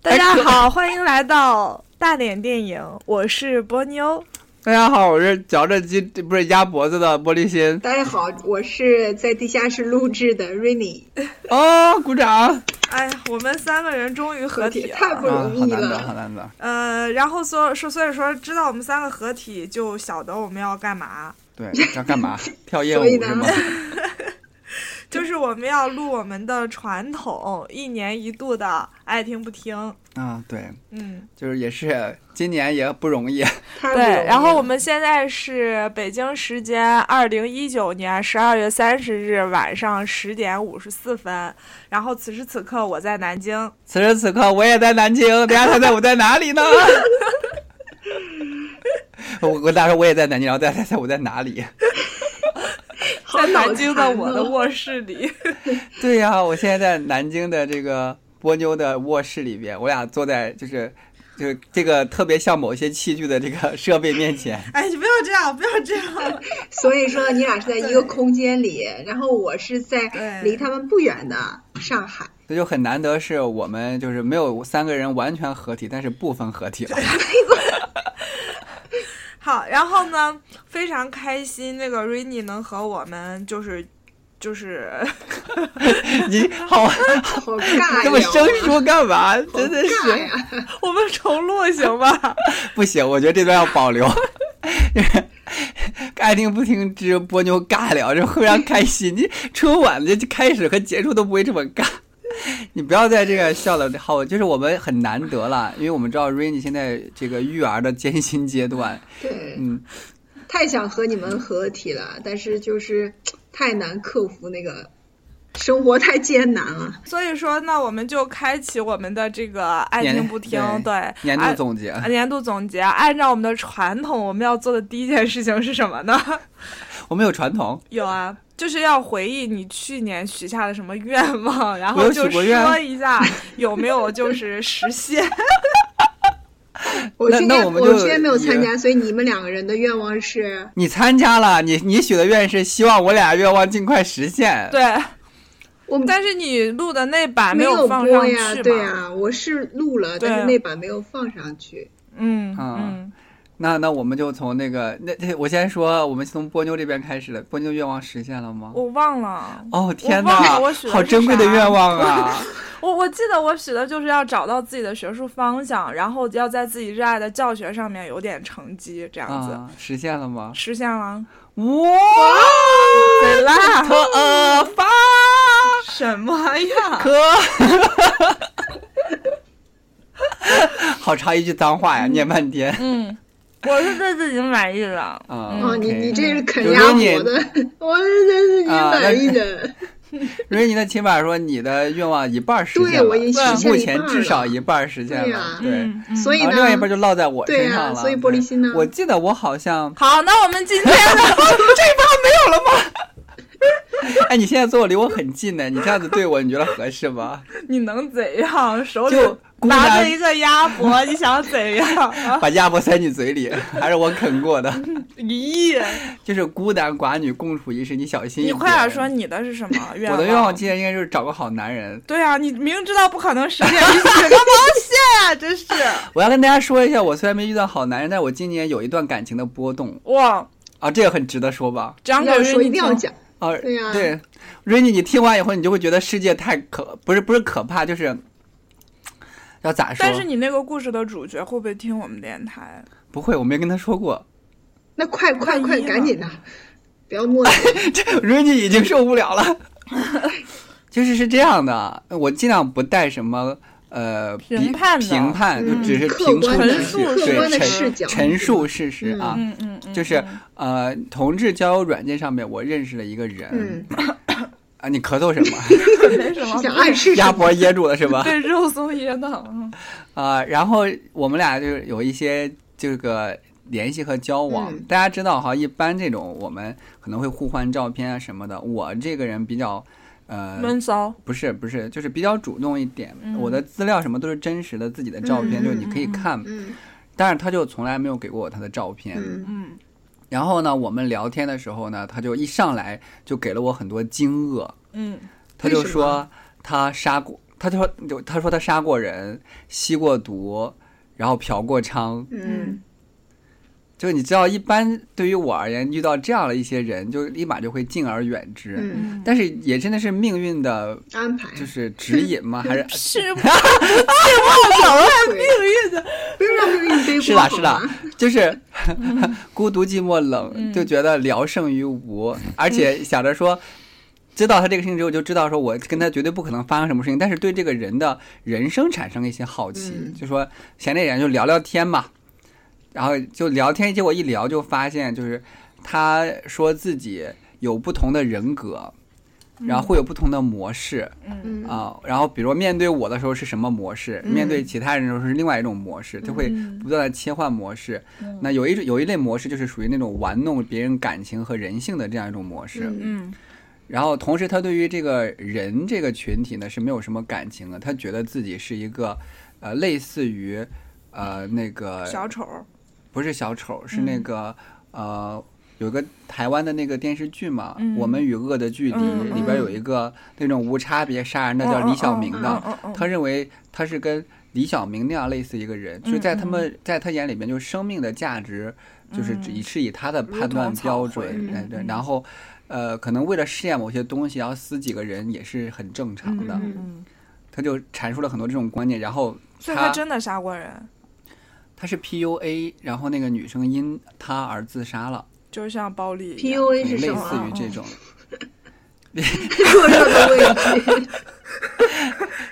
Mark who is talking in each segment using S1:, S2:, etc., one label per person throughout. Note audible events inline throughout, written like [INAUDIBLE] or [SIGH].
S1: 大家好，欢迎来到大脸电影，我是波妞。
S2: 大家好，我是嚼着鸡不是鸭脖子的玻璃心。
S3: 大家好，我是在地下室录制的瑞妮。
S2: 哦，鼓掌！
S1: 哎，我们三个人终于合体了，
S3: 太不容易
S2: 啊，好难得，
S3: 了。
S2: 好难得。
S1: 呃，然后所说，所以说知道我们三个合体，就晓得我们要干嘛，
S2: 对，要干嘛？跳艳舞
S3: 所以呢
S2: 是吗？
S3: [LAUGHS]
S1: 就是我们要录我们的传统一年一度的爱听不听。
S2: 啊，对，
S1: 嗯，
S2: 就是也是今年也不容易。
S3: 太不容易了
S1: 对。然后我们现在是北京时间二零一九年十二月三十日晚上十点五十四分，然后此时此刻我在南京。
S2: 此时此刻我也在南京，大家猜猜我在哪里呢？ [LAUGHS] 我我大家说我也在南京，然后大家猜猜我在哪里？
S3: 好
S1: 在
S3: 脑
S1: 南京的
S3: 残
S1: 我的
S3: 哦
S1: 卧室里，
S2: 对呀、我现在在南京的这个波妞的卧室里边，我俩坐在就是就是这个特别像某些器具的这个设备面前。
S1: [LAUGHS] 哎，你不要这样，不要这样，
S3: 所以说你俩是在一个空间里，然后我是在
S1: 对
S3: 离他们不远的上海。
S2: 这就很难得，是我们就是没有三个人完全合体，但是部分合体
S1: [LAUGHS]
S2: 了。
S1: 好，然后呢，非常开心，那个 Rainy 能和我们就是就是， [LAUGHS]
S2: 你好，
S3: 好尬呀！
S2: 这么生疏干嘛？真的
S3: 尬
S2: 是
S3: 呀！
S1: 我们重录行吧？ [LAUGHS]
S2: 不行，我觉得这段要保留。爱听不听之波妞尬聊，这非常开心。你春晚的开始和结束都不会这么尬，你不要在这个笑了。好，就是我们很难得了，因为我们知道 Rainy 现在这个育儿的艰辛阶段，
S3: 对，
S2: 嗯，
S3: 太想和你们合体了，但是就是太难克服那个生活太艰难
S1: [LAUGHS]
S3: 了。
S1: 所以说，那我们就开启我们的这个爱
S2: 年
S1: 听不听，对，
S2: 年度
S1: 按
S2: 总结，
S1: 年度总结，啊按照我们的传统，我们要做的第一件事情是什么呢？ [LAUGHS]
S2: 我们有传统，
S1: 有啊，就是要回忆你去年许下的什么愿望，然
S2: 我
S1: 后
S2: 有
S1: 就
S2: 许过愿
S1: 说一下有没有就是实现。 [LAUGHS]
S3: 我
S2: 那
S3: 今
S2: 那
S3: 天
S2: 我们就
S3: 今天没有参
S2: 也
S3: 加，所以你们两个人的愿望是
S2: 你参加了，你你许的愿是希望我俩愿望尽快实现。
S1: 对，
S3: [LAUGHS] 我们
S1: 但是你录的那版
S3: 没
S1: 有放上
S3: 播
S1: 去
S3: 呀
S1: 嘛？，
S3: 对呀，我是录了，
S1: 对啊
S3: 但是那版没有放上去。
S1: 嗯
S2: 啊
S1: 嗯，
S2: 那那我们就从那个那那我先说，我们从波妞这边开始的。波妞愿望实现了吗？
S1: 我忘了，
S2: 哦天
S1: 我忘
S2: 哪
S1: 了我许，的
S2: 好
S1: 是
S2: 珍贵的
S1: 啥
S2: 愿望啊！
S1: 我我记得我许的就是要找到自己的学术方向，然后要在自己热爱的教学上面有点成绩， [LAUGHS] 这样子、
S2: 啊，实现了吗？
S1: 实现了。
S2: 哇，
S1: 对 [LAUGHS] 啦，
S2: 可呃发
S1: 什么呀？
S2: 可， [LAUGHS] 好长一句脏话呀，念半天。
S1: 嗯，我是对自己满意的。
S2: 啊
S1: 嗯
S3: 哦，你你这是啃
S2: 有
S3: 鸭
S2: 时候
S3: 脖的，我是真是你
S2: 啊
S3: 满
S2: 那
S3: 意的。
S2: 瑞妮的起码说你的愿望一半儿实
S3: 对
S2: 现了，
S3: 我已经
S1: 实
S3: 现
S2: 目
S3: 啊了一
S2: 前
S3: 半
S2: 至
S3: 儿
S2: 少
S3: 了
S2: 一半儿实现
S3: 对
S2: 了
S3: 呀，
S2: 对。
S1: 嗯嗯
S3: 所以
S2: 然后，
S3: 呢
S2: 另外一半就落在我
S3: 对
S2: 身
S3: 呀
S2: 上了。
S3: 所以玻璃心啊呢
S2: 对我记得我好像
S1: 好，那我们今天的
S2: 哎，你现在坐我离我很近呢，你这样子对我，你觉得合适吗？
S1: [LAUGHS] 你能怎样？手里
S2: 就姑娘
S1: 拿着一个鸭脖，你想怎样？ [LAUGHS] 啊
S2: 把鸭脖塞你嘴里，还是我啃过的。 [LAUGHS]
S1: 咦、
S2: 就是孤男寡女共处一室，你小心一
S1: 你
S2: 点。
S1: 快点说你的是什么愿
S2: 我
S1: 望？
S2: 的愿望今年应该就是找个好男人。
S1: 对啊，你明知道不可能实
S2: [LAUGHS]
S1: 现，你许个毛线呀、真是
S2: 我要跟大家说一下，我虽然没遇到好男人，但我今年有一段感情的波动
S1: 哇！
S2: 啊，这个很值得说吧？
S1: 讲给
S3: 要说
S1: 瑞
S3: 一
S1: 妮
S3: 定要
S1: 听，
S3: 讲，
S2: 啊，
S3: 对呀
S2: 对，Rainy，你听完以后，你就会觉得世界太可不是不是可怕，就是要咋说？
S1: 但是你那个故事的主角会不会听我们电台？
S2: 不会，我没跟他说过。 [LAUGHS]
S3: 那快快
S1: 万
S3: 快，
S1: 一呢
S3: 赶紧的，不要磨叽。
S2: 瑞妮已经受不了了。 [LAUGHS] 就是是这样的，我尽量不带什么呃
S1: 评
S2: 比
S1: 判的
S2: 评判，就
S1: 嗯
S2: 只是
S3: 客
S2: 评出
S3: 观
S1: 的
S2: 事实，
S1: 客观的
S2: 对
S3: 视
S2: 陈
S3: 角
S2: 陈述事实啊。
S1: 嗯嗯嗯，
S2: 就是呃，同志交友软件上面，我认识了一个人、
S3: 嗯，
S2: 啊。你咳嗽什么？ [LAUGHS]
S3: [LAUGHS]
S1: 没什
S3: 想
S1: 么，
S3: 暗示什
S2: 鸭
S3: 么？
S2: 脖噎住了是吧？
S1: 对肉松噎到。嗯
S2: 啊、然后我们俩就是有一些这个联系和交往。
S3: 嗯
S2: 大家知道哈，一般这种我们可能会互换照片啊什么的。我这个人比较呃
S1: 闷骚，
S2: 不是不是，就是比较主动一点。
S1: 嗯
S2: 我的资料什么都是真实的，自己的照片，
S3: 嗯
S2: 就是你可以看，
S3: 嗯
S2: 但是他就从来没有给过我他的照片。
S3: 嗯，
S1: 嗯，
S2: 然后呢，我们聊天的时候呢，他就一上来就给了我很多惊愕，
S1: 嗯，
S2: 他就
S3: 为什
S2: 说他杀过他就说他说他杀过人，吸过毒，然后嫖过娼。
S3: 嗯，
S2: 就你知道，一般对于我而言，遇到这样的一些人，就立马就会敬而远之。
S3: 嗯，
S2: 但是也真的是命运的，
S3: 安排
S2: 就是指引吗？还是
S1: 是不
S3: 对
S1: 是的，
S3: 不要让命运背锅。
S2: 是的，
S3: 好
S2: 是的
S3: 吗，
S2: 就是 [LAUGHS] 孤独、寂寞、冷，
S1: 嗯
S2: 就觉得聊胜于无，而且想着说，知道他这个事情之后，就知道说我跟他绝对不可能发生什么事情，但是对这个人的人生产生一些好奇，
S3: 嗯
S2: 就说闲着也闲就聊聊天嘛，然后就聊天，结果一聊就发现，就是他说自己有不同的人格，然后会有不同的模式，
S1: 嗯
S3: 嗯，
S2: 啊，然后比如面对我的时候是什么模式，
S3: 嗯
S2: 面对其他人的时候是另外一种模式，就会
S1: 嗯
S2: 不断的切换模式。那有一种有一类模式就是属于那种玩弄别人感情和人性的这样一种模式。
S3: 嗯
S1: 嗯
S2: 然后同时他对于这个人这个群体呢是没有什么感情的，他觉得自己是一个呃类似于呃那个
S1: 小丑儿，
S2: 不是小丑，是那
S1: 嗯
S2: 个、呃，有个台湾的那个电视剧嘛，
S1: 嗯
S2: 我们与恶的距离》
S1: 嗯
S2: 里边有一个那种无差别杀人的叫
S1: 嗯
S2: 李小明
S1: 嗯嗯
S2: 的，
S1: 嗯嗯
S2: 他认为他是跟李小明那样类似一个人，
S1: 嗯
S2: 所以在他们在他眼里面，就是生命的价值就是
S1: 嗯
S2: 只是以他的
S1: 如
S2: 判
S1: 同
S2: 断标
S1: 草
S2: 准，
S1: 灰
S2: 对对，
S1: 嗯
S2: 然后。呃，可能为了试验某些东西，然后死几个人也是很正常的。
S3: 嗯
S1: 嗯，
S2: 他就阐述了很多这种观念，然后
S1: 所以他真的杀过人，
S2: 他是 PUA，然后那个女生因他而自杀了。
S1: 就像暴力一样。
S3: PUA 是
S2: 类
S3: 什
S1: 啊
S2: 似于
S3: 么？啊
S2: 这种，
S3: [LAUGHS] 弱弱的位置，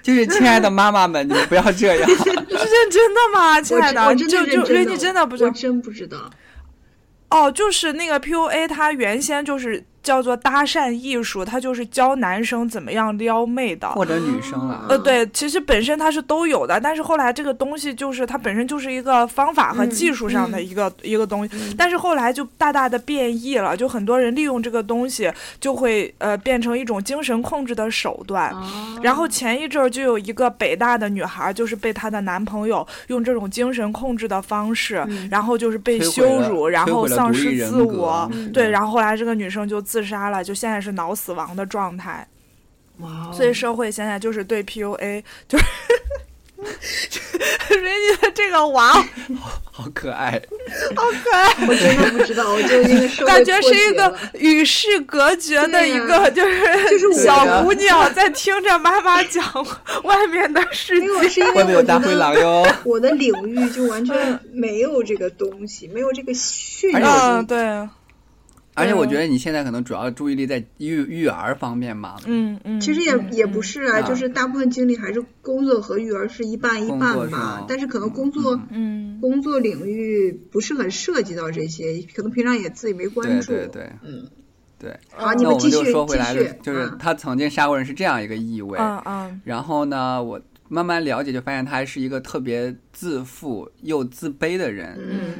S2: 就是亲爱的妈妈们，你们不要这
S1: [LAUGHS]
S2: 样。
S1: 是认真的吗，亲
S3: 我
S1: 爱
S3: 真我
S1: 的？
S3: 真
S1: 就
S3: 的
S1: 就
S3: 认
S1: 瑞
S3: 真
S1: 妮
S3: 的，
S1: 真的不知
S3: 我
S1: 道
S3: 真不知道。
S1: 哦，就是那个 PUA，它原先就是叫做搭讪艺术，它就是教男生怎么样撩妹的。
S2: 或者女生啊了，
S1: 呃，对，其实本身它是都有的，但是后来这个东西就是它本身就是一个方法和
S3: 嗯
S1: 技术上的
S3: 嗯
S1: 一个、一个东西，但是后来就大大的变异了，就很多人利用这个东西就会呃变成一种精神控制的手段。
S3: 啊，
S1: 然后前一阵儿就有一个北大的女孩，就是被她的男朋友用这种精神控制的方式，
S3: 嗯
S1: 然后就是被
S2: 摧毁
S1: 羞
S2: 了
S1: 辱，然后丧失自我
S2: 摧毁了独立人格。嗯
S1: 对，然后后来这个女生就自杀了，就现在是脑死亡的状态。
S3: 哇哦，
S1: 所以社会现在就是对 PUA，就是 [LAUGHS] Rainy 的这个娃，
S2: 好可爱。
S3: 我真的不知道，我就因为社会
S1: 感觉
S3: 脱
S1: 是
S3: 节
S1: 一个
S3: 了
S1: 与世隔绝的
S3: 对
S1: 一
S3: 呀
S1: 个，就是
S3: 就是我
S1: 小
S2: 的
S1: 姑娘在听着妈妈讲外面的世界
S3: 因。为我是 [LAUGHS] 因为
S2: 外面有
S3: 我觉
S2: 大灰狼
S3: 得 [LAUGHS]
S2: 哟，
S3: 我的领域就完全没有这个东西，没有这个讯息
S2: 而且我
S1: 嗯，对，
S2: 而且我
S3: 嗯
S2: 觉得你现在可能主要注意力在育育儿方面嘛，
S1: 嗯嗯，
S3: 其实也
S1: 嗯
S3: 也不是啊，
S2: 嗯
S3: 就是大部分精力还是工作和育儿是一半一
S2: 工
S3: 半
S2: 作是
S3: 吧
S2: 吗，
S3: 但是可能工作
S1: 嗯，
S3: 工作领域不是很涉及到这些，可能平常也自己没关
S2: 对
S3: 注。
S2: 对对
S3: 嗯，
S2: 对。
S3: 好，你
S2: 那我
S3: 继
S2: 们
S3: 续
S2: 就
S3: 继
S2: 说回来，就
S3: 续
S2: 是，就是
S3: 啊
S2: 他曾经杀过人是这样一个意味，
S1: 嗯嗯
S2: 然后呢，我慢慢了解就发现他是一个特别自负又自卑的人，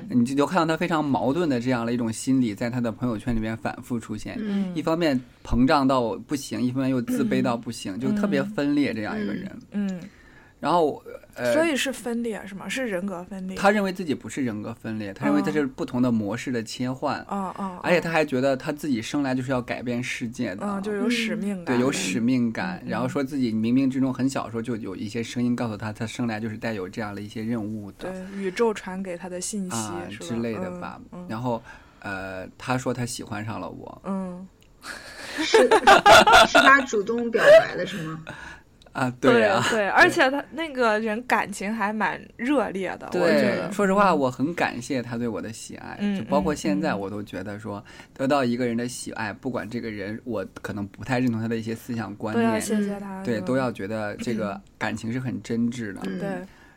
S3: 嗯
S2: 你就就看到他非常矛盾的这样的一种心理，在他的朋友圈里面反复出现。
S3: 嗯
S2: 一方面膨胀到不行，一方面又自卑到不行，就特别
S3: 嗯
S2: 分裂这样一个人。
S1: 嗯
S2: 然后，呃，
S1: 所以是分裂是吗？是人格分裂。
S2: 他认为自己不是人格分裂，他认为这是不同的模式的切换，
S1: 哦哦，
S2: 而且他还觉得他自己生来就是要改变世界的，
S1: 嗯，就是有使命感，
S2: 对有使
S1: 嗯
S2: 命感。然后说自己冥冥之中很小时候就有一些声音告诉他，他生来就是带有这样的一些任务的。
S1: 对宇宙传给他的信息
S2: 啊
S1: 是吧
S2: 之类的吧。
S1: 嗯
S2: 然后，呃，他说他喜欢上了我，
S1: 嗯，
S3: 是是他主动表白的是吗？
S2: 啊，
S1: 对
S2: 啊，
S1: 对，而且他那个人感情还蛮热烈的，我觉
S2: 对
S1: 得，。
S2: 说实话，我很感谢他对我的喜爱，
S1: 嗯
S2: 就包括现在，我都觉得说，得到一个人的喜爱，不管这个人我可能不太认同他的一些思想观
S1: 都要
S2: 念，
S1: 谢谢
S3: 啊
S1: 他，
S2: 对，
S1: 嗯
S2: 都要觉得这个感情是很真挚的。
S3: 嗯
S1: 对，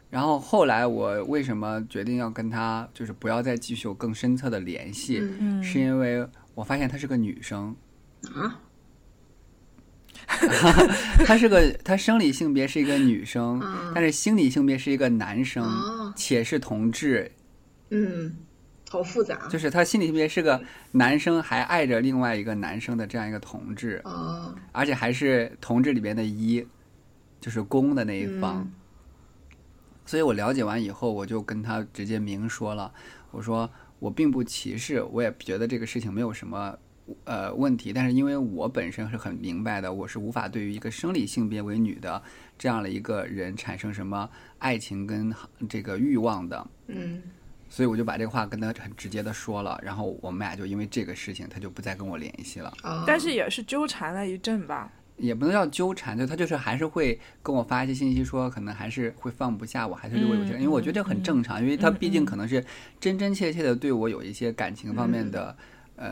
S2: 然后后来我为什么决定要跟他，就是不要再继续有更深刻的联系，
S3: 嗯
S1: 嗯，
S2: [LAUGHS] 是因为我发现她是个女生， [LAUGHS]
S3: 啊
S2: 她是个她生理性别是一个女生，
S3: 啊
S2: 但是心理性别是一个男生，
S3: 哦
S2: 且是同志，
S3: 嗯，好复杂
S2: 就是他心理性别是个男生，还爱着另外一个男生的这样一个同志，
S3: 哦，
S2: 而且还是同志里边的一，就是公的那一方。
S3: 嗯
S2: 所以我了解完以后，我就跟他直接明说了，我说我并不歧视，我也觉得这个事情没有什么呃问题，但是因为我本身是很明白的，我是无法对于一个生理性别为女的这样的一个人产生什么爱情跟这个欲望的，
S3: 嗯，
S2: 所以我就把这个话跟他很直接的说了，然后我们俩就因为这个事情，他就不再跟我联系了，
S3: 哦，
S1: 但是也是纠缠了一阵吧。
S2: 也不能叫纠缠，就他就是还是会跟我发一些信息说，可能还是会放不下我，还是对我有些，
S1: 嗯
S2: 因为我觉得这很正常，因为他毕竟可能是真真切切的对我有一些感情方面的，
S1: 嗯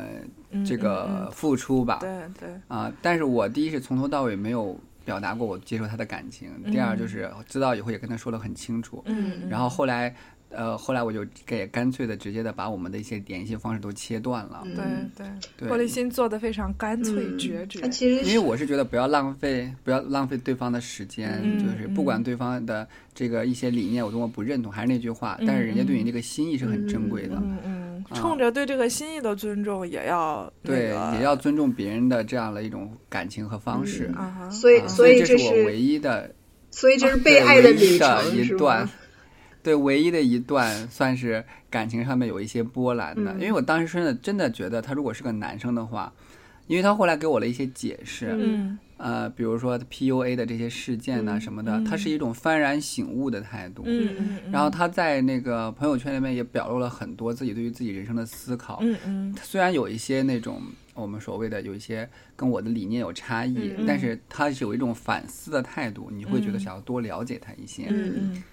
S2: 呃，这个付出吧，
S1: 对对，
S2: 啊，但是我第一是从头到尾没有表达过我接受他的感情，第二就是知道以后也跟他说的很清楚，
S1: 嗯，
S2: 然后后来，呃，后来我就给干脆的直接的把我们的一些联系方式都切断了，
S3: 嗯
S1: 对对，玻璃
S2: 对，
S1: 心做的非常干脆
S3: 嗯
S1: 决绝
S3: 那。其实
S2: 因为我是觉得不要浪费，不要浪费对方的时间，
S1: 嗯
S2: 就是不管对方的这个一些理念我多么不认同，还是那句话，
S1: 嗯
S2: 但是人家对你这个心意是很珍贵的，
S1: 嗯嗯，
S2: 啊
S1: 冲着对这个心意的尊重，也要那
S2: 对，
S1: 个
S2: 也要尊重别人的这样的一种感情和方式，
S1: 啊哈，
S3: 嗯所以
S2: 啊
S3: 所
S2: 以
S3: 以
S2: 这
S3: 这
S2: 我
S3: 是
S2: 唯一的
S3: 所以这是
S2: 对
S3: 被爱的
S2: 唯一
S3: 旅
S2: 的
S3: 程，
S2: 一
S3: 是
S2: 段
S3: 吗？，
S2: 对唯一的一段算是感情上面有一些波澜的，
S3: 嗯
S2: 因为我当时真的真的觉得他如果是个男生的话，因为他后来给我了一些解释，
S1: 嗯
S2: 呃，比如说 PUA 的这些事件呐、
S3: 嗯
S2: 什么的，
S1: 嗯
S2: 他是一种幡然醒悟的态度。
S1: 嗯嗯，嗯
S2: 然后他在那个朋友圈里面也表露了很多自己对于自己人生的思考，
S1: 嗯嗯
S2: 虽然有一些那种我们所谓的有一些跟我的理念有差异，
S3: 嗯
S2: 但是他是有一种反思的态度，你会觉得
S1: 嗯
S2: 想要多了解他一些。
S1: 嗯嗯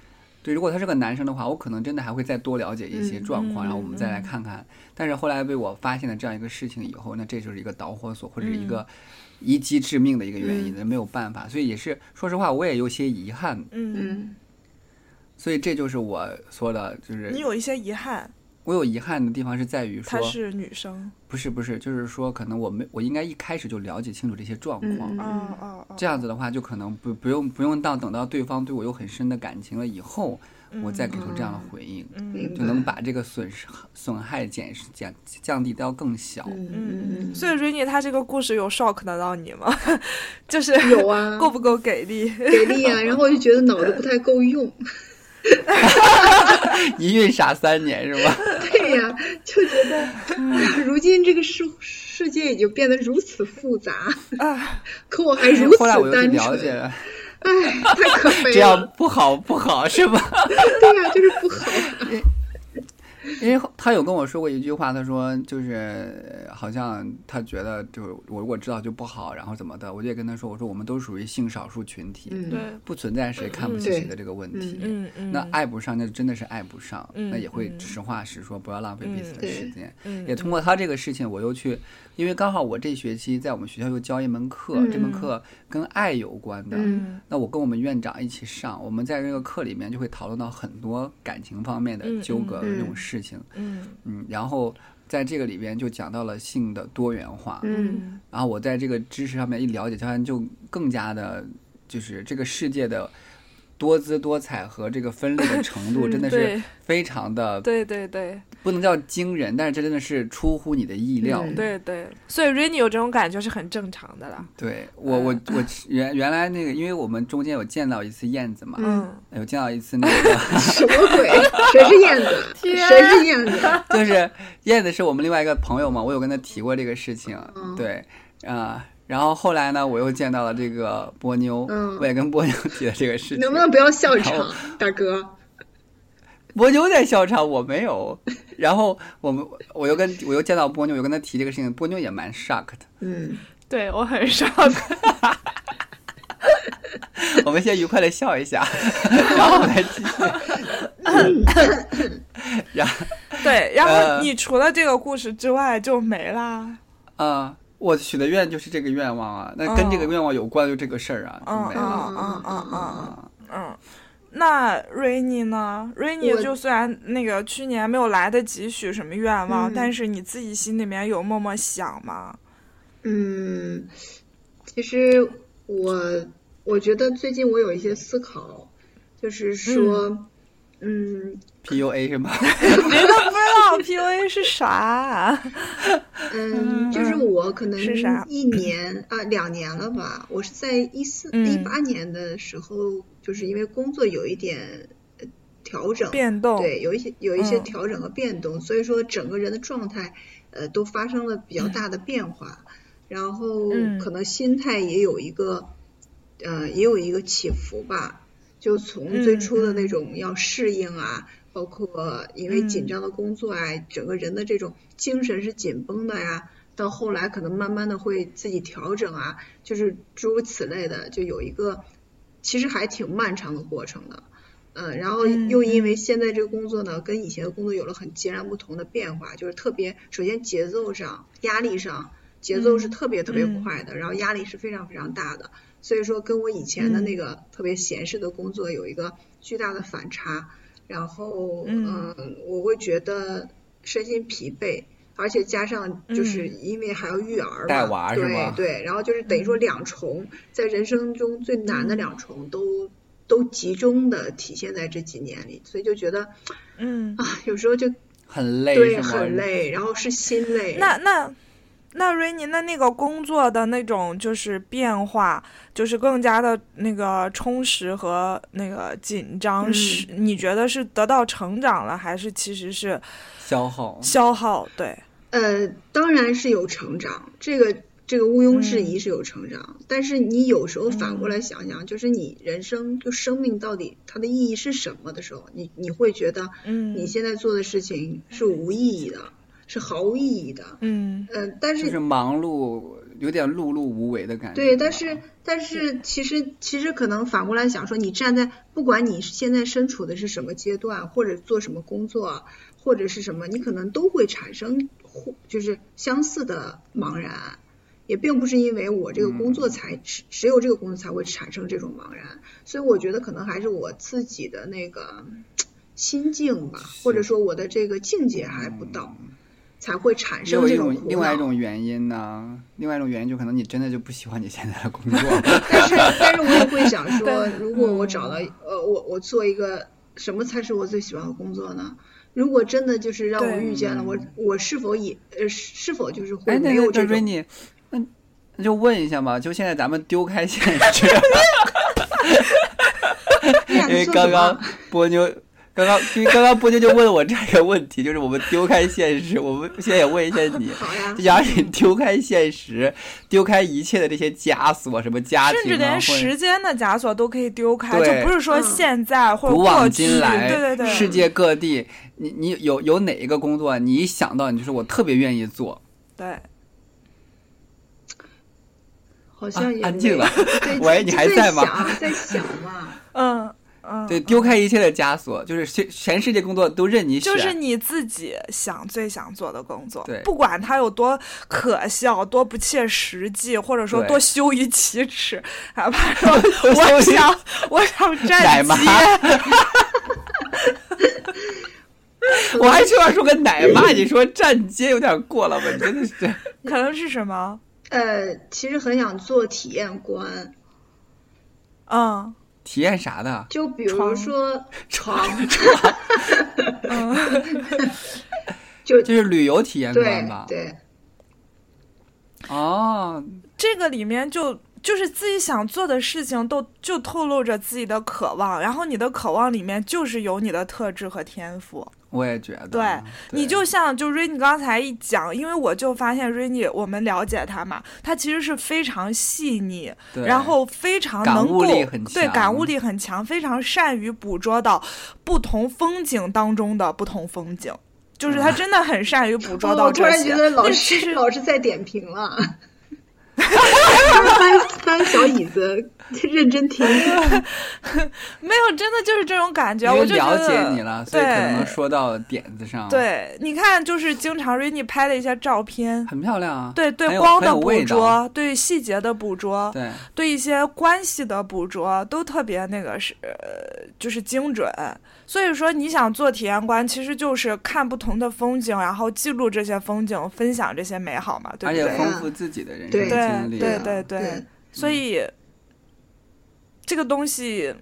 S2: 对，如果他是个男生的话，我可能真的还会再多了解一些
S3: 嗯
S2: 状况，然后我们再来
S1: 嗯
S2: 看看。但是后来被我发现了这样一个事情以后，那这就是一个导火索或者是
S1: 嗯
S2: 一个一击致命的一个原因，那没有办法。所以也是，说实话，我也有些遗憾。
S1: 嗯嗯，
S3: 嗯，
S2: 所以这就是我说的，就是
S1: 你有一些遗憾，
S2: 我有遗憾的地方是在于说
S1: 她，是女生，
S2: 不是不是，就是说可能我没我应该一开始就了解清楚这些状况
S3: 嗯。
S1: 哦哦哦，
S2: 这样子的话，就可能不不用不用到等到对方对我有很深的感情了以后，我再给出这样的回应。
S1: 嗯。
S3: 明
S2: 就
S3: 白。
S2: 能把这个损失损害减减降低到更小。
S3: 嗯
S1: 嗯
S3: 嗯
S1: 嗯，所以 Rainy 她这个故事有 shock 得到你吗？ [LAUGHS] 就是
S3: 嗯，有
S1: [LAUGHS]
S3: 啊，
S1: 够不够给力？
S3: 给力啊！然后我就觉得脑子不太够用，
S2: [LAUGHS]
S3: [LAUGHS]
S2: 一孕傻三年是吧？
S3: 对呀、就觉得啊
S1: [LAUGHS]
S3: 如今这个世世界已经变得如此复杂，
S1: 啊，
S3: 可我还 [LAUGHS] 如此
S2: 后来我又去
S3: 单
S2: 了解
S3: 纯，
S2: 了，
S3: 哎，太
S2: [LAUGHS]
S3: 可悲
S2: 这样
S3: 了。
S2: 不好不好是
S3: [LAUGHS]
S2: 吧？
S3: 对呀、就是
S2: [LAUGHS]
S3: 不好。
S2: 因为他有跟我说过一句话，他说就是呃好像他觉得就是我如果知道就不好，然后怎么的，我就也跟他说，我说我们都属于性少数群体，
S3: 嗯，
S2: 不存在谁看不起
S3: 嗯
S2: 谁
S3: 对
S2: 的这个问题。
S1: 嗯嗯，
S2: 那爱不上，那真的是爱不上，
S1: 嗯
S2: 那也会
S1: 嗯
S2: 实话实说，不要浪费彼
S1: 嗯
S2: 此的
S3: 对
S2: 时间。
S1: 嗯
S2: 也通过他这个事情，我又去，因为刚好我这学期在我们学校又教一门课，
S3: 嗯
S2: 这门课跟爱有关的。
S3: 嗯
S2: 那我跟我们院长一起上，我们在这个课里面就会讨论到很多感情方面的
S1: 嗯
S2: 纠葛
S3: 嗯嗯
S2: 这种事情。
S1: 嗯
S2: 嗯，然后在这个里边就讲到了性的多元化。
S3: 嗯
S1: 嗯
S2: 然后我在这个知识上面一了解，当然就更加的，就是这个世界的多姿多彩和这个分类的程度，
S3: 嗯
S2: 真的是
S1: 对
S2: 非常的
S1: 对对对
S2: 不能叫惊人，但是这真的是出乎你的意料。
S3: 嗯
S1: 对对，所以 Rainy 有这种感觉是很正常的啦。
S2: 对我，我
S1: 嗯
S2: 我原原来那个，因为我们中间有见到一次燕子嘛，
S1: 嗯，
S2: 有见到一次那个， [LAUGHS]
S3: 什么鬼？谁是燕子？
S1: 天啊
S3: 谁是燕子？
S2: 就是燕子是我们另外一个朋友嘛，我有跟他提过这个事情，
S3: 嗯
S2: 对，啊、然后后来呢，我又见到了这个波妞，
S3: 嗯
S2: 我也跟波妞提了这个事情
S3: 能，不能不要笑
S2: 然
S3: 场，大哥？
S2: 波妞在笑场，我没有，然后我们我又跟我又见到波妞，我又跟他提这个事情，波妞也蛮 shock 的，
S3: 嗯，
S1: 对我很 shock。
S2: 我们先愉快的笑一下， [LAUGHS] 然后来继续，然后。
S1: [LAUGHS] 对，然后
S2: 呃
S1: 你除了这个故事之外就没啦。
S2: 啊，我许的愿就是这个愿望啊，那跟这
S3: 哦
S2: 个愿望有关的就这个事儿啊，
S1: 嗯
S2: 就没
S1: 嗯
S2: 了。
S1: 嗯嗯嗯
S2: 啊
S1: 嗯嗯。那 Rainy 呢？Rainy
S3: 我
S1: 就虽然那个去年没有来得及许什么愿望，
S3: 嗯
S1: 但是你自己心里面有默默想吗？
S3: 嗯，其实我我觉得最近我有一些思考，就是说，嗯
S2: PUA 是吗？ [LAUGHS]
S1: 谁都不知道 PUA 是啥。啊
S3: 嗯，就是我可能
S1: 是啥
S3: 一年啊两年了吧，我是在一四
S1: 嗯
S3: 一八年的时候，就是因为工作有一点呃调整，
S1: 变动，
S3: 对，有一些有一些
S1: 嗯
S3: 调整和变动，所以说整个人的状态，呃，都发生了比较大的变化，然后
S1: 嗯
S3: 可能心态也有一个，呃，也有一个起伏吧。就从最初
S1: 嗯
S3: 的那种要适应啊，包括因为
S1: 嗯
S3: 紧张的工作啊，整个人的这种精神是紧绷的呀，到后来可能慢慢的会自己调整啊，就是诸如此类的，就有一个其实还挺漫长的过程的。嗯，然后
S1: 嗯
S3: 又因为现在这个工作呢，跟以前的工作有了很截然不同的变化，就是特别，首先节奏上、压力上，节奏是
S1: 嗯
S3: 特别特别
S1: 嗯
S3: 快的，然后压力是非常非常大的，所以说跟我以前的
S1: 嗯
S3: 那个特别闲适的工作有一个巨大的反差，然后
S1: 嗯
S3: 嗯，我会觉得身心疲惫，而且加上就是
S1: 嗯
S3: 因为还要育儿嘛，
S2: 带娃是
S3: 对
S2: 吧
S3: 对，然后就是等于说两重，在人生中最难的两重都都集中的体现在这几年里，所以就觉得
S1: 嗯，
S3: 啊，有时候就
S2: 很累
S3: 对
S2: 是吗？
S3: 很累，然后是心累，
S1: 那那那瑞妮，那那个工作的那种就是变化，就是更加的那个充实和那个紧张，
S3: 嗯
S1: 是你觉得是得到成长了，还是其实是
S2: 消耗。
S1: 消耗？对，
S3: 呃，当然是有成长，这个这个毋庸置疑是有成长。但是你有时候反过来想想，就是你人生就生命到底它的意义是什么的时候，你你会觉得
S1: 嗯，
S3: 你现在做的事情是无意义的，是毫无意义的。
S1: 嗯
S3: 呃，但
S2: 就是是忙碌，有点碌碌无为的感觉。啊
S3: 对，但是但是其实其实可能反过来想说，你站在不管你现在身处的是什么阶段，或者做什么工作，或者是什么，你可能都会产生互就是相似的茫然。也并不是因为我这个工
S2: 嗯
S3: 作才只只有这个工作才会产生这种茫然，所以我觉得可能还是我自己的那个心境吧，或者说我的这个境界还不到，才会产
S2: 也嗯
S3: 生
S2: 有一
S3: 这
S2: 种
S3: 苦恼。
S2: 另外一种原因呢，另外一种原因就可能你真的就不喜欢你现在的工作。
S3: 但是，但是我也会想说
S1: 对，嗯
S3: 如果我找到呃，我我做一个什么才是我最喜欢的工作呢？如果真的就是让我
S1: 对
S3: 遇见了我，我是否也呃是否就是
S2: 哎，
S3: 会
S2: 那
S3: 没
S2: 那
S3: 有
S2: 那
S3: 这
S2: r a
S3: 种
S2: n 那那就问一下嘛，就现在咱们丢开现
S3: [LAUGHS]
S2: 实，
S3: 哎呀
S2: 因为
S3: 你说
S2: 刚
S3: 什么 [LAUGHS]
S2: 刚波妞。刚刚，因为刚刚波妞就问我这个问题，就是我们丢开现实，我们现在也问一下你，
S3: 好呀，
S2: 雅你
S1: 嗯
S2: 丢开现实，丢开一切的这些枷锁，什么家
S1: 甚至
S2: 庭啊，
S1: 连
S2: 或者
S1: 时间的枷锁都可以丢开，
S2: 对
S1: 就不是说
S3: 嗯
S1: 现在或者
S2: 古
S1: 过
S2: 往
S1: 去，
S2: 今来，
S1: 对对对，
S2: 世界各地，你你有有哪一个工作，你一想到你就是我特别愿意做，
S1: 对，
S3: 好像也
S2: 啊安静了 [LAUGHS]
S3: 没。对
S2: 喂你
S3: 就
S2: 还
S3: 在
S2: 在吗
S3: 想在想嘛，
S1: 嗯嗯，
S2: 对，
S1: 嗯
S2: 丢开一切的枷锁，就是全全世界工作都任你选，
S1: 就是你自己想最想做的工作
S2: 对，
S1: 不管它有多可笑、多不切实际，或者说
S2: 对
S1: 多羞于启齿，哪
S2: [LAUGHS]
S1: 怕说
S2: 羞于
S1: 我想我想
S2: [LAUGHS] 奶
S1: 站
S2: 妈
S1: 街，
S2: 我还希望说个奶妈，你说站街有点过了吧？你真的是，
S1: 可能是什么？
S3: 呃，其实很想做体验官，
S1: 嗯
S2: 体验啥的？
S3: 就比如
S1: 床
S3: 说床，
S1: 嗯， [LAUGHS]
S3: 就
S2: 就是旅游体验
S3: 对
S2: 官吧？
S3: 对，
S2: 哦，
S1: 这个里面就。就是自己想做的事情都就透露着自己的渴望，然后你的渴望里面就是有你的特质和天赋。
S2: 我也觉得，
S1: 对你就像就 Rainy 刚才一讲，因为我就发现 Rainy，我们了解他嘛，他其实是非常细腻，
S2: 对
S1: 然后非常
S2: 感
S1: 能
S2: 悟
S1: 够
S2: 力很
S1: 对感
S2: 强
S1: 悟力很强，非常善于捕捉到不同风景当中的不同风景，
S2: 嗯
S1: 就是他真的很善于捕捉
S3: 哦，我
S1: 到
S3: 突
S1: 这
S3: 然
S1: 些。
S3: 觉得老
S1: 但其
S3: 师
S1: 实
S3: 老师在点评了，搬搬小椅子，认真听。
S1: 没有，真的就是这种感觉，
S2: 因
S1: 我
S2: 为
S1: 就觉
S2: 了
S1: 得
S2: 解你了，所以可能
S1: 对
S2: 能说到点子上，，
S1: 对，你看，就是经常 Rainy 拍的一些照片。
S2: 很漂亮啊，
S1: 对
S2: 很
S1: 对，
S2: 有
S1: 光
S2: 很
S1: 的
S2: 有
S1: 捕
S2: 味道，
S1: 捉，对细节的捕捉，
S2: 对，
S1: 对一些关系的捕捉都特别那个是，呃，就是精准。所以说，你想做体验官，其实就是看不同的风景，然后记录这些风景，分享这些美好嘛，对
S2: 而
S1: 不
S2: 且
S1: 对？
S2: 丰富自己的人
S3: 对
S2: 生经历
S1: 对
S2: 啊，
S1: 对对对，所以、这个东
S2: [LAUGHS]
S1: 西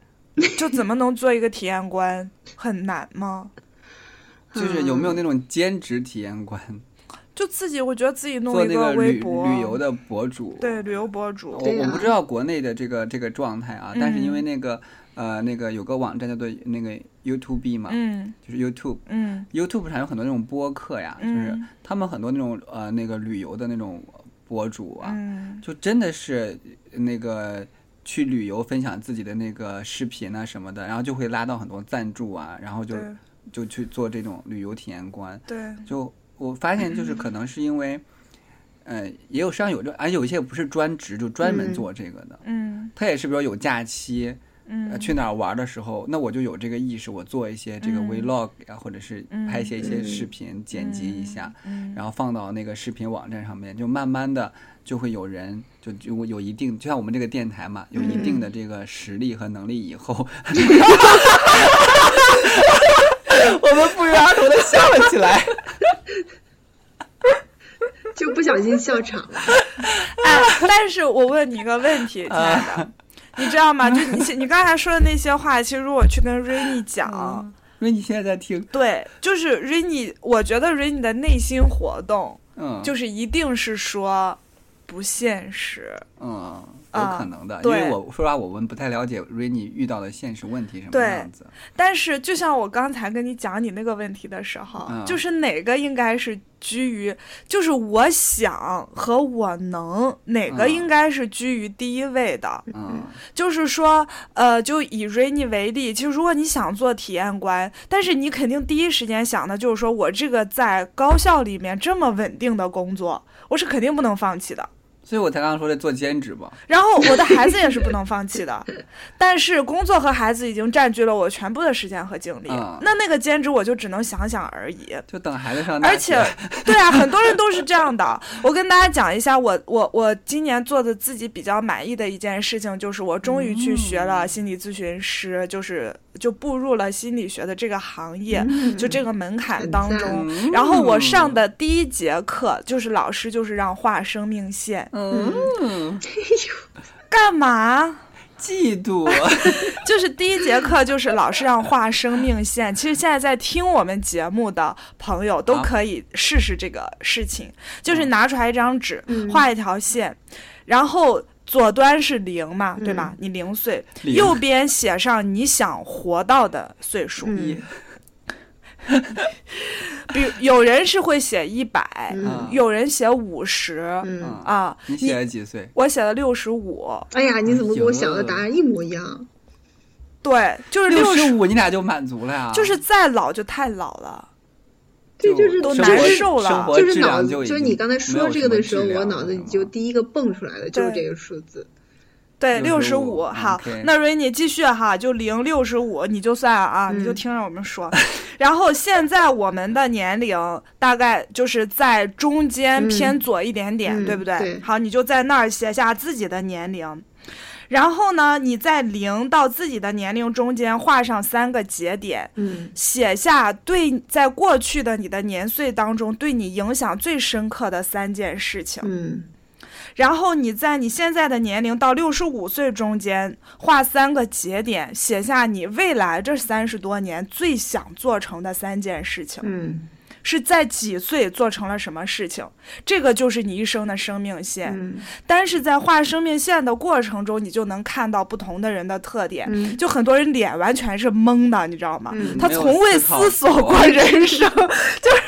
S1: 就怎么能做一个体验官，很难吗？
S2: 就是有没有那种兼职体验官，
S1: 就自己，我觉得自己弄
S2: 做
S1: 一
S2: 那个
S1: 微
S2: 旅
S1: 博
S2: 旅游的哦博主，
S1: 对旅游博主，
S2: 我
S3: 对
S2: 我
S3: 啊
S2: 不知道国内的这个这个状态啊，但是因为
S1: 嗯
S2: 那个呃那个有个网站叫做那个 YouTube 嘛，
S1: 嗯
S2: 就是 YouTube。
S1: 嗯
S2: YouTube 上有很多那种播客呀，就是
S1: 嗯
S2: 他们很多那种呃那个旅游的那种博主啊，
S1: 嗯
S2: 就真的是那个去旅游分享自己的那个视频啊什么的，然后就会拉到很多赞助啊，然后就
S1: 对
S2: 就去做这种旅游体验官。
S1: 对
S2: 就我发现，就是可能是因为，呃，也有上有这，而有一些不是专职，就专门
S3: 嗯
S2: 做这个的。
S1: 嗯
S2: 他也是，比如有假期，呃，
S1: 嗯
S2: 去哪儿玩的时候，那我就有这个意识，我做一些这个
S1: 嗯
S2: vlog 啊，或者是拍一些一些
S3: 嗯
S2: 视频，剪辑一下，
S1: 嗯
S2: 然后放到那个视频网站上面，就慢慢的就会有人就就有一定，就像我们这个电台嘛，有一定的这个实力和能力以后， [LAUGHS] 我们不约而同的笑了起 [LAUGHS] 来。
S3: 就不小心笑场了。
S1: [LAUGHS] 哎，但是我问你一个问题，亲爱
S2: [LAUGHS]
S1: 的，你知道吗？就你现你刚才说的那些话，其实如果去跟
S2: [LAUGHS]
S1: Rainy 讲，
S2: 所以你现在在听，
S1: 对，就是 Rainy，我觉得 Rainy 的内心活动
S2: 嗯，
S1: 就是一定是说不现实，
S2: 嗯。有
S1: 啊
S2: 可能的，因
S1: 对
S2: 为我说实话，我们不太了解 Rainy 遇到的现实问题什么
S1: 对
S2: 样子。
S1: 但是，就像我刚才跟你讲你那个问题的时候，
S2: 嗯
S1: 就是哪个应该是居于，就是我想和我能哪个
S2: 嗯
S1: 应该是居于第一位的。
S2: 嗯，
S1: 就是说，呃，就以 Rainy 为例，其实如果你想做体验官，但是你肯定第一时间想的就是说我这个在高校里面这么稳定的工作，我是肯定不能放弃的。 [LAUGHS]
S2: 所以我才刚刚说的做兼职吧。
S1: 然后我的孩子也是不能放弃的，但是工作和孩子已经占据了我全部的时间和精力，
S2: 嗯
S1: 那那个兼职我就只能想想而已。
S2: 就等孩子上大
S1: 而
S2: 学，
S1: 且，对啊，很多人都是这样的。我跟大家讲一下，我我我今年做的自己比较满意的一件事情，就是我终于去学
S3: 嗯
S1: 了心理咨询师，就是就步入了心理学的这个行业，就这个门槛
S3: 嗯很
S1: 当
S3: 赞
S1: 中。
S2: 嗯
S1: 然后我上，的第一节课，就是老师就是让画生命线，
S2: 嗯，
S1: 干嘛？
S2: 嫉妒，啊
S1: 就是第一节课就是老师让画生命线，其实现在在听我们节目的朋友都可以试试这个事情，就是拿出来一张纸、
S3: 嗯
S1: 画一条线，然后左端是零嘛，对
S3: 嗯
S1: 吧？你零岁，右边写上你想活到的岁数，
S3: 嗯
S1: 比如有人是会写一百、
S3: 嗯
S1: 有人写五十、
S3: 嗯，
S2: 嗯，
S1: 啊，
S2: 你写了几岁？
S1: 我写了六十五，
S3: 哎呀，你怎么跟我
S2: 行
S3: 想的答案一模一样？
S1: 对，就是
S2: 六
S1: 六
S2: 十
S1: 十，
S2: 五，你俩就满足了呀？
S1: 就是再老就太老了。
S3: 对，就是
S1: 都
S3: 就
S1: 难
S3: 是
S1: 受了
S2: 生活
S3: 就是
S2: 质
S3: 脑
S2: 量
S3: 子，
S2: 就已
S3: 是
S2: 经
S3: 你刚才
S2: 没
S3: 说
S2: 有
S3: 这个的时
S2: 什
S3: 候
S2: 么，质量
S3: 我
S2: 了
S3: 脑子里就第一个蹦出来的就是这个数字。
S1: 对，
S2: 65
S1: 六十五。好
S2: OK，
S1: 那 Rainy 继续哈，就零六十五，你就算啊，
S3: 嗯
S1: 你就听着我们说。然后现在我们的年龄大概就是在中间
S3: 嗯
S1: 偏左一点点，
S3: 嗯
S1: 对不对？
S3: 对
S1: 好，你就在那儿写下自己的年龄。然后呢，你在零到自己的年龄中间画上三个节点，
S3: 嗯
S1: 写下对在过去的你的年岁当中对你影响最深刻的三件事情。
S3: 嗯
S1: 然后你在你现在的年龄到六十五岁中间画三个节点，写下你未来这三十多年最想做成的三件事情，
S3: 嗯
S1: 是在几岁做成了什么事情，这个就是你一生的生命线。
S3: 嗯
S1: 但是在画生命线的过程中，你就能看到不同的人的特点。
S3: 嗯
S1: 就很多人脸完全是懵的，你知道吗？
S3: 嗯
S1: 他
S2: 没有
S1: 从未
S2: 思考
S1: 思索
S2: 过
S1: 过人生， [LAUGHS] 就是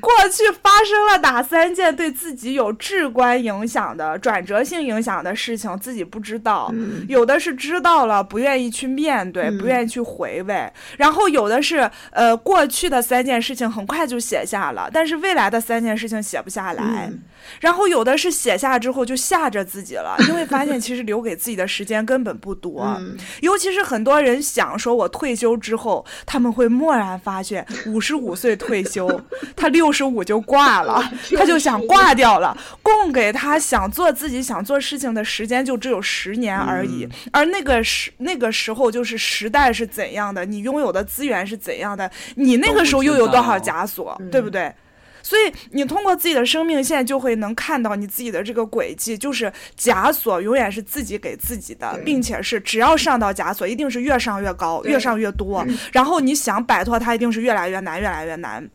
S1: 过去发生了哪三件对自己有至关影响的、转折性影响的事情，自己不知道。
S3: 嗯
S1: 有的是知道了，不愿意去面对，
S3: 嗯
S1: 不愿意去回味；然后有的是，呃，过去的三件事情很快就写下了，但是未来的三件事情写不下来。
S3: 嗯
S1: 然后有的是写下之后就吓着自己了，因为发现其实留给自己的时间根本不多。
S3: 嗯
S1: 尤其是很多人想说，我退休之后，他们会蓦然发现，五十五岁退休，他六十五就挂了，他就想挂掉了。供给他想做自己想做事情的时间就只有十年而已，而那个时那个时候就是时代是怎样的，你拥有的资源是怎样的，你那个时候又有多少枷锁，对不对？所以你通过自己的生命线，就会能看到你自己的这个轨迹，就是枷锁永远是自己给自己的
S3: 对，
S1: 并且是只要上到枷锁，一定是越上越高，
S3: 对嗯
S1: 越上越多，然后你想摆脱它，一定是越来越难，越来越难。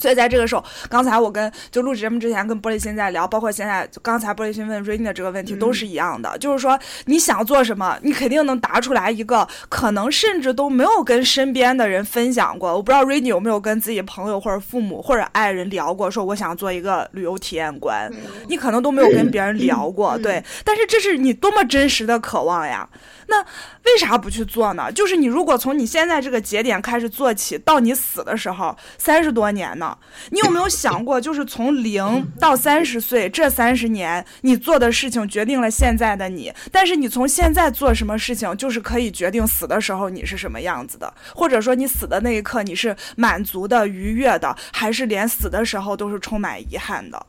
S1: 所以在这个时候，刚才我跟就录节目之前跟玻璃心在聊，包括现在就刚才玻璃心问 Rainy 的这个问
S3: 嗯
S1: 题都是一样的，就是说你想做什么，你肯定能答出来一个，可能甚至都没有跟身边的人分享过。我不知道 Rainy 有没有跟自己朋友或者父母或者爱人聊过，说我想做一个旅游体验官，
S3: 没有
S1: 你可能都没有跟别人聊过，
S3: 嗯
S1: 对。但是这是你多么真实的渴望呀！那为啥不去做呢？就是你如果从你现在这个节点开始做起，到你死的时候，三十多年呢，你有没有想过，就是从零到三十岁这三十年，你做的事情决定了现在的你，但是你从现在做什么事情，就是可以决定死的时候你是什么样子的，或者说你死的那一刻你是满足的、愉悦的，还是连死的时候都是充满遗憾的？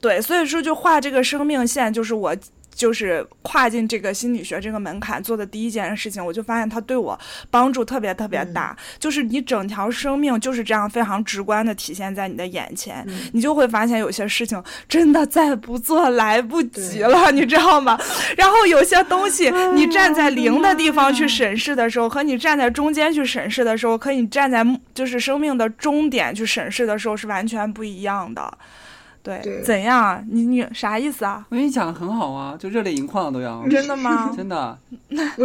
S1: 对，所以说就画这个生命线，就是我就是跨进这个心理学这个门槛做的第一件事情，我就发现它对我帮助特别特别大。就是你整条生命就是这样非常直观的体现在你的眼前，你就会发现有些事情真的再不做来不及了，你知道 [LAUGHS] 吗？然后有些东西你站在零的地方去审视的时候，和你站在中间去审视的时候，和你站在就是生命的终点去审视的时候是完全不一样的。对，
S3: 对
S1: 怎样啊？你你啥意思啊？
S2: 我跟你讲的很好啊，就热泪盈眶都要，
S1: 真的 [LAUGHS] 吗？
S2: 真的。
S3: 鼓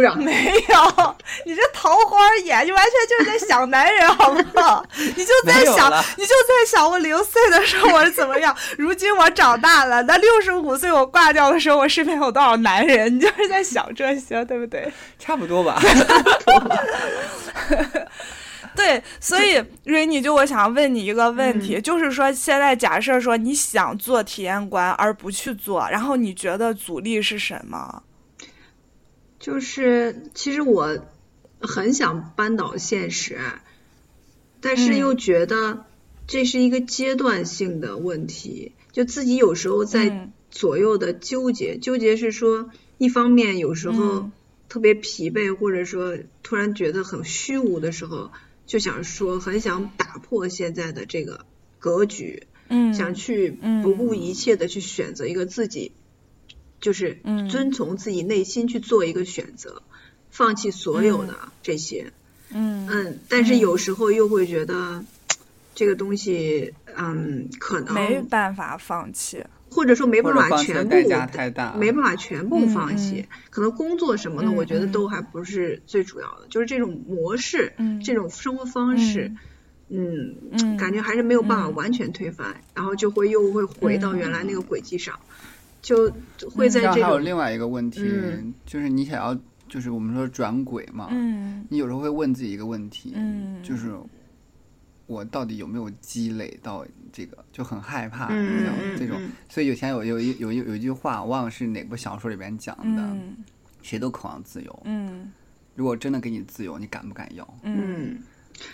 S1: [LAUGHS]
S3: 掌。
S1: 没有，你这桃花眼，你完全就是在想男人，好不 [LAUGHS] 好？你就在
S2: 没有
S1: 想
S2: 了，
S1: 你就在想我零岁的时候我是怎么样， [LAUGHS] 如今我长大了，那六十五岁我挂掉的时候，我身边有多少男人？你就是在想这些，对不对？
S2: 差不多吧，
S1: 对，所以瑞妮，就我想问你一个问题，就是说现在假设说你想做体验官而不去做，然后你觉得阻力是什么？
S3: 就是其实我很想扳倒现实，但是
S1: 嗯
S3: 又觉得这是一个阶段性的问题，就自己有时候在
S1: 嗯
S3: 左右的纠结，纠结是说一方面有时候
S1: 嗯
S3: 特别疲惫，或者说突然觉得很虚无的时候，就想说很想打破现在的这个格局，
S1: 嗯，
S3: 想去
S1: 嗯
S3: 不顾一切的去选择一个自己，就是
S1: 嗯
S3: 遵从自己内心去做一个选择，放弃所有的这些。
S1: 嗯
S3: 嗯，但是有时候又会觉得这个东西，嗯，可
S1: 没
S3: 能
S1: 办法放弃，
S3: 或者说
S2: [LAUGHS]
S3: 没
S2: 或
S3: 办
S2: 者
S3: 法
S2: 放弃的
S3: 全部
S2: 代价太大，
S3: 没办法全部放弃，可能工作什么的，
S1: 嗯
S3: 我觉得
S1: 嗯
S3: 都还不是最主要的，就是这种模式，
S1: 嗯
S3: 这种生活方式，嗯，
S1: 嗯，
S3: 感觉还是没有办法
S1: 嗯
S3: 完全推翻，然后就会又会回到原来那个轨迹上，就会在
S2: 这样
S3: 这
S2: 还有
S3: 种
S2: 另外一个问题，
S3: 嗯
S2: 就是你想要，就是我们说转轨
S3: 啊
S2: 嘛，
S1: 嗯
S2: 你有时候会问自己一个问题，
S1: 嗯
S2: 就是我到底有没有积累到这个，就很害怕，
S3: 嗯
S2: 你知道吗
S3: 嗯嗯
S2: 这种
S3: 嗯。
S2: 所以以前有有一有一有一句话，我忘了是哪部小说里边讲的，
S1: 嗯
S2: 谁都渴望自由，
S1: 嗯
S2: 如果真的给你自由，你敢不敢要？
S1: 嗯
S3: 嗯，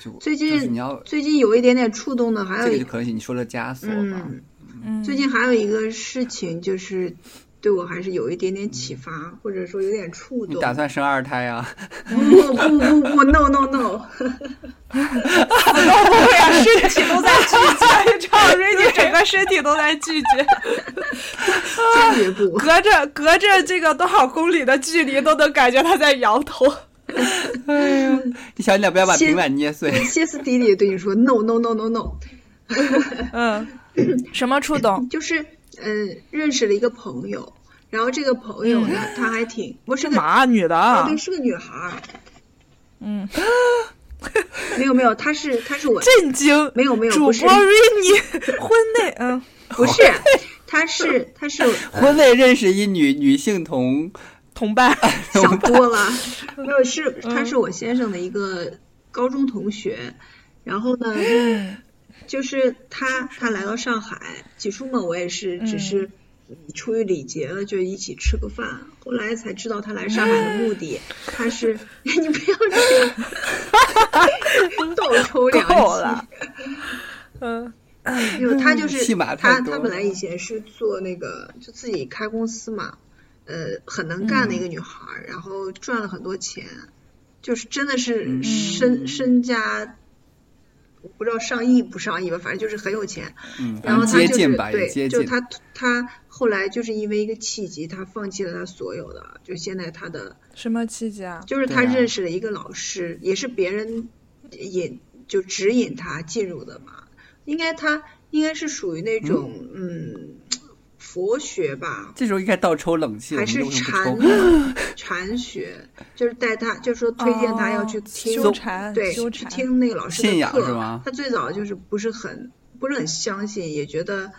S2: 就
S3: 最近
S2: 就是你要
S3: 嗯最近有一点点触动的，还
S2: 这
S3: 有
S2: 个
S3: 一
S2: 就可能是你说的枷锁吧，
S3: 嗯，
S1: 嗯，
S3: 最近还有一个事情就是对我还是有一点点启发，或者说有点触
S2: 你
S3: 动。
S2: 打算生二胎啊？
S3: 不不不不不 no no no，
S1: 不会啊，身体都在 [LAUGHS] 拒绝，你知道，瑞妮整个身体都在拒绝，
S3: 坚决不。
S1: 隔着隔着这个多少公里的距离都能感觉他在摇头。
S2: 你小心点，不要把
S3: 先
S2: 平板捏碎。
S3: 歇斯底里地对你说 no no no no no，
S1: [LAUGHS] 嗯，什么触动？
S3: 就是嗯，认识了一个朋友，然后这个朋友呢，
S2: 嗯
S3: 她还挺不是个
S1: 嘛女的
S3: 哦
S1: 啊
S3: 对，？是个女孩儿。
S1: 嗯，
S3: 没有没有，她是她是我
S1: 震惊！
S3: 没有没有
S1: 主
S3: 不是
S1: 播瑞妮婚内，嗯，
S3: 不是，她是她是
S2: 婚内认识一女女性同，
S1: 同伴。
S3: 啊想多
S1: [LAUGHS]
S3: 了，没有是
S1: 嗯
S3: 她是我先生的一个高中同学，然后呢，就是她她来到上海，起初嘛我也是只是。嗯出于礼节了，就一起吃个饭。后来才知道她来上海的目的，她是 [LAUGHS] 你不要这
S1: [LAUGHS]
S3: 样 [LAUGHS] 倒抽两
S1: 够
S3: 气
S1: 了嗯
S3: 就他就
S2: 嗯戏
S3: 是
S2: 码
S3: 他
S2: 太
S3: 他
S2: 多
S3: 本来
S2: 了
S3: 以前是做那个就自己开公司嘛，呃，很能干
S2: 嗯
S3: 的一个女孩儿，然后赚了很多钱，就是真的
S2: 嗯
S3: 是身、身家，我不知道上亿不上亿吧，反正就是很有钱。
S2: [LAUGHS] 嗯，
S3: 然后他
S2: 接
S3: 就是
S2: 近吧，也接
S3: 对，就
S2: 近。
S3: 他他后来就是因为一个契机，他放弃了他所有的，就现在他的
S1: 什么季节啊？
S3: 就是
S2: 对
S3: 他
S2: 啊
S3: 认识了一个老师，也是别人引就指引他进入的嘛。应该它应该是属于那种嗯佛学吧，
S2: 这时候应该倒抽冷气，
S3: 还是
S2: 我们为什么
S3: 禅
S2: 不抽？
S3: 禅学，就是带他，就是说推荐他要去
S1: 哦
S3: 听
S1: 修禅
S3: 对，
S1: 修
S3: 去
S1: 禅
S3: 听那个老师
S2: 信
S3: 的
S2: 仰
S3: 课
S2: 是吗
S3: 他最早就是不是很不是很相信，也觉得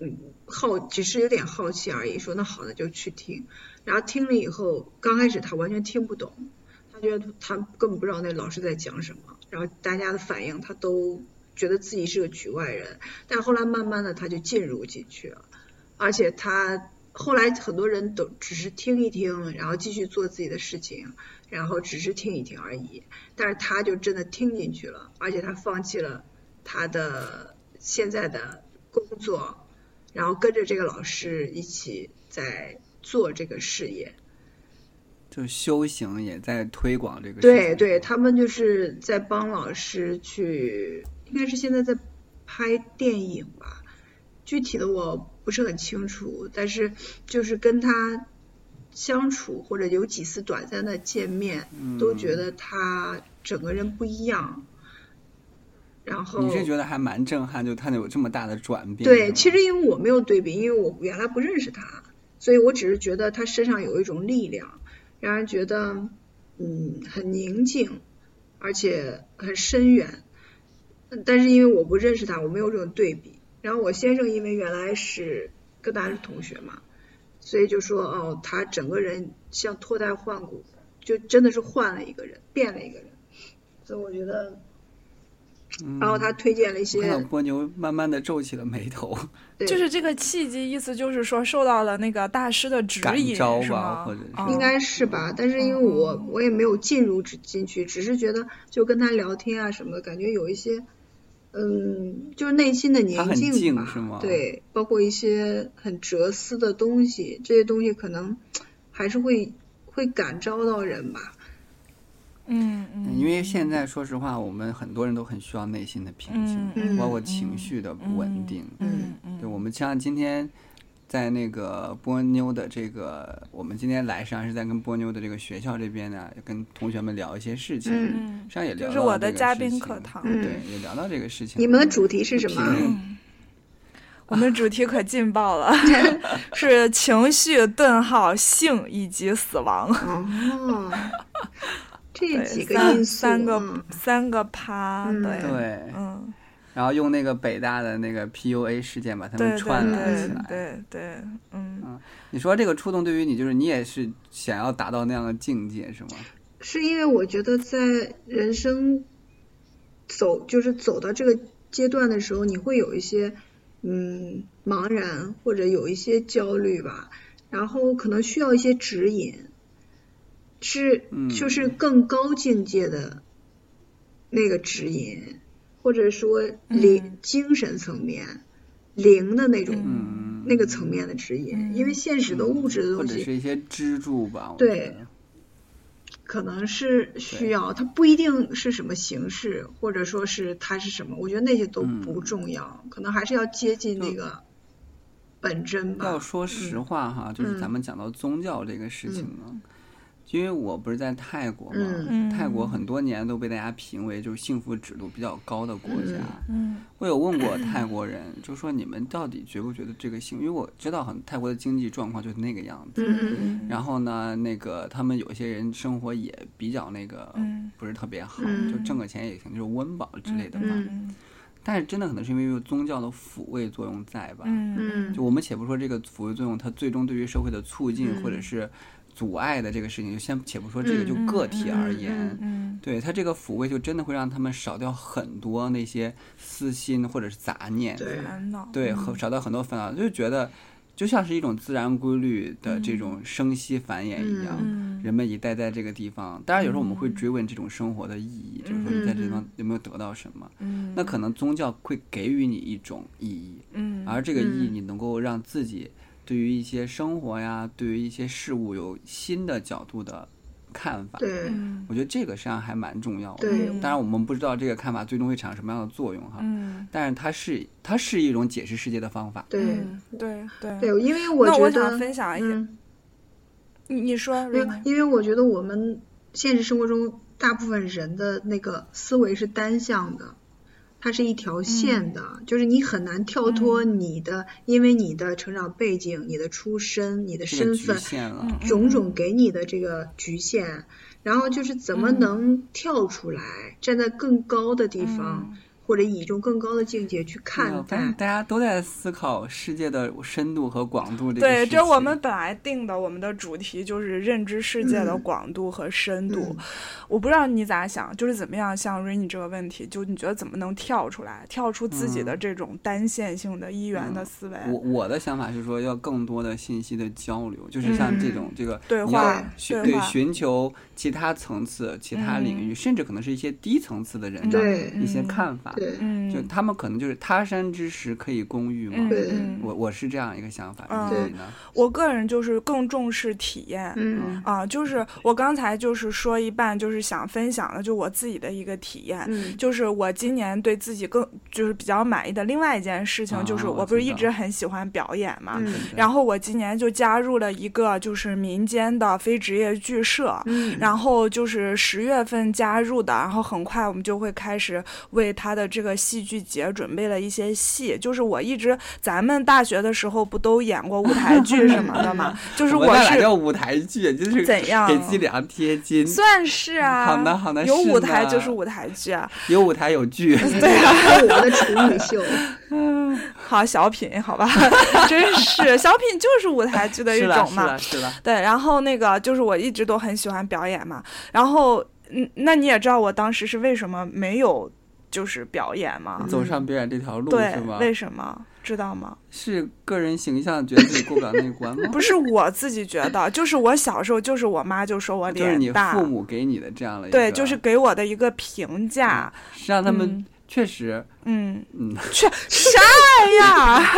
S3: 嗯好，只是有点好奇而已。说那好，那就去听。然后听了以后，刚开始他完全听不懂，他觉得他根本不知道那老师在讲什么，然后大家的反应他都觉得自己是个局外人。但后来慢慢的他就进入进去了，而且他后来很多人都只是听一听，然后继续做自己的事情，然后只是听一听而已。但是他就真的听进去了，而且他放弃了他的现在的工作，然后跟着这个老师一起在做这个事业。
S2: 就修行也在推广这个事
S3: 对
S2: 情
S3: 对，他们就是在帮老师去，应该是现在在拍电影吧，具体的我不是很清楚，但是就是跟他相处或者有几次短暂的见面，都觉
S2: 嗯
S3: 得他整个人不一样。然后
S2: 你是觉得还蛮震撼，就他有这么大的转变。是
S3: 嗯对，
S2: 吧
S3: 其实因为我没有对比，因为我原来不认识他，所以我只是觉得他身上有一种力量，让人觉得嗯很宁静，而且很深远。嗯但是因为我不认识他，我没有这种对比。然后我先生因为原来是跟咱是同学嘛，所以就说哦，他整个人像脱胎换骨，就真的是换了一个人，变了一个人。所以我觉得，
S2: 嗯
S3: 然后他推荐了一
S2: 我看
S3: 些
S2: 到波牛慢慢的皱起了眉头，
S3: 对
S1: 就是这个契机，意思就是说受到了那个大师的指
S2: 感
S1: 引，
S2: 召
S1: 是吗？
S2: 吧或者是
S1: 啊
S3: 应该是吧，但是因为我我也没有进入只进去，只是觉得就跟他聊天啊什么的，感觉有一些，嗯，就是内心的宁
S2: 他很
S3: 静
S2: 静
S3: 吧，
S2: 是吗
S3: 对，包括一些很哲思的东西，这些东西可能还是会会感召到人吧。
S1: 嗯嗯，
S2: 因为现在说实话，我们很多人都很需要内心的平静，
S3: 嗯
S2: 包括情绪的不稳定。
S1: 嗯嗯，
S2: 对，我们像今天在那个波妞的这个，我们今天来实际上是在跟波妞的这个学校这边呢，跟同学们聊一些事情，
S3: 嗯
S1: 嗯
S2: 实际上也聊
S1: 就是
S2: 到
S1: 我
S2: 这
S1: 的
S2: 个
S1: 嘉
S2: 事
S1: 宾
S2: 情
S1: 课堂
S2: 对，也聊到这个事情。
S3: 你们的主题是什
S2: 平
S3: 么？
S2: 日
S1: 我们主题可劲爆
S3: [LAUGHS]
S1: 了，是情绪顿号性以及死亡。
S3: 哦，这
S1: 对，
S3: 几个
S1: 三
S3: 因素，
S1: 三个、
S3: 嗯
S1: 三个趴，
S3: 嗯
S1: 对，
S2: 对，
S1: 嗯，
S2: 然后用那个北大的那个 PUA 事件把他
S1: 对
S2: 们
S1: 对
S2: 串联起
S1: 对
S2: 来。啊
S1: 对对，嗯，
S2: 你说这个触动对于你，就是你也是想要达到那样的境界，是吗？
S3: 是因为我觉得在人生走就是走到这个阶段的时候，你会有一些嗯茫然或者有一些焦虑吧，然后可能需要一些指引，是
S2: 嗯
S3: 就是更高境界的那个指引，或者说灵精神层面灵的那种
S2: 嗯，
S3: 那个层面的指引，因为现实的物质的
S2: 或
S3: 东
S2: 者
S3: 西
S2: 是一些支柱吧。我
S3: 对
S2: 觉得，
S3: 可能是需要，它不一定是什么形式，或者说是它是什么，我觉得那些都不重要，可能还是要接近那个本真
S2: 要
S3: 吧。
S2: 说实话
S3: 嗯
S2: 哈，就是咱们讲到宗教这个事情呢，因为我不是在泰国嘛，
S1: 嗯
S2: 泰国很多年都被大家评为就是幸福指数比较高的国家。
S1: 嗯
S2: 我有问过泰国人，就说你们到底觉不觉得这个幸？因为我知道很泰国的经济状况就是那个样子。
S3: 嗯嗯嗯
S2: 然后呢，那个他们有些人生活也比较那个，
S1: 嗯
S2: 不是特别好，
S3: 嗯
S2: 就挣个钱也行，就是温饱之类的吧。
S3: 嗯
S1: 嗯
S2: 但是真的可能是因为有宗教的抚慰作用在吧？
S1: 嗯
S3: 嗯
S2: 就我们且不说这个抚慰作用，它最终对于社会的促进
S3: 嗯
S2: 或者是阻碍的这个事情，就先且不说这个，
S3: 嗯
S2: 就个体而言。
S3: 嗯
S1: 嗯
S2: 对它这个抚慰，就真的会让他们少掉很多那些私心或者是杂念。
S3: 对
S1: 嗯，烦恼，
S2: 对，
S1: 嗯
S2: 和找到很多烦恼，就觉得就像是一种自然规律的这种生息繁衍一样，
S1: 嗯
S2: 人们一待在这个地方。当然，有时候我们会追问这种生活的意义，就是说你在这地方有没有得到什么？
S1: 嗯
S2: 那可能宗教会给予你一种意义，
S1: 嗯
S2: 而这个意义
S3: 嗯
S2: 你能够让自己对于一些生活呀，对于一些事物有新的角度的看法。
S3: 对，
S1: 嗯
S2: 我觉得这个实际上还蛮重要的。
S3: 对
S1: 嗯
S2: 当然，我们不知道这个看法最终会产生什么样的作用哈。
S1: 嗯
S2: 但是它是它是一种解释世界的方法。
S3: 对，
S1: 嗯对对
S3: 对，因为
S1: 那
S3: 觉
S1: 我想
S3: 得，
S1: 分享一个，
S3: 嗯，
S1: 你你说
S3: 没有
S1: Raina，
S3: 因为我觉得我们现实生活中大部分人的那个思维是单向的，它是一条线的，就是你很难跳脱你的，因为你的成长背景、你的出身、你的
S2: 这个
S3: 身
S2: 局
S3: 份，
S2: 限了。
S1: 嗯
S3: 种种给你的这个局限，然后就是怎
S1: 嗯
S3: 么能跳出来，站在更高的地方，
S1: 嗯
S3: 或者以一种更高的境界去
S2: 对我
S3: 看
S2: 发现大
S3: 待。
S2: 家都在思考世界的深度和广度这个事
S1: 对，
S2: 情。
S1: 这我们本来定的，我们的主题就是认知世界的
S3: 嗯
S1: 广度和深度。
S3: 嗯
S1: 我不知道你咋想，就是怎么样像 Rainy 这个问题，就你觉得怎么能跳出来，跳出自己的这种单线性的一元的思维？
S2: 嗯我我的想法是说，要更多的信息的交流，就是像这种这个
S1: 嗯对
S2: 你要
S1: 话
S2: 寻
S1: 对
S2: 对
S1: 话嗯
S2: 寻求其他层次、其他领域，甚至可能是一些低层次的人的
S3: 对
S2: 一些看法，
S3: 对，
S1: 嗯，
S2: 就他们可能就是他山之石可以攻玉嘛。
S1: 嗯
S3: 对
S1: 嗯
S2: 我我是这样一个想法，
S1: 嗯
S2: 你呢？
S1: 我个人就是更重视体验。
S3: 嗯
S1: 啊，就是我刚才就是说一半，就是想分享的，就我自己的一个体验，
S3: 嗯
S1: 就是我今年对自己更就是比较满意的另外一件事情，
S2: 啊
S1: 就是
S2: 我
S1: 我不是
S2: 知
S1: 一
S2: 道
S1: 直很喜欢表演嘛，
S3: 嗯
S1: 然后我今年就加入了一个就是民间的非职业剧社， [LAUGHS]
S3: 嗯
S1: 然后就是十月份加入的，然后很快我们就会开始为他的这个戏剧节准备了一些戏。就是我一直咱们大学的时候不都演过舞台剧什么的嘛，就是
S2: 我
S1: 我
S2: 们俩
S1: 是
S2: 叫舞台剧，就是
S1: 怎样
S2: 给自己脸上贴金，
S1: 算是啊，
S2: 好呢好呢
S1: 有
S2: 是
S1: 舞台
S2: 呢
S1: 就是舞台剧啊。
S2: 有舞台
S1: [LAUGHS]
S2: 有剧。
S3: 对啊，我的处女秀，
S1: 好，小品好吧， [LAUGHS] 真是小品就是舞台剧的一
S2: 是了
S1: 种
S2: 是
S1: 嘛。
S2: 了是了，
S1: 对，然后那个就是我一直都很喜欢表演嘛，然后嗯，那你也知道我当时是为什么没有就是表演嘛？
S2: 走上表演这条路
S1: 对
S2: 是吗，？
S1: 为什么？知道吗？
S2: 是个人形象觉得自己过不了那一关吗？
S1: [LAUGHS] 不是我自己觉得，就是我小时候，就是我妈就说我
S2: 就是你
S1: 脸大，
S2: 父母给你的这样的一个，
S1: 对，就是给我的一个评价，
S2: 让他们
S1: 嗯
S2: 确实，
S1: 嗯，
S2: 嗯， [LAUGHS]
S1: 去啥呀？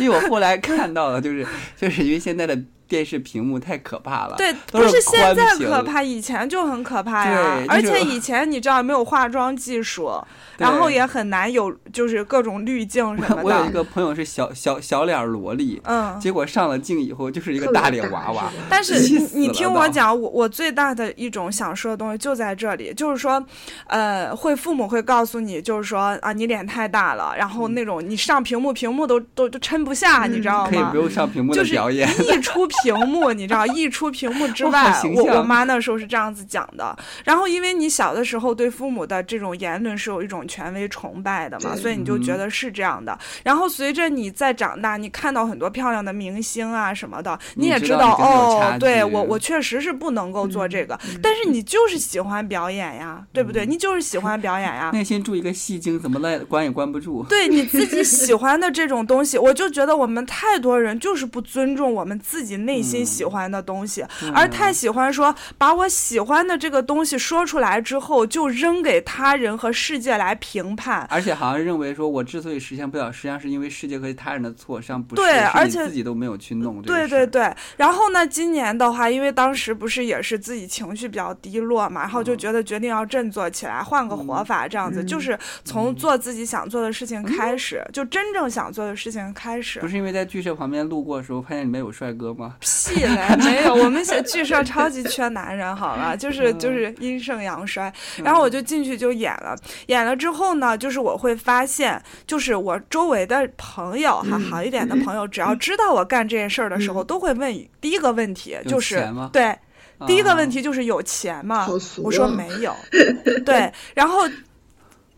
S2: 因为我后来看到了，就是 [LAUGHS] 就是因为现在的电视屏幕太可怕了，
S1: 对，
S2: 都
S1: 不
S2: 是
S1: 现在
S2: 宽屏
S1: 可怕，以前就很可怕呀
S2: 对。
S1: 而
S2: [LAUGHS] 就是
S1: 且以前你知道没有化妆技术，
S2: 对
S1: 然后也很难有就是各种滤镜什么的。
S2: [LAUGHS] 我有一个朋友是小小小脸萝莉，
S1: 嗯，
S2: 结果上了镜以后就是一个
S3: 特别
S2: 大脸娃娃
S3: 是，吧
S1: [LAUGHS] 但是
S2: [LAUGHS] 气
S1: 你
S2: 死
S1: 你
S2: 了
S1: 听
S2: 都
S1: 我讲，我我最大的一种想说的东西就在这里，就是说，呃，会父母会告诉你，就是说啊，你脸太大了，然后那种你上屏幕，屏幕都都都撑不下，你知道
S2: 嗯可以
S1: 吗
S2: 不？用上屏幕的
S1: 就是
S2: 表演，
S1: 一出屏幕，你知道，一出屏幕之
S2: 哇
S1: 外
S2: 好，形
S1: 我我
S2: 象
S1: 妈那时候是这样子讲的。然后，因为你小的时候对父母的这种言论是有一种权威崇拜的嘛，
S3: 对
S1: 所以你
S2: 嗯
S1: 就觉得是这样的。然后随着你再长大，你看到很多漂亮的明星啊什么的，
S2: 你
S1: 也
S2: 知
S1: 知
S2: 道
S1: 道
S2: 你真的有
S1: 哦
S2: 差，
S1: 对
S2: 距
S1: 我我确实是不能够做这个，
S3: 嗯
S1: 但是你就是喜欢表演呀，对不对？
S2: 嗯
S1: 你就是喜欢表演
S2: [LAUGHS]
S1: 呀。
S2: [LAUGHS] 内心住一个戏精，怎么来关也关不住。
S1: 对你自己喜欢的这种东西，我就觉得我们太多人就是不尊重我们自己内心喜欢的东西，而太喜欢说把我喜欢的这个东西说出来之后，就扔给他人和世界来评判。
S2: 而且好像认为说，我之所以实现不了，实际上是因为世界和他人的错，实际上不是，
S1: 对
S2: 是
S1: 而
S2: 你
S1: 且
S2: 自己都没有去弄这个
S1: 对
S2: 事
S1: 对
S2: 儿
S1: 对，然后呢，今年的话，因为当时不是也是自己情绪比较低落嘛，然后就觉得决定要振作起来，换个活法，这样子、就是从做自己想做的事情开始，就真正想做的事情开始
S2: 不。是因为在剧社旁边路过的时候发现里面有帅哥吗？
S1: 屁嘞，没有，我们小剧
S2: [LAUGHS]
S1: 社超级缺男人，好吧，就是
S2: 嗯
S1: 就是阴盛阳衰。然后我就进去就演了，演了之后呢，就是我会发现，就是我周围的朋友还好一点的朋友，只要知道我干这件事儿的时候，都会问第一个问题
S2: 嗯有
S1: 就是
S2: 钱吗
S1: 对。 [LAUGHS] 第一个问
S2: 啊
S1: 题就是有钱吗
S3: 好？俗
S1: 我说
S3: 啊
S1: 没有，对，然后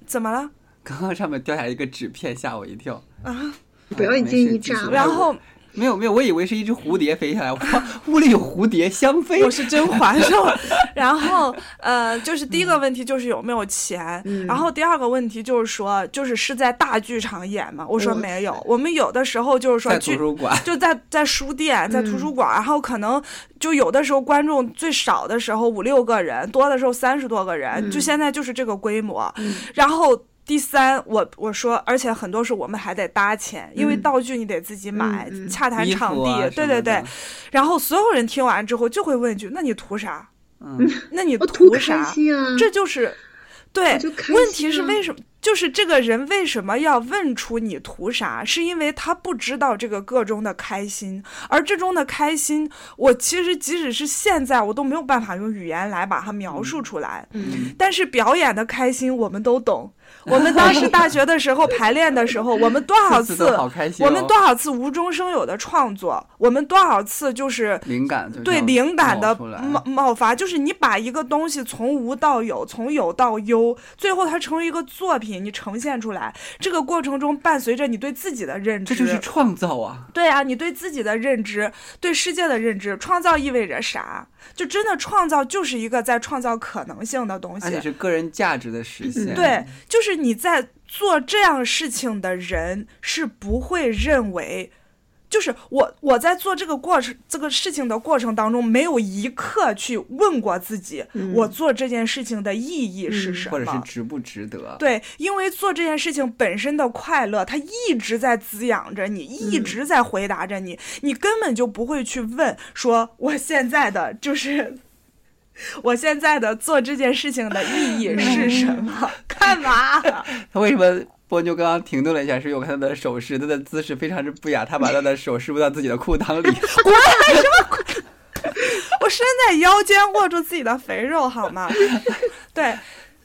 S1: 怎么了？
S2: 刚刚上面掉下一个纸片，啊 [LAUGHS] 吓我一跳。
S1: 啊，
S3: 不要一惊啊一乍
S2: 没事继续
S1: 然后
S2: 没有没有，我以为是一只蝴蝶飞下来，我 [LAUGHS] 靠，屋里有蝴蝶
S1: [LAUGHS]
S2: 香飞
S1: 我。是甄嬛是
S2: [LAUGHS]
S1: 吧？然后呃，就是第一
S2: 嗯
S1: 个问题就是有没有钱，
S3: 嗯
S1: 然后第二个问题就是说，就是是在大剧场演吗？我说
S3: 哇
S1: 没有，我们有的时候就是说
S2: 在图
S1: 剧。
S2: 书馆，嗯
S1: 就在在书店，在图书馆，然后可能就有的时候观众最少的时候五六个人，多的时候三十多个人，
S2: 嗯
S1: 就现在就是这个规模。然后第三，我我说，而且很多时候我们还得搭钱，因为
S3: 嗯
S1: 道具你得自己买，
S3: 嗯嗯
S1: 洽谈
S2: 衣
S1: 场
S2: 服
S1: 地，
S2: 啊
S1: 对
S2: 什
S1: 对
S2: 么
S1: 对
S2: 的。
S1: 然后所有人听完之后就会问一句：“那你图啥？
S2: [LAUGHS] 嗯，
S1: 那你
S3: 我图
S1: 图
S3: 开
S1: 啥？”
S3: 心啊，
S1: 这就是对
S3: 我就开心啊
S1: 问题是为什么？就是这个人为什么要问出你图啥？是因为他不知道这个个中的开心，而这中的开心，我其实即使是现在，我都没有办法用语言来把它描述出来。
S3: 嗯 [LAUGHS]
S1: 但是表演的开心我们都懂，我们当时大学的时候排练的时候，我们多少
S3: [LAUGHS]
S2: 次
S1: 次
S2: 都，好开心哦、
S1: 我们多少次无中生有的创作，我们多少次就是
S2: 灵感就这
S1: 对
S2: 样
S1: 灵感的
S2: 冒出来
S1: 冒冒发，就是你把一个东西从无到有，从有到优，最后它成为一个作品，你呈现出来。这个过程中伴随着你对自己的认
S2: 这
S1: 知，
S2: 就是创造啊！
S1: 对啊，你对自己的认知，对世界的认知，创造意味着啥？就真的创造就是一个在创造可能性的东
S2: 而且
S1: 西。
S2: 是个人价值的实现。
S1: 对，就是你在做这样事情的人是不会认为，就是我我在做这个过程这个事情的过程当中，没有一刻去问过自己，我做这件事情的意义是
S3: 嗯
S1: 什么，
S2: 或者是值不值得？
S1: 对，因为做这件事情本身的快乐，它一直在滋养着你，一
S3: 嗯
S1: 直在回答着你，你根本就不会去问说我现在的就是。我现在的做这件事情的意义是什么？干嘛？
S2: 他为什么波妞刚刚停顿了一下？是因为我看他的手势，他的姿势非常之不雅，他把他的手伸入到自己的裤裆里。
S1: 我伸在腰间握住自己的肥肉，好吗？ [LAUGHS] 对，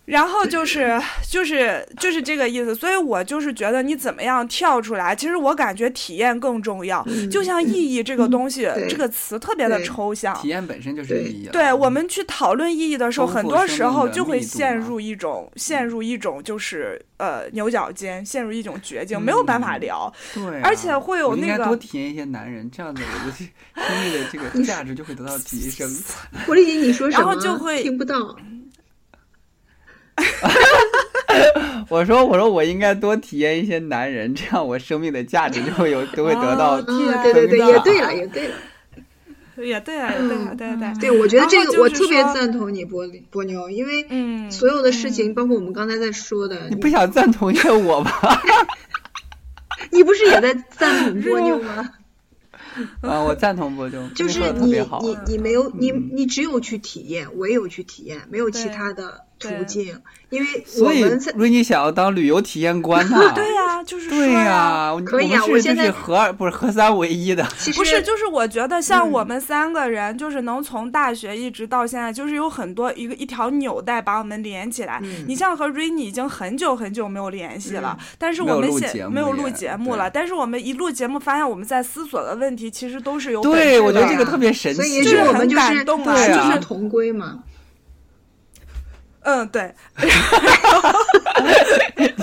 S1: 然后就是就是就是这个意思。所以我就是觉得你怎么样跳出来，其实我感觉体验更重要。
S2: 嗯
S1: 就像意义这个东西，
S3: 对
S1: 这个词特别的
S3: 对
S1: 抽象
S2: [LAUGHS] 体。验本身就是
S3: 对
S2: 意义了。
S1: 对我们去讨论意义的时候，
S2: 丰
S1: 很
S2: 富
S1: 多
S2: 生
S1: 时
S2: 命
S1: 候
S2: 的
S1: 就会
S2: 密度
S1: 陷
S2: 嘛嗯
S1: 入一种陷入一种就是呃牛角尖，陷入一种绝境，没有办法
S2: 嗯
S1: 聊。
S2: 对啊、
S1: 而且会有
S2: 我应
S1: 那
S2: 该
S1: 个
S2: 多体验一些男人，这样子我的经历的这个价值就会得到提升。
S3: 狐狸姐，你说什
S1: 然
S3: 么？
S1: 后就会
S3: 听不到。
S2: [LAUGHS] 我说，我说，我应该多体验一些男人，这样我生命的价值就会 [LAUGHS] 有，都会得到。
S1: 哦
S3: 嗯，对对对，
S2: 听不
S3: 也
S2: 到
S3: 对了，也对了。
S1: 也对啊，也对啊，对啊对啊。
S3: 对，我觉得这
S1: 然后
S3: 个
S1: 就
S3: 我
S1: 是
S3: 特别
S1: 说
S3: 赞同你，波利波妞，因为
S1: 嗯，
S3: 所有的事
S1: 嗯
S3: 情，包括我们刚才在说的，
S2: 你不想赞同一下我 [LAUGHS] 吧？
S3: 你不是也在
S1: [LAUGHS]
S3: 赞同波妞吗？
S2: 啊，我赞同波中，
S3: 就
S2: 你说
S3: 是
S2: 的特
S3: 你
S2: 别好。
S3: 你你没有你你只有去体验，唯有去体验，没有其他的
S1: 对
S3: 途径，因为我
S2: 所以
S3: 们在。啊
S2: 瑞妮想要当旅游体验官
S3: [LAUGHS]
S2: 呐、
S1: 对呀、就是说
S2: 对呀、我
S3: 可以啊
S2: 我
S3: 我
S2: 们是
S3: 现
S2: 就
S3: 在
S2: 是合二不是合三为一的， [LAUGHS]
S3: 其实
S1: 不是，就是我觉得
S2: 嗯
S1: 像我们三个人，就是能从大学一直到现在，就是有很多一个一条纽带把我们连起来。
S3: 嗯
S1: 你像和 Rainy 已经很久很久没有联系了，但是
S2: 嗯没有
S1: 我们
S2: 录节
S1: 现
S2: 目
S1: 没有录
S2: 也
S1: 节目了，但是我们一录节目，发现我们在思索的问题其实都是有本质
S2: 对
S1: 的
S2: 我觉得这
S3: 呀
S2: 个特别神
S3: 所以
S2: 奇
S3: 也
S1: 就
S3: 许
S1: 是
S3: 我
S1: 很
S3: 们就
S1: 感
S3: 是
S1: 动
S2: 啊
S3: 对
S2: 对啊
S3: 就是同归嘛。
S1: 嗯对，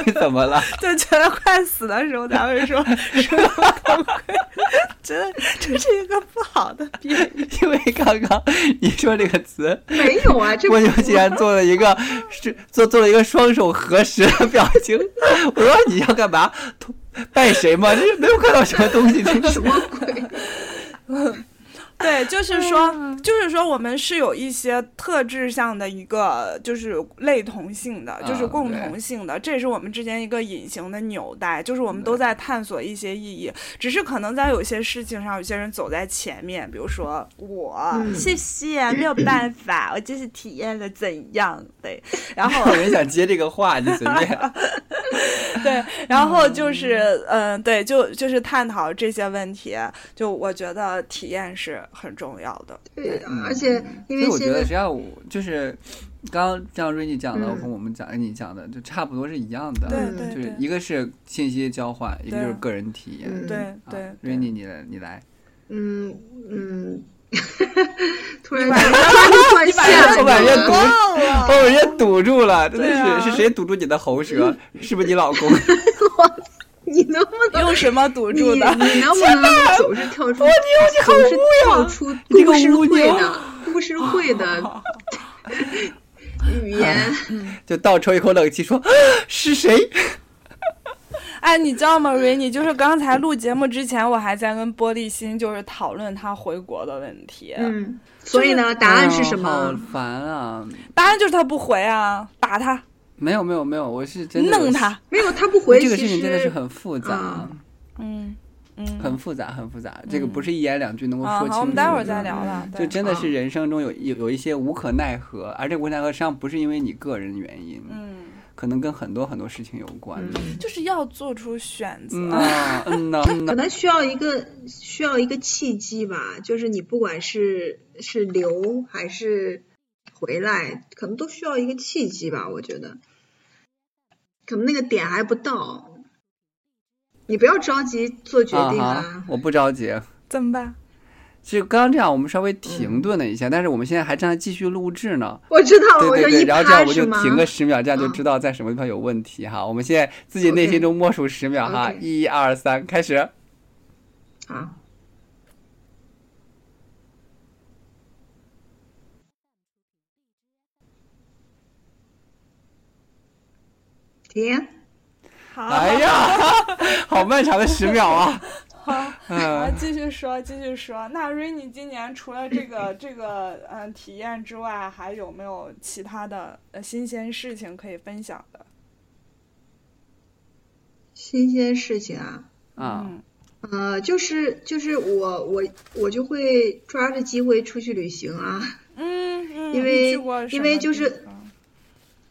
S2: 你怎么了？
S1: 就觉得快死的时候，咱们说 [LAUGHS] 说崩溃， [LAUGHS] 真的这是一个不好的比喻。
S2: 因为刚刚你说这个词，
S3: 没有啊，这
S2: 我就竟然做了一个是做做了一个双手合十的表情。 [LAUGHS] 我说你要干嘛？同拜谁吗？这是没有看到什么东西，这
S3: [LAUGHS]
S2: 是
S3: 什么鬼？
S1: [LAUGHS] 对，就是说，就是说，我们是有一些特质上的一个，就是类同性的，就是
S2: 啊
S1: 共
S2: 对
S1: 同性的，这也是我们之间一个隐形的纽带，就是我们都在探索一些意义，只是可能在有些事情上，有些人走在前面，比如说我，
S3: 嗯
S1: 谢谢，没有办法，我就是体验了怎样，对，然后
S2: 有人想接这个话，你随便。
S1: 对， [LAUGHS] 然后就是，嗯、对，就就是探讨这些问题，就我觉得体验是很重要的，
S3: 对的
S2: 嗯，
S3: 而且
S2: 所
S3: 因
S2: 以
S3: 为
S2: 我觉
S3: 现
S2: 得
S3: 在
S2: 只要我就是刚刚像瑞妮讲的
S3: 嗯
S2: 和我们讲你讲的就差不多是一样的，
S1: 对
S3: 嗯
S1: 对
S2: 就
S1: 对
S2: 是。一个是信息交换，一个就是个人体验。
S3: 嗯
S1: 对
S2: 啊
S1: 对，
S2: 瑞妮，你来，你来，
S3: 嗯嗯，突然突然吓了
S2: 我感觉
S3: 你
S2: 堵，哦
S1: [LAUGHS]
S3: 了
S2: 把我人家堵住了，真
S1: 对啊
S2: 的是是谁堵住你的喉
S1: [LAUGHS]
S2: 舌？是不是你老公？ [LAUGHS]
S3: 你能不能
S1: 用什么堵
S3: 你
S1: 住的？
S3: 你能不能总是跳出？我总是跳出
S2: 你啊个
S3: 故事
S2: 乌
S3: 会
S2: 牛
S3: 的
S2: [LAUGHS]
S3: 故事会的语言？
S2: 就倒抽一口冷气说 [GASPS] 是谁？
S1: 哎，你知道吗，瑞妮？就是刚才录节目之前，我还在跟玻璃心就是讨论他回国的问题，
S3: 嗯，所以呢，答案是什
S2: 哎呦
S3: 么？
S2: 好烦啊！
S1: 答案就是他不回啊，打他，
S2: 没有没有没有，我是真的
S1: 弄他。
S3: 没有，他不回。
S2: 这个
S3: 其
S2: 事
S3: 实
S2: 情真的是很复杂
S3: 啊，
S1: 嗯嗯，
S2: 很复杂，很复杂。这个
S3: 嗯
S2: 不是一言两句能够
S1: 啊，
S2: 说清
S1: 好，
S2: 楚的。嗯
S1: 我们待会儿再聊了。
S2: 就
S1: 对，
S2: 真的是
S3: 啊
S2: 人生中有有有一些无可奈何，而这无可奈何实际上不是因为你个人原因，
S1: 嗯，
S2: 可能跟很多很多事情有关。
S3: 嗯
S1: 就是要做出选择。
S2: 嗯呐，嗯呐，嗯呐，
S3: 可能需要一个需要一个契机吧，就是你不管是是留还是回来，可能都需要一个契机吧，我觉得。可能那个点还不到。你不要着急做 [LAUGHS] 决定
S2: 啊！我不着急。
S1: 怎么办？
S2: 就刚刚这样，我们稍微停顿了一下，但是我们现在还正在继续录制呢。
S3: 我知道，
S2: 对
S3: 我
S2: 对
S3: 就
S2: 对，
S3: 哦一
S2: 然后这样我就
S3: 趴是吗嗯
S2: 停个十秒，这样就知道在什么地方有问题哈。我们现在自己内心中默数十秒哈，
S3: OK
S2: 一二三，开始。
S3: 啊。停，
S1: 好，
S2: 哎呀， [LAUGHS] 好漫长的十秒啊！
S1: 好，
S2: [LAUGHS] 嗯
S1: 啊，继续说，继续说。那 Rainy 今年除了这个这个嗯、呃体验之外，还有没有其他的呃新鲜事情可以分享的？
S3: 新鲜事情啊，
S2: 啊，
S1: 嗯，
S3: 呃，就是就是我我我就会抓着机会出去旅行啊，
S1: 嗯嗯，
S3: 因为
S1: 你去过什
S3: 因为
S1: 么
S3: 就
S1: 地
S3: 是
S1: 方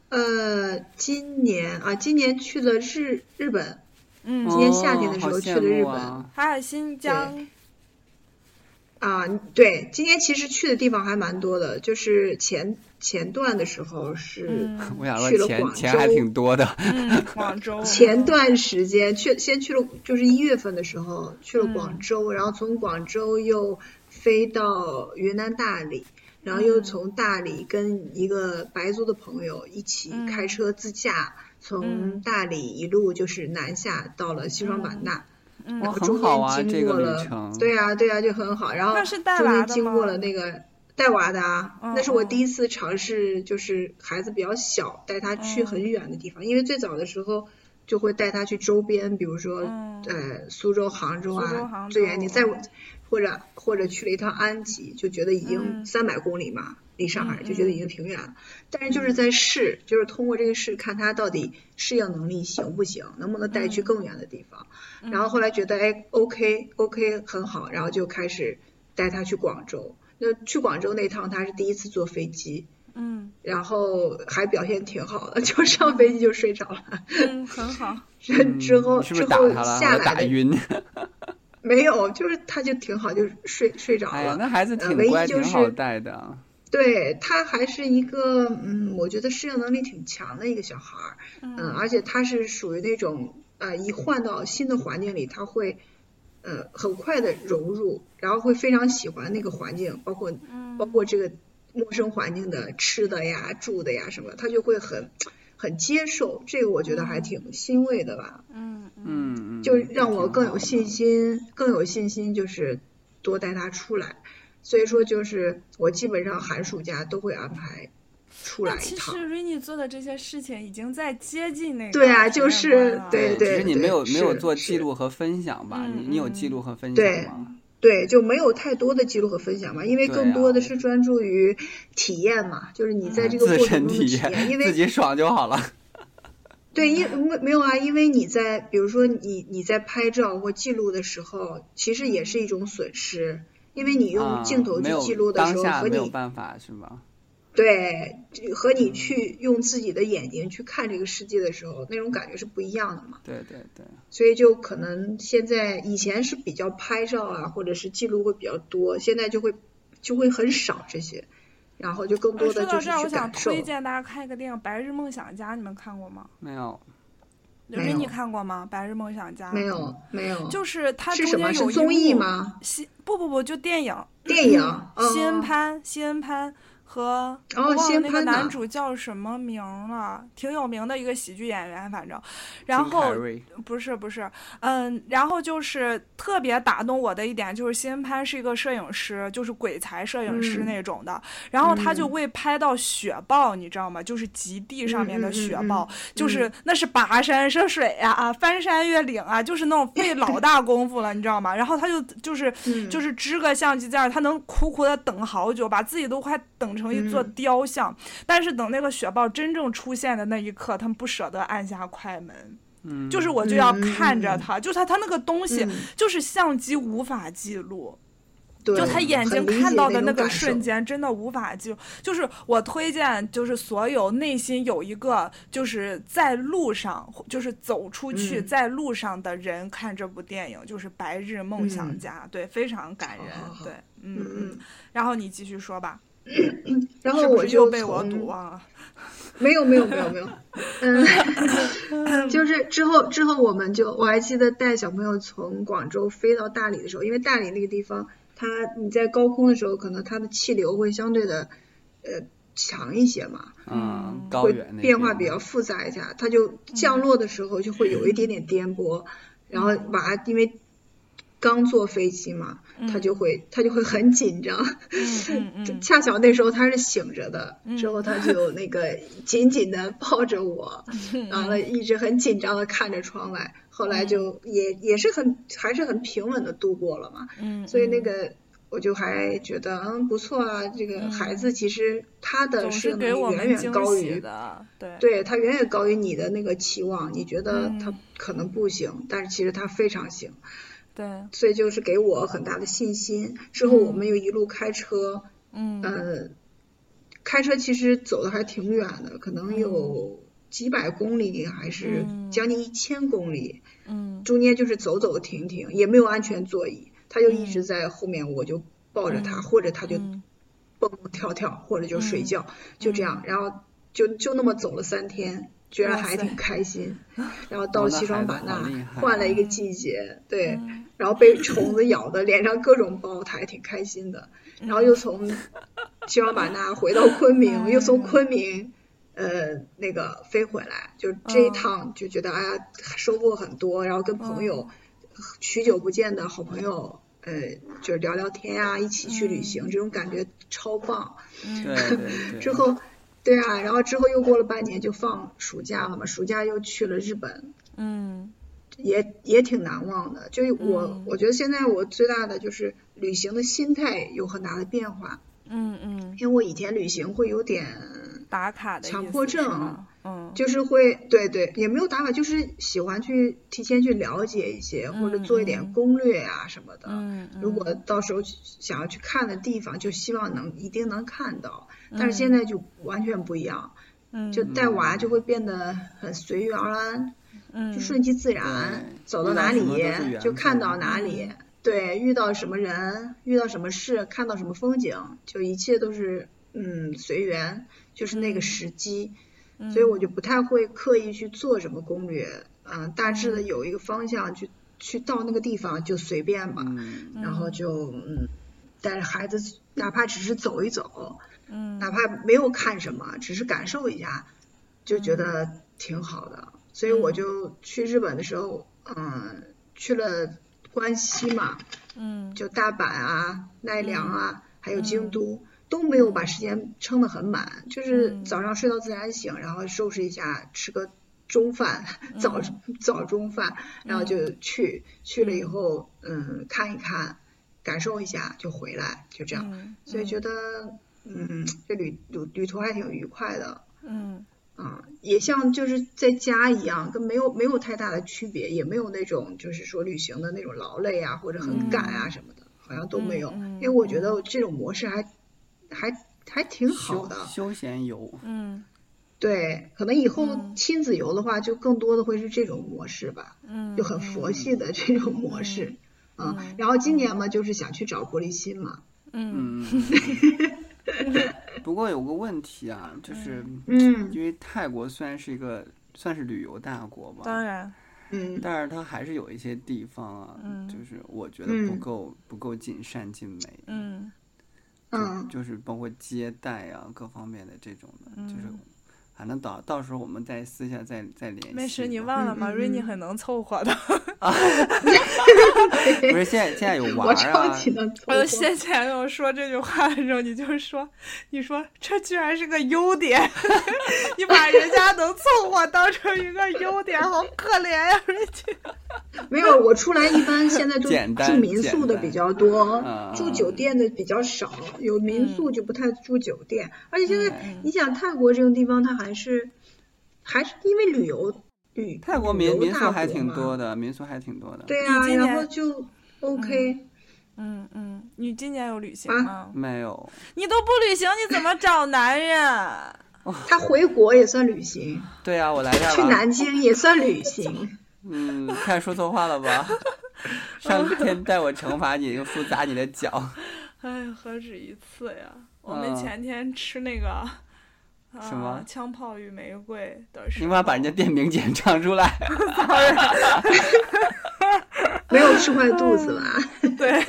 S3: 呃，今年啊，今年去了日日本，
S1: 嗯，
S3: 今年夏天的时候
S2: 哦好
S3: 去了
S2: 羡慕
S3: 日本
S2: 啊
S1: 还有新疆，
S3: 啊，对，今年其实去的地方还蛮多的，就是前前段的时候是
S1: 嗯
S2: 我想
S3: 去
S2: 说
S3: 了
S2: 钱
S3: 广
S2: 钱还
S3: 州
S2: 挺多的，
S1: 嗯，广州
S3: [LAUGHS] 前段时间去，先去了，就是一月份的时候去了
S1: 嗯
S3: 广州，然后从广州又飞到云南大理，然后又
S1: 嗯
S3: 从大理跟一个白族的朋友一起
S1: 嗯
S3: 开车自驾，
S1: 嗯
S3: 从大理一路就是南下到了西双版纳。
S1: 嗯
S2: 哇，
S3: 然后
S2: 很
S3: 中
S2: 好啊，
S3: 间
S2: 这
S3: 经过
S2: 个
S3: 了，
S2: 旅程。
S3: 对啊，对啊，就很好。然后
S1: 那是带
S3: 中
S1: 娃
S3: 间
S1: 的
S3: 经过
S1: 吗
S3: 了那个带娃的啊，
S1: 嗯
S3: 那是我
S1: 嗯
S3: 第一次尝试，就是孩子比较小，带他去
S1: 嗯
S3: 很远的地方，因为最早的时候就会带他去周边，比如说、
S1: 嗯
S3: 呃苏州、杭州
S1: 苏州
S3: 啊，
S1: 杭
S3: 最远你
S1: 州
S3: 再或者或者去了一趟安吉，就觉得已
S1: 嗯
S3: 经三百公里嘛。离上海
S1: 嗯
S3: 就觉得
S1: 嗯
S3: 已经挺远了，但是就是在试，就是通过这个试看他到底适应能力行不行，能不能带去
S1: 嗯
S3: 更远的地方。
S1: 嗯
S3: 然后后来觉得哎，OK OK 很好，然后就开始带他去广州。那去广州那趟他是第一次坐飞机，
S1: 嗯
S3: 然后还表现挺好的，就上飞机就睡着了。
S1: 嗯，很
S3: [LAUGHS]
S1: 好，
S2: 嗯，
S3: 之后
S2: 你是不是
S3: 之
S2: 打
S3: 后
S2: 他了？把他
S3: 下来
S2: 打
S3: 的
S2: 晕。
S3: 没有，就是他就挺好，就睡睡着
S2: [LAUGHS] 哎呀，
S3: 了。
S2: 那孩子
S3: 呃
S2: 挺
S3: 唯一
S2: 乖，
S3: 就
S2: 挺好
S3: 是
S2: 带的。
S3: 对他还是一个嗯，我觉得适应能力挺强的一个小孩儿。嗯，
S1: 嗯
S3: 而且他是属于那种呃，一换到新的环境里，他会呃很快的融入，然后会非常喜欢那个环境，包括
S1: 嗯
S3: 包括这个陌生环境的吃的呀、住的呀什么，他就会很很接受。这个我觉得还挺欣慰的吧，
S1: 嗯嗯
S2: 嗯嗯，
S3: 就
S2: 嗯
S3: 让我更有信。心，更有信心就是多带他出来。所以说，就是我基本上寒暑假都会安排出来
S1: 那
S3: 一
S1: 其实
S3: 趟。
S1: Rainy 做的这些事情已经在接近那个
S3: 对啊
S1: 体
S3: 就
S1: 验
S3: 是
S1: 观了
S2: 挺好的
S3: 对
S2: 嗯只是你没
S3: 对
S2: 有没有
S3: 是
S2: 做
S3: 是
S2: 记录和分享吧？
S1: 嗯
S2: 你你有
S1: 嗯
S2: 记录和分
S3: 对
S2: 享吗？
S3: 对，就没有太多的记录和分享嘛，因为
S2: 对
S3: 更多的
S2: 啊嗯
S3: 是专注于体验嘛，就是你在这个
S2: 自
S3: 过程
S2: 身
S3: 中的
S2: 体
S3: 体验，因
S2: 验，
S3: 为
S2: 自己爽就好了。
S3: 对，因没没有啊，因为你在比如说你你在拍照或记录的时候，其实也是一种损失，因为你 [LAUGHS] 用
S2: 啊
S3: 镜头
S2: 没
S3: 去
S2: 有
S3: 记录的时
S2: 当
S3: 候，
S2: 下
S3: 和
S2: 没有
S3: 你
S2: 办法是吗？
S3: 对和你去用自己的眼睛去看这个世界的时候，那种感觉是不一样的嘛。
S2: 对对对，
S3: 所以就可能现在以前是比较拍照啊，或者是记录会比较多，现在就会就会很少这些，然后就更
S1: 呃
S3: 多
S1: 说
S3: 的
S1: 到
S3: 就是
S1: 这儿，我
S3: 去
S1: 想
S3: 感受。
S1: 推荐大家看一个电影《白日梦想家》，你们看过吗？
S2: 没有。
S1: 刘
S3: 没
S1: 琳，你
S3: 有
S1: 看过吗？《白日梦想家》
S3: 没，有没有，
S1: 啊就是它
S3: 是
S1: 中
S3: 什么？
S1: 间有
S3: 是
S1: 一
S3: 综艺
S1: 幕？
S3: 吗？
S1: 新不不不，就电影。
S3: 电影？
S1: 西恩
S3: 哦
S1: 潘，西恩潘和
S3: 哦
S1: 我忘
S3: 西
S1: 了
S3: 恩
S1: 那个
S3: 潘
S1: 男
S3: 呐
S1: 主叫什么名儿了，挺有名的一个喜剧演员，反正。然
S2: 金凯
S1: 后
S2: 瑞
S1: 不是不是，嗯，然后就是特别打动我的一点就是新潘是一个摄影师，就是鬼才摄影师
S3: 嗯
S1: 那种的，然后他就
S3: 嗯
S1: 为拍到雪豹，你知道吗？就是极地上面的
S3: 嗯嗯嗯
S1: 雪
S3: 嗯
S1: 豹，就是那是跋山涉水呀、啊，翻山越岭啊，就是那种费老大功夫了，你知道吗？然后他就就是
S3: 嗯
S1: 就是支个相机架，他能苦苦的等好久，把自己都快等成一座
S3: 嗯
S1: 雕像。但是等那个雪豹真正出现的那一刻，他们不舍得按下快门。
S2: 嗯，
S1: 就是我就要
S3: 嗯嗯
S1: 看着
S3: 嗯
S1: 它，就是它它那个东西
S3: 嗯，
S1: 就是相机无法记录，
S3: 对，
S1: 就他眼睛
S3: 很理
S1: 看
S3: 解
S1: 到的
S3: 那种
S1: 个
S3: 感受
S1: 瞬，间，真的无法记录。就是我推荐，就是所有内心有一个就是在路上，就是走出去
S3: 嗯
S1: 在路上的人看这部电影，就是《白日梦想
S3: 嗯
S1: 家》，对，非常感人，
S3: 好好好
S1: 对，嗯
S3: 嗯
S1: 嗯
S3: 嗯。。
S1: 然后你继续说吧，
S3: 然后
S1: 是不
S3: 我
S1: 是又
S3: 就
S1: 被我
S3: 从
S1: 堵忘了？
S3: 没有没有没有没有，
S2: [LAUGHS]
S3: 嗯，就是之后之后我们就我还记得带小朋友从广州飞到大理的时候，因为大理那个地方，它你在高空的时候，可能它的气流会相对的呃强一些嘛，
S2: 嗯，高
S3: 会
S2: 原那
S3: 变化
S2: 边
S3: 比较复杂一下，它就降落的时候就会有一点点颠
S2: 嗯
S3: 簸，然后娃因为刚坐飞机嘛，他就会他就会很紧张，
S1: 嗯嗯嗯
S3: 恰巧那时候他是醒着的，之后他就那
S1: [LAUGHS]
S3: 个紧紧的抱着我，
S1: 嗯
S3: 完了一直很紧张的看着窗外，后来就也也是很还是很平稳的度过了嘛，
S1: 嗯，
S3: 所以那个。我就还觉得嗯不错啊，这个孩子其实他的
S1: 总
S3: 适
S1: 是
S3: 应
S1: 给我
S3: 能力远
S1: 们惊
S3: 远高于
S1: 喜的，对
S3: 对它远远高于你的那个期望，你觉得
S1: 嗯
S3: 它可能不行，但是其实它非常行，
S1: 对，
S3: 所以就是给我很大的信心。之后我们又一路开车，
S1: 嗯
S3: 呃，开车其实走的还挺远的，可能有几百公里，还是
S1: 嗯
S3: 将近一千公里，
S1: 嗯
S3: 中间就是走走停停，也没有安全座椅，它就一直在后面，我就抱着它，或者它就
S1: 嗯
S3: 蹦蹦跳跳，或者就
S2: 嗯
S3: 睡觉，就这样，然后就就那么走了三天，觉得
S1: 哇
S3: 还
S1: 塞
S3: 挺开心。然
S2: [LAUGHS]
S3: 后
S2: 哇
S3: 到
S2: 那
S3: 西双
S2: 孩子好
S3: 版纳
S2: 厉害
S3: 换了一个
S1: 嗯
S3: 季节，对，
S1: 嗯
S3: 然后被虫子咬的脸上各种包，他还挺开心的。
S2: 嗯
S3: 然后又从西双
S2: [LAUGHS]
S3: 版纳回到昆
S2: 哎
S3: 明，又从昆明。呃，那个飞回来，就这一
S1: 嗯
S3: 趟就觉得、哎呀，收获很多，然后跟朋
S2: 嗯
S3: 友、许久不见的好朋友，呃，就是聊聊天呀、一起去旅行，这种感觉超棒。
S1: 嗯
S2: 对对对，
S3: 之后，对啊，然后之后又过了半年就放暑假了嘛，暑假又去了日本，
S1: 嗯
S3: 也也挺难忘的。就是我、
S1: 嗯
S3: 我觉得现在我最大的就是旅行的心态有很大的变化，
S1: 嗯嗯，
S3: 因为我以前旅行会有点，
S1: 打卡的
S3: 强
S1: 意
S3: 迫
S1: 思
S3: 症
S1: 是吗，嗯，
S3: 就是会对对，也没有打卡，就是喜欢去提前去了解一些，或者做一
S1: 嗯嗯
S3: 点攻略啊什么的。
S1: 嗯
S3: 如
S1: 嗯
S3: 果到时候去想要去看的地方，就希望能一定能看到。但
S1: 嗯
S3: 是现在就完全不一样，
S1: 嗯
S3: 就带娃就会变得很随遇而安，
S1: 嗯
S3: 就顺其自
S2: 嗯对
S3: 然，走到
S2: 遇到
S3: 哪
S2: 什么都是
S3: 里
S2: 缘
S3: 就看
S2: 分
S3: 到哪里。对，遇到什么人，遇到什么事，看到什么风景，就一切都是嗯随缘，就是
S2: 嗯
S3: 那个时机。
S1: 嗯
S3: 所以我就不太会刻意去做什么攻略，嗯、大致的有一个方向去去到那个地方就随便吧。
S2: 嗯，
S3: 然后就嗯，带着孩子，哪怕只是走一走，
S1: 嗯
S3: 哪怕没有看什么，只是感受一下，就觉得挺好的。所以我就去日本的时候，嗯，去了关西嘛，
S1: 嗯
S3: 就大阪啊、奈良啊，还有京都。都没有把时间撑得很满，就是
S1: 嗯
S3: 早上睡到自然醒，然后收拾一下，吃个中饭，
S1: 嗯
S3: [LAUGHS] 早早中饭，然后就去去了以后，嗯，看一看，感受一下就回来，就这样。
S1: 嗯
S3: 所以觉得，嗯，这旅旅旅途还挺愉快的
S1: 嗯
S3: 啊，也像就是在家一样，跟没有没有太大的区别，也没有那种就是说旅行的那种劳累啊，或者很赶啊什么的，好像都没有。
S1: 嗯嗯嗯
S3: 因为我觉得这种模式还还还挺好
S2: 休
S3: 的。
S2: 休闲游，
S1: 嗯
S3: 对，可能以后亲子游的话，就更多的会是这种模式吧，
S1: 嗯，
S3: 就很佛系的这种模式。啊、
S1: 嗯
S3: 然后今年嘛，就是想去找玻璃心嘛，
S1: 嗯
S2: 嗯。
S3: [LAUGHS]
S2: 不过有个问题啊，就是
S3: 嗯
S2: 因为泰国虽然是一个算是旅游大国吧，
S1: 当然
S3: 嗯，
S2: 但是它还是有一些地方啊，
S1: 嗯
S2: 就是我觉得不
S3: 嗯
S2: 够、不够尽善尽美，啊
S1: 嗯
S2: 就
S3: 嗯
S2: 就是包括接待啊各方面的这种的，就是
S1: 嗯
S2: 反正到到时候我们再私下再再联系吧。
S1: 没事，你忘了吗
S3: 嗯嗯嗯嗯
S1: 瑞妮很能凑合的。
S2: 不是现在现在有娃
S3: 我超
S2: 啊，
S3: 级能凑
S1: [LAUGHS] 我
S3: 合
S1: 就。先前跟我说这句话的时候，你就说，你说这居然是个优点， [LAUGHS] 你把人家能凑合当成一个优点，好可怜呀、瑞姐。
S3: 没有，我出来一
S2: [LAUGHS]
S3: 般现在都
S2: 简单
S3: 住民宿的比较多
S2: 单嗯，
S3: 住酒店的比较少，有民宿就不太住酒店。而且现在你想泰国这种地方，它还是还是因为旅游旅
S2: 泰国
S3: 旅游
S2: 民民
S3: 大
S2: 宿
S3: 国
S2: 还挺
S3: 嘛
S2: 多的，民宿还挺多的。
S3: 对啊，
S1: 你今
S3: 然
S1: 年
S3: 后就 OK，、
S1: 嗯嗯，你今年有旅行
S3: 啊
S1: 吗？
S2: 没有，
S1: 你都不旅行，你怎么找男人？啊
S3: 他回国也算旅行，
S2: 对啊，我来这儿
S3: 去
S2: 了。
S3: 南京也算旅行。
S2: 嗯，看说错话了
S3: [LAUGHS]
S2: 吧？上天带我惩罚你，又复砸你的脚。
S1: 哎，何止一次呀！我们
S2: 嗯
S1: 前天吃那个，
S2: 什么
S1: 啊枪炮与玫瑰的时
S2: 你
S1: 候，
S2: 妈把人家店名简唱出来，
S3: 没有吃坏肚子吧？
S1: 对， [LAUGHS]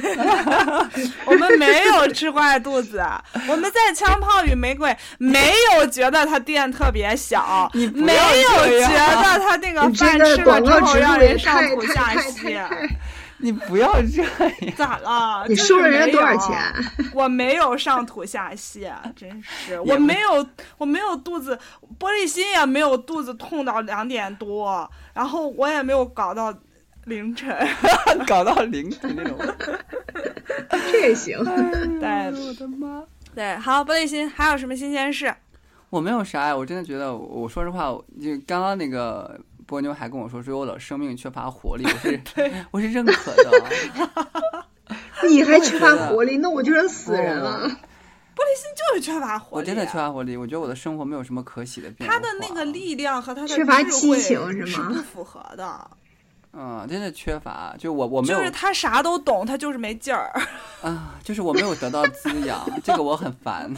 S1: 我们没有吃坏肚子，啊我们在枪炮与玫瑰没有觉得它店特别小，
S2: [LAUGHS] 你不
S1: 没
S2: 要这
S1: 有觉
S2: 样啊
S1: 得它那个
S3: 你这
S1: 饭吃
S3: 个
S1: 了
S3: 广
S1: 之
S3: 告
S1: 后
S3: 植
S1: 让
S3: 入
S1: 人
S3: 也
S1: 上
S3: 太
S1: 吐
S3: 太
S1: 下
S3: 太
S1: 泻，
S3: 太太，
S2: 你不要这样。
S1: 咋了？
S3: 你
S1: 就是
S3: 收了人
S1: 没
S3: 家多少
S1: 有
S3: 钱？？
S1: 我没有上吐下泻，真是我没有，我没有肚子，玻璃心也没有肚子痛到两点多，然后我也没有搞到凌晨。
S2: [LAUGHS] 搞到零的那种。
S3: 这也行。
S1: 哎
S2: [LAUGHS]
S1: 对
S2: 我的妈！
S1: [LAUGHS] 对，好，玻璃心还有什么新鲜事？
S2: 我没有啥呀，我真的觉得我，我说实话，我就刚刚那个波妞还跟我说，说我老生命缺乏活力，我
S1: [LAUGHS]
S2: 是 [LAUGHS] 我是认可的。
S3: 你还缺乏活力，那我就成死人
S2: 哦
S3: 了。
S1: 就是缺乏活力，
S2: 我真的缺乏活啊力，我觉得我的生活没有什么可喜的变化。
S1: 他的那个，力量和他的
S3: 缺乏
S1: 智
S3: 激
S1: 慧
S3: 情是吗
S1: 不符合的，
S2: 嗯，真的缺乏，就我我没有
S1: 就是他啥都懂，他就是没劲儿。 [LAUGHS]
S2: 啊，就是我没有得到滋养，这个我很烦。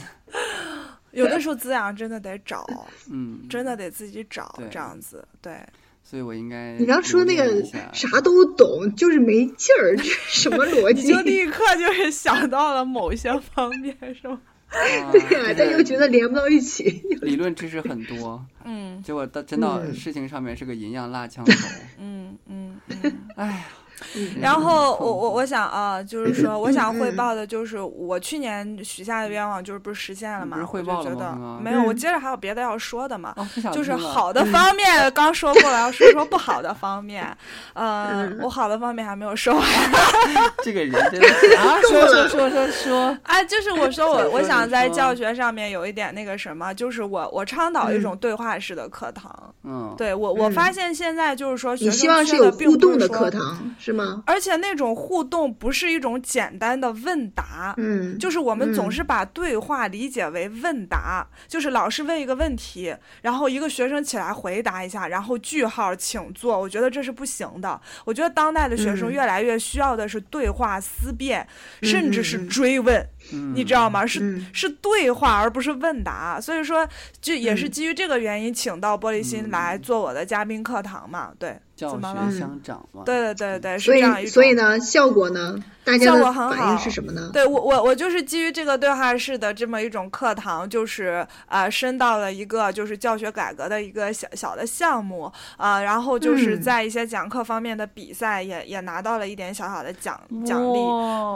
S1: 有的时候滋养真的得找，
S2: 嗯，
S1: 真的得自己找，
S2: 对
S1: 这样子
S2: [LAUGHS]
S1: 对。
S2: 所以我应该
S3: 你刚说那
S2: 努
S3: 个
S2: 力一下
S3: 啥都懂，就是没劲儿， [LAUGHS] 这是什么逻
S1: 你就
S3: 辑？
S1: 立刻就是想到了某些方面，是吗？
S2: 啊
S3: [LAUGHS] 对呀、
S2: 真
S3: 但
S2: 的
S3: 又觉得连不到一起。
S2: 理论知识很多，
S1: 嗯
S2: 结果到真到
S3: 嗯
S2: 事情上面是个银样辣枪头。
S1: [LAUGHS] 嗯嗯嗯。
S2: 哎呀，
S1: 然后我我我想啊，就是
S3: 嗯
S1: 说我想汇报的，就是我去年许下的愿望，就是不是实现了
S2: 你
S1: 嘛？
S2: 不是汇报了
S1: 我就觉
S2: 吗
S1: 得
S2: 刚刚
S1: 没有，我
S3: 嗯
S1: 接着还有别的要说的嘛。
S2: 哦，不想
S1: 就是
S2: 听了
S1: 好的方
S3: 嗯
S1: 面刚说过了，要说说不好的方面。
S3: [LAUGHS]
S1: 呃，
S3: 嗯
S1: 我好的方面还没有说完。
S2: 这个人真的
S1: [LAUGHS]
S2: 是啊，说说说说说，
S1: 哎，就是我说我我想在
S2: 你说
S1: 教学上面有一点那个什么，就是我我倡导一种对话式的课堂。
S2: 嗯，
S1: 对我我发
S3: 嗯
S1: 现现在就是说，学
S3: 你
S1: 生
S3: 希望
S1: 缺
S3: 是
S1: 的
S3: 有
S1: 并
S3: 互
S1: 不
S3: 动
S1: 是
S3: 的
S1: 说
S3: 课堂是吗？
S1: 而且那种互动不是一种简单的问答，
S3: 嗯，
S1: 就是我们总
S3: 嗯
S1: 是把对话理解为问答，就是老师问一个问题，然后一个学生起来回答一下，然后句号请坐。我觉得这是不行的。我觉得当代的学生
S3: 嗯
S1: 越来越需要的是对话、思辨，
S3: 嗯
S1: 甚至
S3: 嗯
S1: 是
S3: 嗯
S1: 追问，
S2: 嗯
S1: 你知道吗？是
S3: 嗯
S1: 是对话，而不是问答。所以说，就也
S3: 嗯
S1: 是基于这个原因，请到玻璃心
S2: 嗯
S1: 来做我的嘉宾课堂嘛。对，
S2: 教
S1: 怎么了？
S2: 学相长嘛，，
S1: 对对对对，是
S3: 嗯所
S1: 这样一
S3: 以
S1: 种。
S3: 所以呢，效果呢，大家
S1: 效
S3: 的
S1: 果很
S3: 反
S1: 好
S3: 应是什么呢？
S1: 对我我我就是基于这个对话式的这么一种课堂，就是呃升到了一个就是教学改革的一个小小的项目啊、呃然后就是
S3: 嗯
S1: 在一些讲课方面的比赛也、也拿到了一点小小的奖奖励。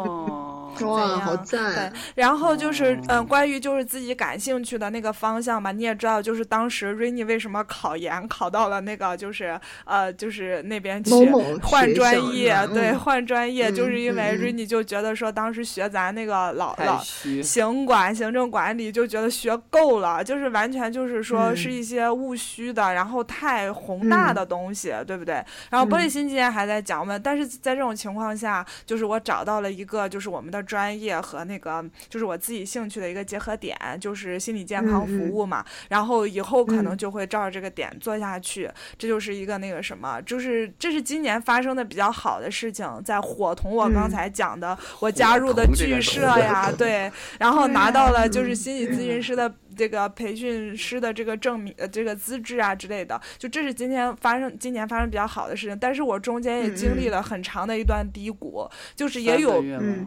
S2: 励
S1: [LAUGHS]
S3: 哇，好
S1: 样
S3: 赞！
S1: 然后就是，嗯、
S2: 哦
S1: 关于就是自己感兴趣的那个方向嘛，你也知道，就是当时 Rainy 为什么考研考到了那个，就是呃，就是那边去
S3: 某某
S1: 换
S3: 学
S1: 专
S3: 校是
S1: 业，
S3: 吧
S1: 对，
S3: 嗯
S1: 换专业，就是
S3: 嗯
S1: 因为
S3: 嗯嗯
S1: Rainy 就觉得说，当时学咱那个老
S2: 太
S1: 老
S2: 虚，
S1: 行管、行政管理就觉得学够了，就是完全就是说
S3: 嗯
S1: 是一些务虚的，然后太宏大的东西，对不对？然后玻璃
S3: 嗯
S1: 心今天还在讲我们，但是在这种情况下，就是我找到了一个就是我们的专业和那个就是我自己兴趣的一个结合点，就是心理健康服
S3: 嗯嗯
S1: 务嘛。然后以后可能
S3: 嗯
S1: 就会照着这个点做下去，这就是一个那个什么，就是这是今年发生的比较好的事情，在伙同我刚
S3: 嗯
S1: 才讲的、我加入的
S2: 同这个
S1: 剧
S2: 词
S1: 社呀，对，然后拿到
S2: 嗯
S1: 了就是心理咨询师的这个培训师的这个证明、呃这个资质啊之类的，就这是今天发生今年发生比较好的事情，但是我中间也经历了很长的一段低谷，就是也
S2: 嗯三个
S1: 有
S2: 月
S3: 嗯
S2: 嘛，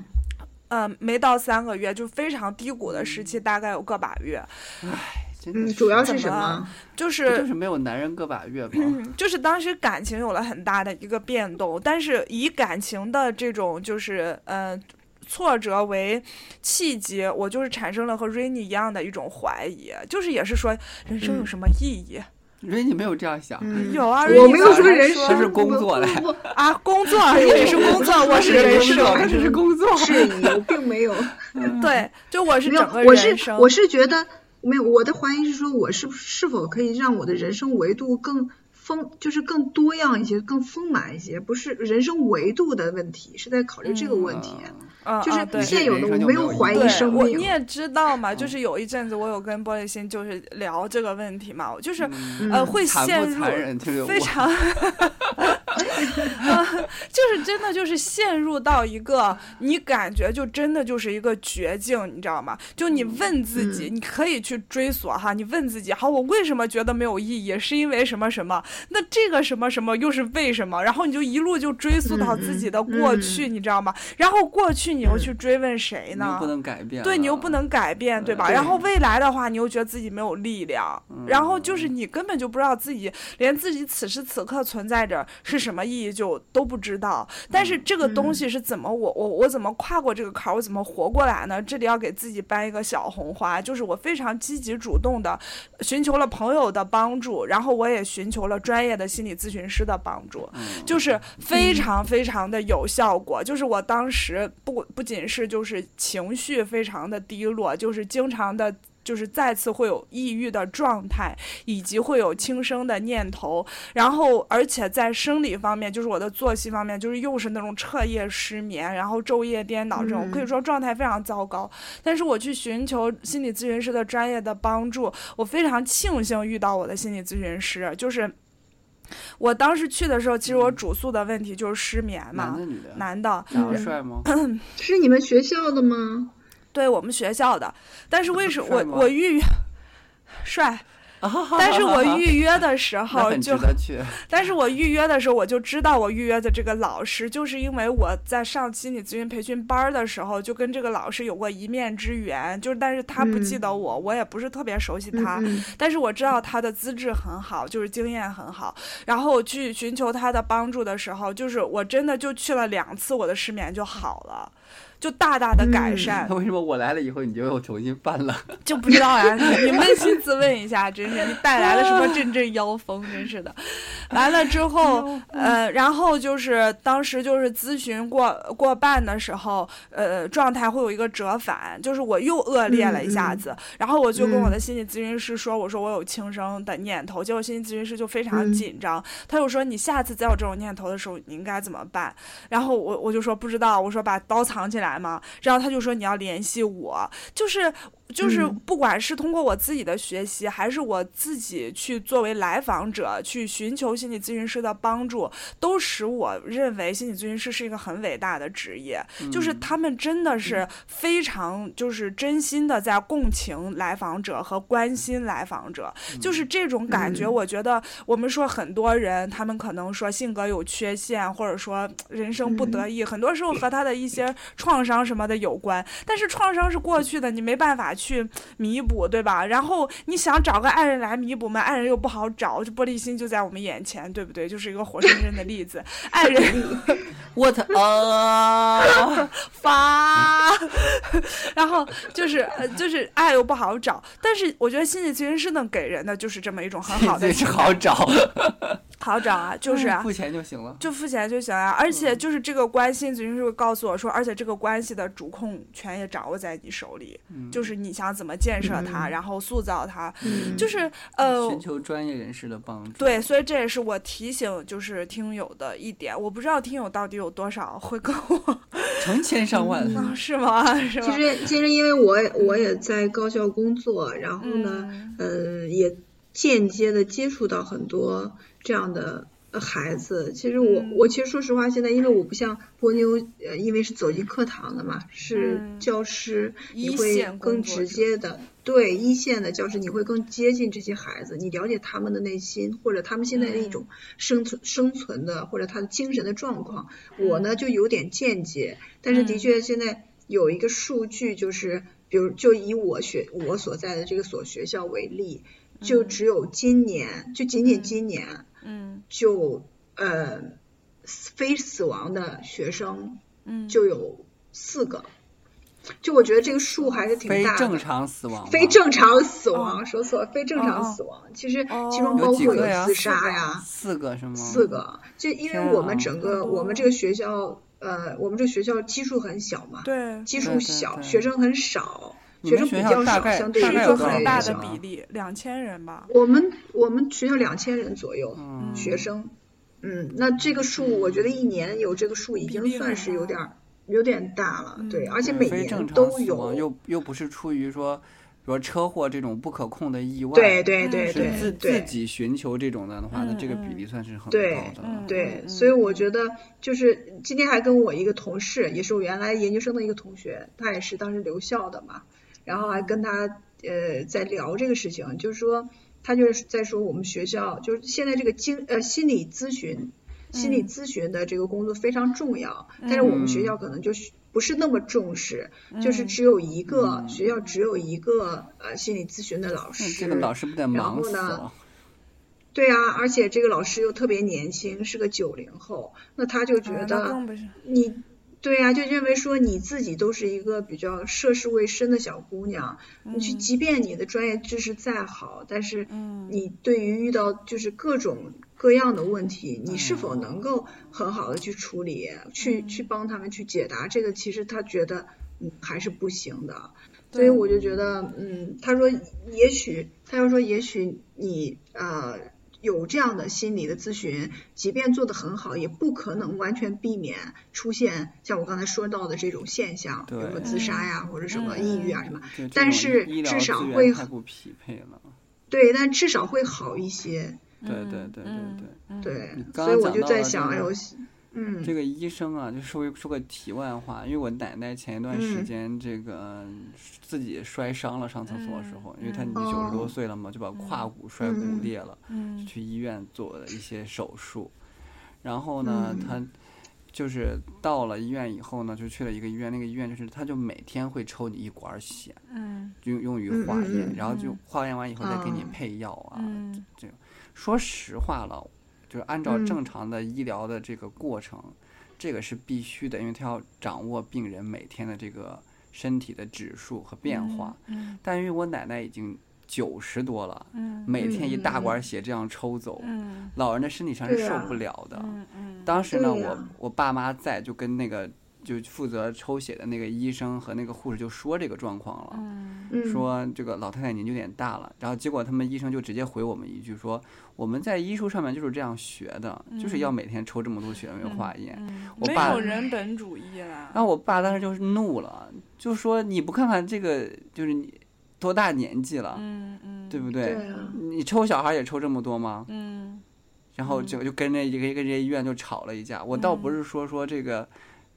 S1: 呃没到三个月就非常低谷的时期，
S2: 嗯
S1: 大概有个把月，
S2: 哎真的
S3: 嗯，主要
S1: 怎
S3: 是什
S1: 么
S3: 么？
S1: 就
S2: 不
S1: 是嗯
S2: 就是没有男人个把月吧，
S1: 就是当时感情有了很大的一个变动，但是以感情的这种就是呃挫折为契机，我就是产生了和 Rainy 一样的一种怀疑，就是也是说人生有什么意义？
S2: 瑞你没有这样想，
S3: 嗯，
S1: 有啊，
S3: 我没有
S1: 说
S3: 说
S2: 这
S3: 人生，
S2: 是工作嘞
S3: 我不不
S1: 啊，工作你只是工作，我是
S2: 这
S1: 人
S2: 工作，
S1: 生，
S2: 这是工作，
S3: 质疑，我并没有。
S1: 对，就我是
S3: 没有
S1: 整个，
S3: 我是
S1: 人生，
S3: 我是觉得没有，我的怀疑是说，我是不是否可以让我的人生维度更丰，就是更多样一些，更丰满一些，不是人生维度的问题，是在考虑这个问题。
S1: [LAUGHS] 嗯嗯
S3: 就是
S1: 对
S2: 是
S3: 现有的，
S2: 人生就
S3: 我没
S2: 没有
S3: 有
S2: 意义
S3: 怀疑
S1: 对
S3: 生
S1: 我
S3: 命
S1: 你。也知道嘛，就
S2: 嗯
S1: 是有一阵子我有跟玻璃心就是聊这个问题嘛，我就是、
S2: 嗯
S1: 呃
S3: 嗯
S1: 会
S2: 惨
S1: 陷
S2: 不
S1: 入
S2: 残忍，就是我
S1: 非常 [LAUGHS] 就是真的就是陷入到一个你感觉就真的就是一个绝境，你知道吗？就你问自己，你可以去追索哈，你问自己，好，我为什么觉得没有意义？是因为什么什么？那这个什么什么又是为什么？然后你就一路就追溯到自己的过去，你知道吗？然后过去你又去追问谁
S2: 你
S1: 呢？
S2: 又不能改变，
S1: 对你又不。能改变，对吧？
S2: 对
S1: 然后未来的话，你又觉得自己没有力量，然后就是你根本就不知道自己，连自己此时此刻存在着是什么意义就都不知道。但是这个东西是怎么我我我怎么跨过这个坎儿，我怎么活过来呢？这里要给自己颁一个小红花，就是我非常积极主动的寻求了朋友的帮助，然后我也寻求了专业的心理咨询师的帮助。
S2: 嗯
S1: 就是非常非常的有效果。就是我当时不不仅是就是情绪非常的低落，就是经常的。就是再次会有抑郁的状态，以及会有轻生的念头，然后而且在生理方面，就是我的作息方面，就是又是那种彻夜失眠，然后昼夜颠倒这种，可以说状态非常糟糕。但是我去寻求心理咨询师的专业的帮助，我非常庆幸遇到我的心理咨询师，就是我当时去的时候，其实我主诉的问题就是失眠
S2: 嗯男
S1: 嘛
S2: 的，女的？
S1: 男的，
S2: 长得
S1: [LAUGHS]
S2: 帅吗？
S3: 是你们学校的吗？
S1: 对我们学校的，但是为什
S2: 帅
S1: 我
S2: 吗
S1: 我预约帅，
S2: [LAUGHS]
S1: 但是我预约的时
S2: 那
S1: 候
S2: 很值
S1: 就，
S2: 得
S1: [LAUGHS]
S2: 去。
S1: 但是我预约的时候我就知道我预约的这个老师，就是因为我在上心理咨询培训班儿的时候就跟这个老师有过一面之缘，就是但是他不记
S3: 嗯
S1: 得我，我也不是特别熟悉
S3: 嗯
S1: 他，
S3: 嗯
S1: 但是我知道他的资质很好，就是经验很好。然后我去寻求他的帮助的时候，就是我真的就去了两次，我的失眠就好了，就大大的改善。
S2: 那为什么我来了以后你就又重新犯了？
S1: 就不知道呀、你你扪心自问一下，真是你带来了什么阵阵妖风，真是的。完了之后，呃，然后就是当时就是咨询过过半的时候，呃，状态会有一个折返，就是我又恶劣了一下子，然后我就跟我的心理咨询师说，我说我有轻生的念头，结果心理咨询师就非常
S3: 嗯
S1: 紧张，他就说你下次再有这种念头的时候，你应该怎么办？然后我我就说不知道，我说把刀藏起来嘛，然后他就说你要联系我，就是就是
S3: 嗯
S1: 不管是通过我自己的学习，还是我自己去作为来访者去寻求心理咨询师的帮助，都使我认为心理咨询师是一个很伟大的职业，
S2: 嗯
S1: 就是他们真的是非常就是真心的在共情来访者和关心来访者，
S2: 嗯
S1: 就是这种感觉。
S3: 嗯
S1: 我觉得我们说很多人，他们可能说性格有缺陷，或者说人生不得意，很多时候和他的一些创伤什么的有关。但是创伤是过去的，你没办法去弥补，对吧？然后你想找个爱人来弥补嘛，爱人又不好找，就玻璃心就在我们眼前，对不对？就是一个活生生的例子，爱人。
S2: 我操
S1: 哦
S2: 啊！
S1: 发， [LAUGHS] 然后就是呃就是爱又不好找，但是我觉得心理咨询师能给人的就是这么一种很好的
S2: 这是好找，
S1: 好找啊，就是啊、
S2: 嗯付钱就行了。
S1: 就付钱就行啊，而
S2: 嗯
S1: 且就是这个关系，咨询师会告诉我说，而且这个关系的主控权也掌握在你手里，
S2: 嗯
S1: 就是你想怎么建设它，
S3: 嗯
S1: 然后塑造它，
S3: 嗯
S1: 就是呃，
S2: 寻求专业人士的帮助。
S1: 对，所以这也是我提醒就是听友的一点，我不知道听友到底有多少会跟我，啊
S2: 成千上
S1: [LAUGHS]
S2: 万。
S1: 是吗？是吗？
S3: 其实其实因为我也我也在高校工作，然后呢，
S1: 嗯
S3: 呃，也间接的接触到很多这样的呃孩子。其实我、
S1: 嗯
S3: 我其实说实话，现在因为我不像波妞，呃，因为是走进课堂的嘛，是
S1: 嗯
S3: 教师，
S1: 一
S3: 你会
S1: 线工
S3: 更
S1: 作
S3: 直
S1: 者
S3: 接的。对一线的教师，你会更接近这些孩子，你了解他们的内心，或者他们现在的一
S1: 嗯
S3: 种生存、生存的，或者他的精神的状况。我呢就有点间接，但是的
S1: 嗯
S3: 确现在有一个数据，就是比如就以我学我所在的这个所学校为例，就
S1: 嗯
S3: 只有今年，就仅仅
S1: 嗯
S3: 今年
S1: 嗯
S3: 就呃非死亡的学生
S1: 嗯，
S3: 就有四个，就我觉得这个数还是挺
S2: 非
S3: 大
S2: 正
S3: 的。
S2: 常啊死亡吗，
S3: 非正常死
S1: 哦
S3: 亡，说错了，非正
S1: 哦
S3: 常
S1: 哦
S3: 死亡，其实
S1: 哦
S3: 其中
S2: 有
S3: 包
S2: 几
S3: 括
S2: 个
S3: 有
S2: 呀
S3: 自
S1: 四个
S3: 杀呀，
S2: 四个是吗？
S3: 四。个，就因为
S2: 天
S3: 我
S2: 啊
S3: 们整个我们这个学校，呃，我们这个学校基数很小嘛，
S1: 对，
S3: 基
S2: 对
S3: 数
S2: 对
S3: 小，
S2: 对
S3: 学生很少，
S2: 你
S3: 学
S2: 们
S3: 生
S2: 学校
S3: 比较
S2: 大
S3: 少，
S2: 概
S3: 相对
S1: 是一
S2: 大
S3: 于
S2: 概
S1: 个
S2: 有多少
S1: 很
S3: 人
S1: 大
S2: 人
S1: 的
S2: 啊
S1: 比例，两千人吧。
S3: 我们我们学校两千人左右、
S2: 嗯
S3: 学生，嗯，那这个数我觉得一年有这个数已
S1: 比
S3: 经
S1: 例
S3: 算
S1: 很
S3: 是有
S1: 大
S3: 点儿有点大了，对，
S1: 嗯
S3: 而且
S2: 嗯
S3: 每
S2: 非
S3: 年
S2: 正常
S3: 都
S2: 死亡
S3: 有，
S2: 又又不是出于说比如车祸这种不可控的意外，
S3: 对对对
S2: 是
S3: 对
S2: 自
S3: 对
S2: 自己寻求这种的话，那这
S1: 嗯
S2: 个比例算是很高
S3: 对
S2: 的了。
S3: 对
S4: 嗯，
S3: 所以我觉得就是今天还跟我一个同事，也是我原来研究生的一个同学，他也是当时留校的嘛，然后还跟他呃在聊这个事情，就是说他就是在说我们学校就是现在这个经呃心理咨询。
S4: 嗯
S3: 心理咨询的这个工作非常重要，但是我们
S4: 嗯
S3: 学校可能就是不是那么重视，
S1: 嗯
S3: 就是只有一个、
S4: 嗯
S3: 学校只有一个呃心理咨询的老
S2: 那
S3: 师，
S2: 这个老师不得
S3: 然
S2: 忙
S3: 后
S2: 死
S3: 呢
S2: 了？
S3: 对啊，而且这个老师又特别年轻，是个九零后，那他就觉
S1: 啊
S3: 得
S1: 那更不是。
S3: 你，对呀、就认为说你自己都是一个比较涉世未深的小姑娘，你
S1: 嗯
S3: 去，即便你的专业知识再好，但是
S4: 嗯
S3: 你对于遇到就是各种各样的问题，你是否能够很好的去处理，
S1: 嗯
S3: 去去帮他们去解答这个，其实他觉得嗯还是不行的，所以
S1: 对
S3: 我就觉得嗯，他说也许，他又说也许你呃。有这样的心理的咨询，即便做得很好，也不可能完全避免出现像我刚才说到的这种现象，比如说
S2: 对嗯
S3: 自杀呀，或者什么抑郁啊什么。
S2: 就这种
S3: 但是
S2: 医医疗
S3: 至少
S2: 资源
S3: 会
S2: 太
S3: 很
S2: 不匹配了。
S3: 对，但至少会好一些。
S1: 嗯
S2: 对对对对对。
S3: 对
S2: 你，刚
S3: 所以
S2: 刚
S3: 我
S2: 讲
S3: 就
S2: 到
S3: 在
S2: 了
S3: 想，
S2: 这
S3: 哎
S2: 个
S3: 呦，嗯，
S2: 这个医生啊，就说一说个题外话，因为我奶奶前一段时
S3: 嗯
S2: 间这个自己摔伤了，上厕所的时候，因为她已经
S3: 嗯
S2: 九十多岁了嘛，就把胯骨摔骨
S3: 嗯
S2: 裂了，
S4: 嗯
S2: 去医院做了一些手术。然后呢，
S3: 嗯
S2: 她就是到了医院以后呢，就去了一个医院，那个医院就是他就每天会抽你一管血，
S4: 嗯
S2: 用用于
S3: 嗯
S2: 化
S3: 嗯
S2: 验，
S3: 嗯
S2: 然后就
S4: 嗯
S2: 化验完以后再给你
S3: 啊
S2: 配药啊，
S4: 嗯
S2: 说实话了，就是按照
S3: 嗯
S2: 正常的医疗的这个过程，这个是必须的，因为他要掌握病人每天的这个身体的指数和变化。
S4: 嗯
S2: 但因为我奶奶已经九十多了，
S4: 嗯
S2: 每天一大
S3: 嗯
S2: 管血这样抽走，
S4: 嗯
S2: 老人的身体上是
S3: 对
S2: 受
S3: 啊
S2: 不了的。
S4: 嗯嗯
S2: 当时呢，
S3: 对呀
S2: 我我爸妈在，就跟那个就负责抽血的那个医生和那个护士就说这个状况了。
S4: 嗯
S3: 嗯，
S2: 说这个老太太年纪有点大了，然后结果他们医生就直接回我们一句说，我们在医术上面就是这样学的，就是
S3: 嗯
S2: 要每天抽这么多血没有化验。我
S1: 没
S2: 爸
S1: 有人本主义啦。
S2: 然后我爸当时就是怒了，就说你不看看这个就是你多大年纪了，
S4: 嗯嗯
S2: 对不对？
S3: 对啊，
S2: 你抽小孩也抽这么多吗？
S4: 嗯
S2: 然后
S3: 嗯
S2: 就就跟那一个一个这些医院就吵了一架。我倒不是说说这个。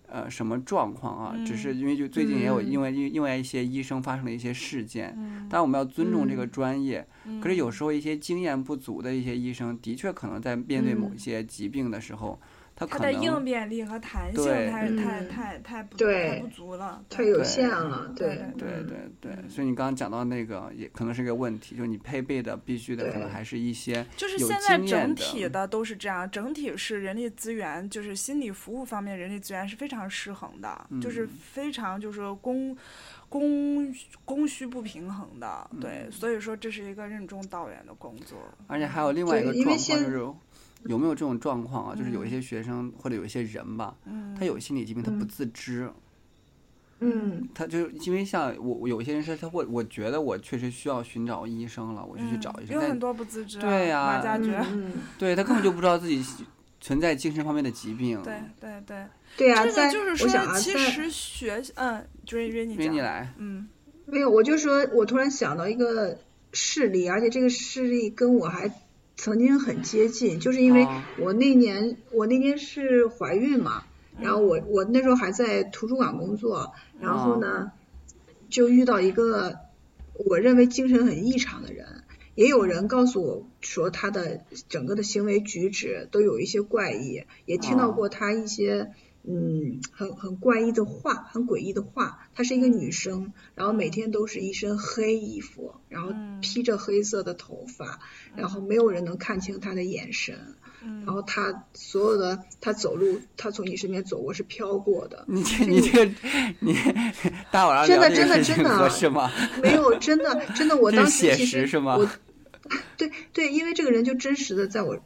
S2: 呃，什么状况啊？只是因为就最近也有
S3: 嗯
S2: 因为因为一些医生发生了一些事件，
S4: 嗯
S2: 当然我们要尊重这个
S3: 嗯
S2: 专业，可是有时候一些经验不足的一些医生，的确可能在面对某
S3: 嗯
S2: 一些疾病的时候，他
S1: 它
S2: 可
S1: 的
S2: 能
S1: 应变力和弹性
S2: 对
S1: 太太
S3: 嗯
S1: 太太不
S3: 对
S1: 太不足了。
S3: 太
S1: 对，
S3: 有限了，
S1: 对
S2: 对
S3: 对
S2: 对对，所以你刚刚讲到那个也可能是个问题，就是你配备的必须的可能
S3: 对
S2: 还是一些
S1: 就是
S2: 有
S1: 现在
S2: 经验
S1: 整
S2: 的嗯
S1: 体的都是这样，整体是人力资源，就是心理服务方面人力资源是非常失衡的，就是
S2: 嗯
S1: 非常就是供供供需不平衡的。
S2: 嗯
S1: 对，所以说这是一个任重道远的工作。
S2: 而且还有另外一个
S3: 对因
S2: 状
S3: 为
S2: 况，
S3: 现
S2: 就是有没有这种状况啊？就是有一些学生或者有一些人吧，他有心理疾病，他不
S3: 嗯
S2: 自知，
S3: 嗯
S2: 他就是因为像我，我有一些人是他会，我觉得我确实需要寻找医生了，我就去
S1: 嗯
S2: 找医生，
S1: 有很
S2: 但
S1: 多不自知啊，
S2: 对呀
S1: 马加
S3: 嗯
S1: 爵，
S3: 嗯，
S2: 对他根本就不知道自己存在精神方面的疾病。
S1: 对对对，
S3: 对啊，
S1: 这
S3: 在
S1: 个就是
S3: 我想
S1: 说，
S3: 啊，
S1: 其
S3: 在
S1: 实学嗯，追追你
S2: 因为
S1: 讲，
S2: 你来。
S3: [LAUGHS]
S1: 嗯
S3: 没有，我就说我突然想到一个事例，而且这个事例跟我还曾经很接近，就是因为
S2: 啊
S3: 我那年我那年是怀孕嘛，然后我我那时候还在图书馆工作，然后呢就遇到一个我认为精神很异常的人，也有人告诉我说他的整个的行为举止都有一些怪异，也听到
S2: 哦
S3: 过他一些。嗯，很很怪异的话，很诡异的话。她是一个女生，然后每天都是一身黑衣服，然后披着黑色的头发，然后没有人能看清她的眼神。然后她所有的她走路，她从你身边走过是飘过的，
S2: 你这你这个你大晚上
S3: 真的
S2: 聊这个
S3: 真
S2: 事
S3: 的
S2: 情
S3: 真的
S2: 合适吗？
S3: [LAUGHS] 没有真的真的，我
S2: 这
S3: 当
S2: 是
S3: 时
S2: 写
S3: 其实
S2: 实是吗？
S3: 我对对，因为这个人就真实的在我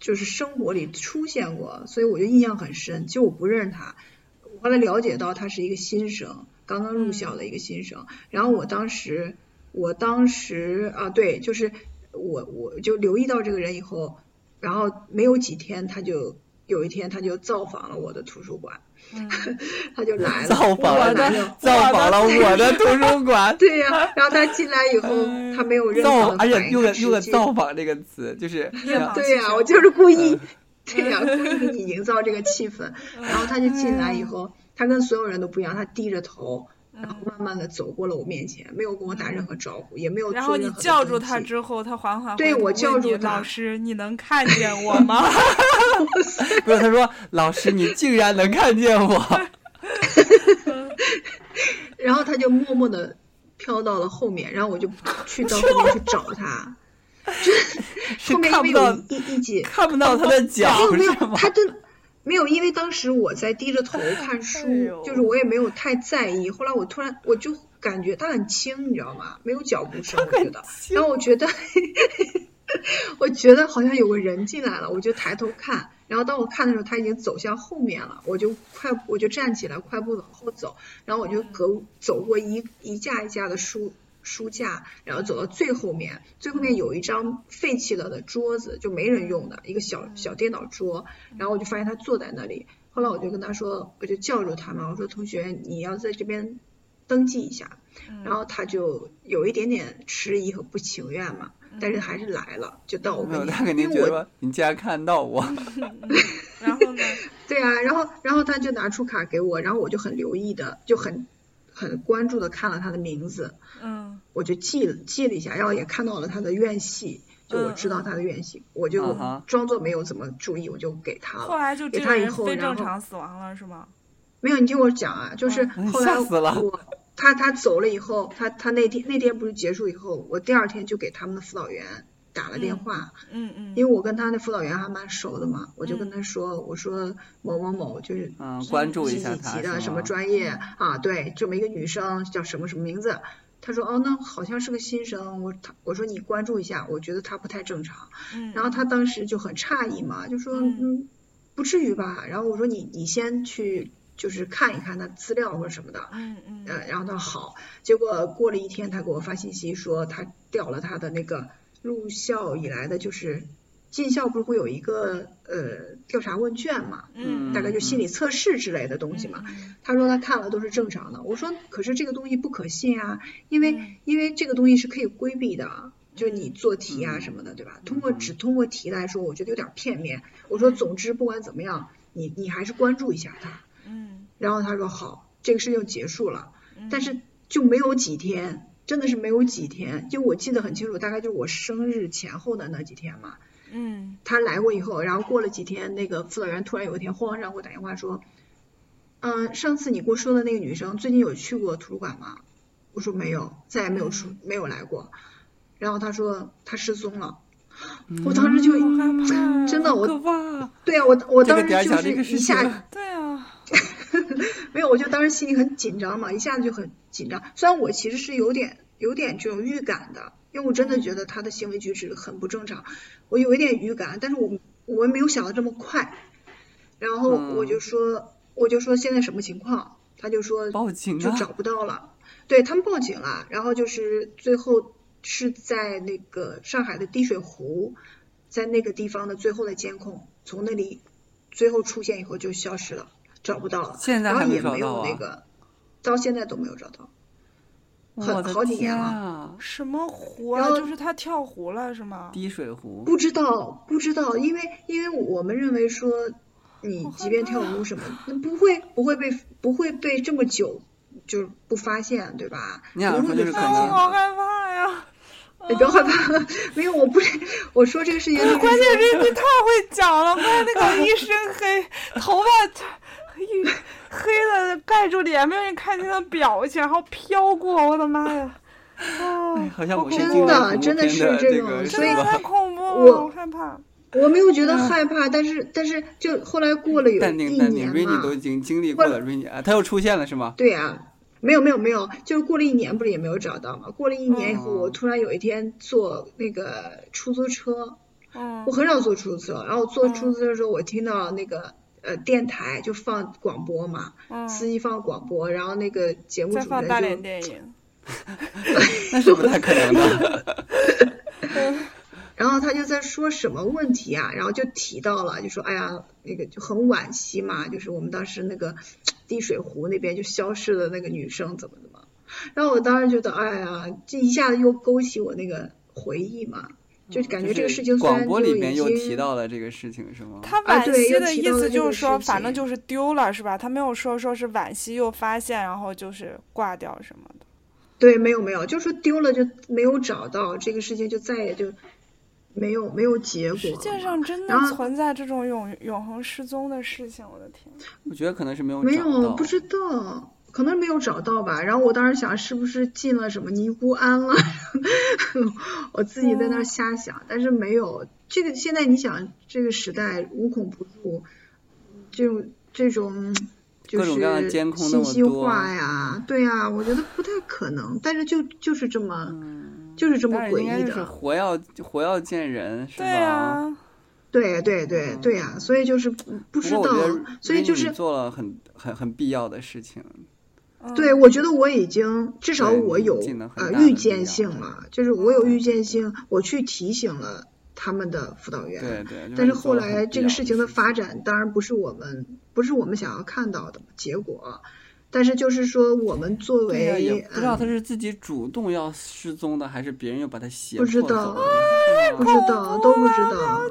S3: 就是生活里出现过，所以我就印象很深。其实我不认识他，我后来了解到他是一个新生，刚刚入校的一个新生。然后我当时，我当时啊，对，就是我我就留意到这个人以后，然后没有几天他就有一天他就造访了我的图书馆，
S1: 嗯
S3: 他就来了，
S2: 造访
S3: 我
S2: 了
S3: 男
S2: 你
S3: 友，，
S2: 造访了我的图书馆
S3: [LAUGHS] 对呀、然后他进来以后，
S1: 哎
S3: 他没有任
S2: 造哎
S3: 何，的
S2: 而
S3: 反
S2: 且
S3: 应，
S2: 用个
S3: 他直
S2: 用个
S3: 接
S2: 造访这个词，就是
S1: 猎访
S3: [LAUGHS] 对呀、我就是故
S2: 嗯
S3: 意， [LAUGHS] 对呀、故意给你营造这个气氛。
S1: 嗯
S3: 然后他就进来以后，他跟所有人都不一样，他低着头，然后
S1: 嗯
S3: 慢慢的走过了我面前，没有跟我打任何招呼，也没有
S1: 然
S3: 做
S1: 后你
S3: 任何的
S1: 叫
S3: 登
S1: 住他
S3: 记
S1: 之后，他缓缓
S3: 对
S1: 回头
S3: 我
S1: 问
S3: 叫
S1: 你
S3: 住他
S1: 老师，你能看见我吗？
S2: 不是他说老师你竟然能看见
S3: [LAUGHS]
S2: 我，
S3: 然后他就默默的飘到了后面，然后我就去到
S1: [LAUGHS]
S3: 后面去找他，
S2: 是
S3: 后面
S2: 看
S3: 因
S2: 不
S3: 为
S2: 到
S3: 有一一一节，
S2: 看不到他的脚
S3: 没有没有
S2: 是，吗？
S3: 他真没有，因为当时我在低着头看书
S1: 哎呦，
S3: 就是我也没有太在意。后来我突然我就感觉他很轻，你知道吗？没有脚步声，我觉得。然后我觉得， [LAUGHS] 我觉得好像有个人进来了，我就抬头看。然后当我看的时候，他已经走向后面了，我就快我就站起来，快步往后走。然后我就隔走过一一架一架的书书架，然后走到最后面，最后面有一张废弃了的桌子，就没人用的一个小小电脑桌，然后我就发现他坐在那里。后来我就跟他说，我就叫住他嘛，我说同学，你要在这边登记一下。
S2: 嗯
S3: 然后他就有一点点迟疑和不情愿嘛，但是还是来了，就到我
S2: 没有，
S3: 面
S2: 嗯他肯
S3: 前，
S2: 定
S3: 因
S2: 觉
S3: 为我嗯
S2: 得你竟然看到我，
S1: 然后呢？
S3: 对啊，然后然后他就拿出卡给我，然后我就很留意的，就很很关注的看了他的名字， [LAUGHS]
S1: 嗯
S3: 我就记了记了一下，然后也看到了他的院系，就我知道他的院系，我就
S2: 嗯哼
S3: 装作没有怎么注意，我就给他
S1: 后
S3: 了。
S1: 来就
S3: 啊给
S1: 这
S3: 他
S1: 个
S3: 以
S1: 人
S3: 后
S1: 非
S3: 然
S1: 正
S3: 后
S1: 常死亡了是吗？
S3: 没有，你听我讲啊，就是
S2: 嗯
S3: 后来
S2: 吓死了
S3: 我他他走了以后，他他那天那天不是结束以后，我第二天就给他们的辅导员打了电
S1: 嗯
S3: 话，
S1: 嗯嗯，
S3: 因为我跟他的辅导员还蛮熟的嘛，我就跟
S1: 嗯
S3: 他说，我说某某某就是
S2: 嗯，关注一
S3: 几
S2: 下
S3: 几
S2: 他
S3: 级的
S2: 是
S3: 什
S2: 吗
S3: 么？专业啊？对，这么一个女生叫什么什么名字？他说哦，那好像是个新生。我他我说你关注一下，我觉得她不太正常。
S1: 嗯
S3: 然后他当时就很诧异嘛，就说
S1: 嗯
S3: 嗯，不至于吧？然后我说你你先去就是看一看她资料或者什么的。
S1: 嗯嗯
S3: 呃，然后他好，结果过了一天，他给我发信息说他调了他的那个入校以来的，就是进校不是会有一个呃调查问卷嘛，
S1: 嗯，
S3: 大概就心理测试之类的东西嘛。
S1: 嗯
S3: 他说他看了都是正常的，我说可是这个东西不可信啊，因为、
S1: 嗯
S3: 因为这个东西是可以规避的，就是你做题啊
S2: 嗯
S3: 什么的，对吧？通过只通过题来说，我觉得有点片面。我说总之不管怎么样，你你还是关注一下他。
S1: 嗯
S3: 然后他说好，这个事情结束了。
S1: 嗯，
S3: 但是就没有几天，真的是没有几天，就我记得很清楚，大概就是我生日前后的那几天嘛。
S1: 嗯
S3: 他来过以后，然后过了几天，那个辅导员突然有一天慌张给我打电话说：“嗯、上次你给我说的那个女生最近有去过图书馆吗？”我说没有，再也没有出没有来过。然后他说她失踪了，
S2: 嗯
S3: 我当时就、
S1: 好害怕，
S3: [CLEARS THROAT] 真的我
S2: 可怕，
S3: 对啊，我我
S2: 这
S3: 当
S2: 个
S3: 时
S2: 点儿
S3: 就
S2: 讲
S3: 是
S2: 这个事
S3: 一
S2: 情
S3: 下。
S1: 对啊，
S3: 没有，我就当时心里很紧张嘛，一下子就很紧张。虽然我其实是有点有点这种预感的，因为我真的觉得他的行为举止很不正常，我有一点预感，但是我我没有想到这么快。然后
S2: 嗯
S3: 我就说，我就说现在什么情况？他就说
S2: 报警
S3: 就
S2: 啊！
S3: 找不到了，对他们报警了。然后就是最后是在那个上海的滴水湖，在那个地方的最后的监控，从那里最后出现以后就消失了，找不到了。
S2: 现在
S3: 然
S2: 还
S3: 后
S2: 没
S3: 也
S2: 找
S3: 没
S2: 到
S3: 有
S2: 啊
S3: 那个，到现在都没有找到。很
S2: 我的
S3: 好几年
S2: 天
S3: 了
S2: 啊！
S1: 什么湖啊？
S3: 然后
S1: 就是他跳湖了是吗？
S2: 滴水湖，
S3: 不知道，不知道，因为因为我们认为说，你
S1: 好害
S3: 即便跳
S1: 怕
S2: 啊
S3: 舞什么，那不会不会被不会被这么久就是不发现，对吧？
S2: 你想
S3: 不
S2: 说
S3: 会
S2: 就
S3: 被
S2: 是
S1: 啊，
S2: 可
S3: 发
S2: 能
S3: 现
S1: 我好
S3: 的
S1: 害怕呀！
S3: 你不要害怕，没有，我不是我说这个事情就是
S1: 关键是你太会讲了，关键那个一身黑，头发一黑的盖住脸，没有人看见他表情，然后飘过，我的妈
S3: [LAUGHS]
S1: 呀！哦，
S2: 好像我是
S1: 真
S2: 进入
S3: 的
S2: 恐怖
S3: 真的
S2: 片
S3: 是
S2: 的
S3: 这
S2: 这
S3: 种
S2: 个
S3: 哎所
S2: 是
S1: 真的
S3: 以
S2: 吧
S1: 太恐怖了，
S3: 我
S1: 我害怕。
S3: 我没有觉得
S1: 嗯
S3: 害怕，但是但是就后来过了有
S2: 淡
S3: 一
S2: 定淡定
S3: 年
S2: ，Rainy
S3: 嘛
S2: 都，已经经历过了，Rainy 啊，他又出现了是吗？
S3: 对呀、没有没有没有，就是过了一年不是也没有找到嘛？过了一年以后，
S2: 哦
S3: 我突然有一天坐那个出租车，
S1: 嗯
S3: 我很少坐出租车，然后坐
S1: 嗯
S3: 出租车的时候，我听到那个呃电台就放广播嘛，
S1: 嗯，
S3: 司机放广播，然后那个节目
S1: 再
S3: 主
S1: 放大
S3: 任
S1: 连
S3: 就 [LAUGHS]
S1: 电影，
S2: 那是不太可能的。
S3: 然后他就在说什么问题啊，然后就提到了，就说哎呀，那个就很惋惜嘛，就是我们当时那个滴水湖那边就消失的那个女生怎么怎么，然后我当时觉得哎呀，这一下子又勾起我那个回忆嘛，就感觉这个事情虽
S2: 广
S3: 然
S2: 播
S3: 就
S2: 里
S3: 已
S2: 面
S3: 经
S2: 又提到了这个事情是吗？
S1: 他
S3: 啊
S1: 惋
S3: 对
S1: 惜
S3: 又
S1: 的
S3: 提
S1: 意
S3: 到了
S1: 思
S3: 这
S1: 就
S3: 个
S1: 是
S3: 事
S1: 说，反正
S3: 情
S1: 就是丢了，是吧？他没有说说是惋惜又发现，然后就是挂掉什么的。
S3: 对，没有没有，就是丢了就没有找到，这个事情就再也就没有没有结果
S1: 世界
S3: 了
S1: 上真的
S3: 然后
S1: 存在这种永永恒失踪的事情，我的天！
S2: 我觉得可能是没有
S3: 没
S2: 找到
S3: 有不知道，可能没有找到吧。然后我当时想，是不是进了什么尼姑庵了？ [LAUGHS] 我自己在那儿瞎想，但是没有。这个现在你想，这个时代无孔不入，这种这种。就
S2: 各种各样的
S3: 是
S2: 监控那
S3: 信
S2: 么
S3: 息
S2: 多
S3: 化呀，对呀、我觉得不太可能，但是就就是这么，就是这么
S2: 嗯但是
S3: 诡
S2: 应该
S3: 异
S2: 就
S3: 的。
S2: 是活要活要见人是吧？
S1: 对啊，
S3: 对对对对呀、所以就是不不知
S2: 嗯过
S3: 道
S2: 我觉得，
S3: 所以就
S2: Rainy
S3: 是
S2: 做了很很很必要的事情。
S1: 嗯、
S3: 对，我觉得我已经至少
S2: 对
S3: 我
S2: 你
S3: 有
S2: 尽了很
S3: 呃
S2: 大的
S3: 预
S2: 力
S3: 见
S2: 量
S3: 性了，就是我有预见性，我去提醒了他们的辅导员。
S2: 对对，就
S3: 但
S2: 你做
S3: 是后
S2: 了很
S3: 来
S2: 必
S3: 这
S2: 要
S3: 个事情
S2: 的
S3: 的发，展，当然不是我们不是我们想要看到的结果，但是就是说我们作
S2: 对呀
S3: 为
S2: 也不知道
S3: 嗯
S2: 他是自己主动要失踪的，还是别人又把他胁
S3: 不
S2: 迫
S3: 知
S2: 走
S3: 道
S2: 的
S3: 不知道都不知道，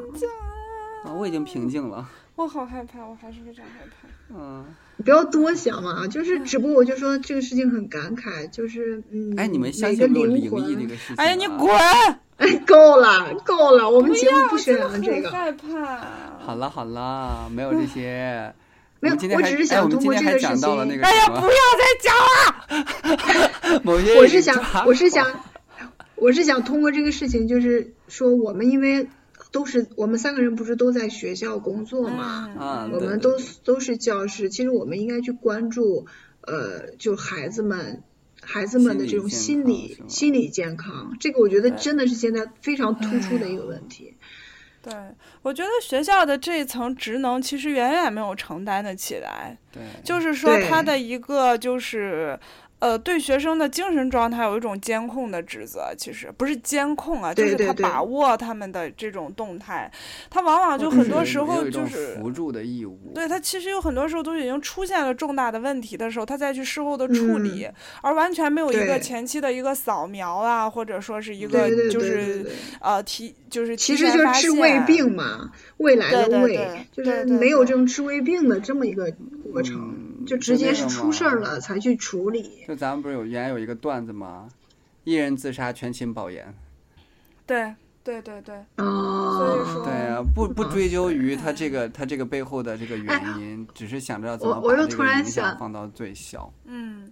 S2: 啊，我已经平静了。
S1: 我好害怕，我还是非常害怕。
S3: 啊
S2: 嗯，
S3: 你不要多想嘛，就是只不过我就说这个事情很感慨，就是嗯，
S2: 哎，你们相
S3: 每个
S2: 信没有
S3: 灵
S2: 灵异
S3: 魂啊哎
S2: 这个事情、啊
S1: 哎呀，你滚！！
S3: 够了，够了，我们节目不
S1: 我真
S3: 宣
S1: 的
S3: 扬
S1: 很
S3: 这个。
S1: 害怕。啊
S2: 好了好了，没有这些。
S3: 没有
S2: 我们今天
S3: 我
S2: 还
S3: 只是
S2: 哎，
S3: 想
S2: 我们
S3: 通
S2: 今
S3: 过
S2: 天
S3: 这
S2: 还
S3: 个
S2: 讲
S3: 事
S2: 到了那
S3: 情
S2: 个
S1: 哎呀，
S2: 什
S1: 不要
S2: 么，
S1: 再讲了！
S2: 某些
S3: 我
S2: 人
S3: 是想
S2: 抓，
S3: 我是想，我是想通过这个事情，就是说我们因为都是我们三个人不是都在学校工作嘛，
S1: 嗯
S2: 啊，
S3: 我
S2: 对
S3: 们
S2: 对
S3: 都都是教师，其实我们应该去关注，呃，就孩子们。孩子们的这种
S2: 心
S3: 心
S2: 理健康
S3: 理
S2: 是吧
S3: 心理健康，这个我觉得
S1: 对嗯
S3: 真的是现在非常突出的一个问题。
S1: 对，我觉得学校的这一层职能其实远远没有承担得起来。
S2: 对，
S1: 就是说他
S3: 对
S1: 的一个就是。呃，对学生的精神状态有一种监控的职责，其实不是监控啊，
S3: 对
S1: 就是
S3: 对
S1: 他
S3: 对
S1: 把握他们的这种动态，他往往就
S2: 或者
S1: 很
S2: 是
S1: 多
S2: 有
S1: 时
S2: 有
S1: 候
S2: 一
S1: 就
S2: 种
S1: 是，
S2: 扶助的义务，
S1: 对他其实有很多时候都已经出现了重大的问题的时候，他再去事后的处理，而完全没有一个
S3: 嗯对
S1: 前期的一个扫描啊，或者说是一
S3: 对
S1: 个
S3: 对
S1: 就
S3: 对对
S1: 是
S3: 对。
S1: 呃提就是
S3: 其
S1: 提
S3: 实
S1: 前
S3: 就是
S1: 发
S3: 治胃
S1: 现，
S3: 病嘛，未来的
S1: 对对
S3: 胃，
S1: 对
S3: 就是
S1: 对对
S3: 没有
S1: 对
S3: 这种治胃病的这么一个过程，
S2: 嗯
S3: 就直接
S2: 那
S3: 是
S2: 个
S3: 出
S2: 嘛
S3: 事儿了才去处理。
S2: 就咱们不是有原来有一个段子吗？一人自杀，全寝保研。
S1: 对对对对，所以
S3: 哦，
S1: 说
S2: 对呀、不不追究于他这个他这个背后的这个原因，只是想着怎么
S3: 哎我
S2: 把
S3: 我又
S2: 这
S3: 突
S2: 个
S3: 然
S2: 影响
S3: 想
S2: 放到最小。
S1: 嗯，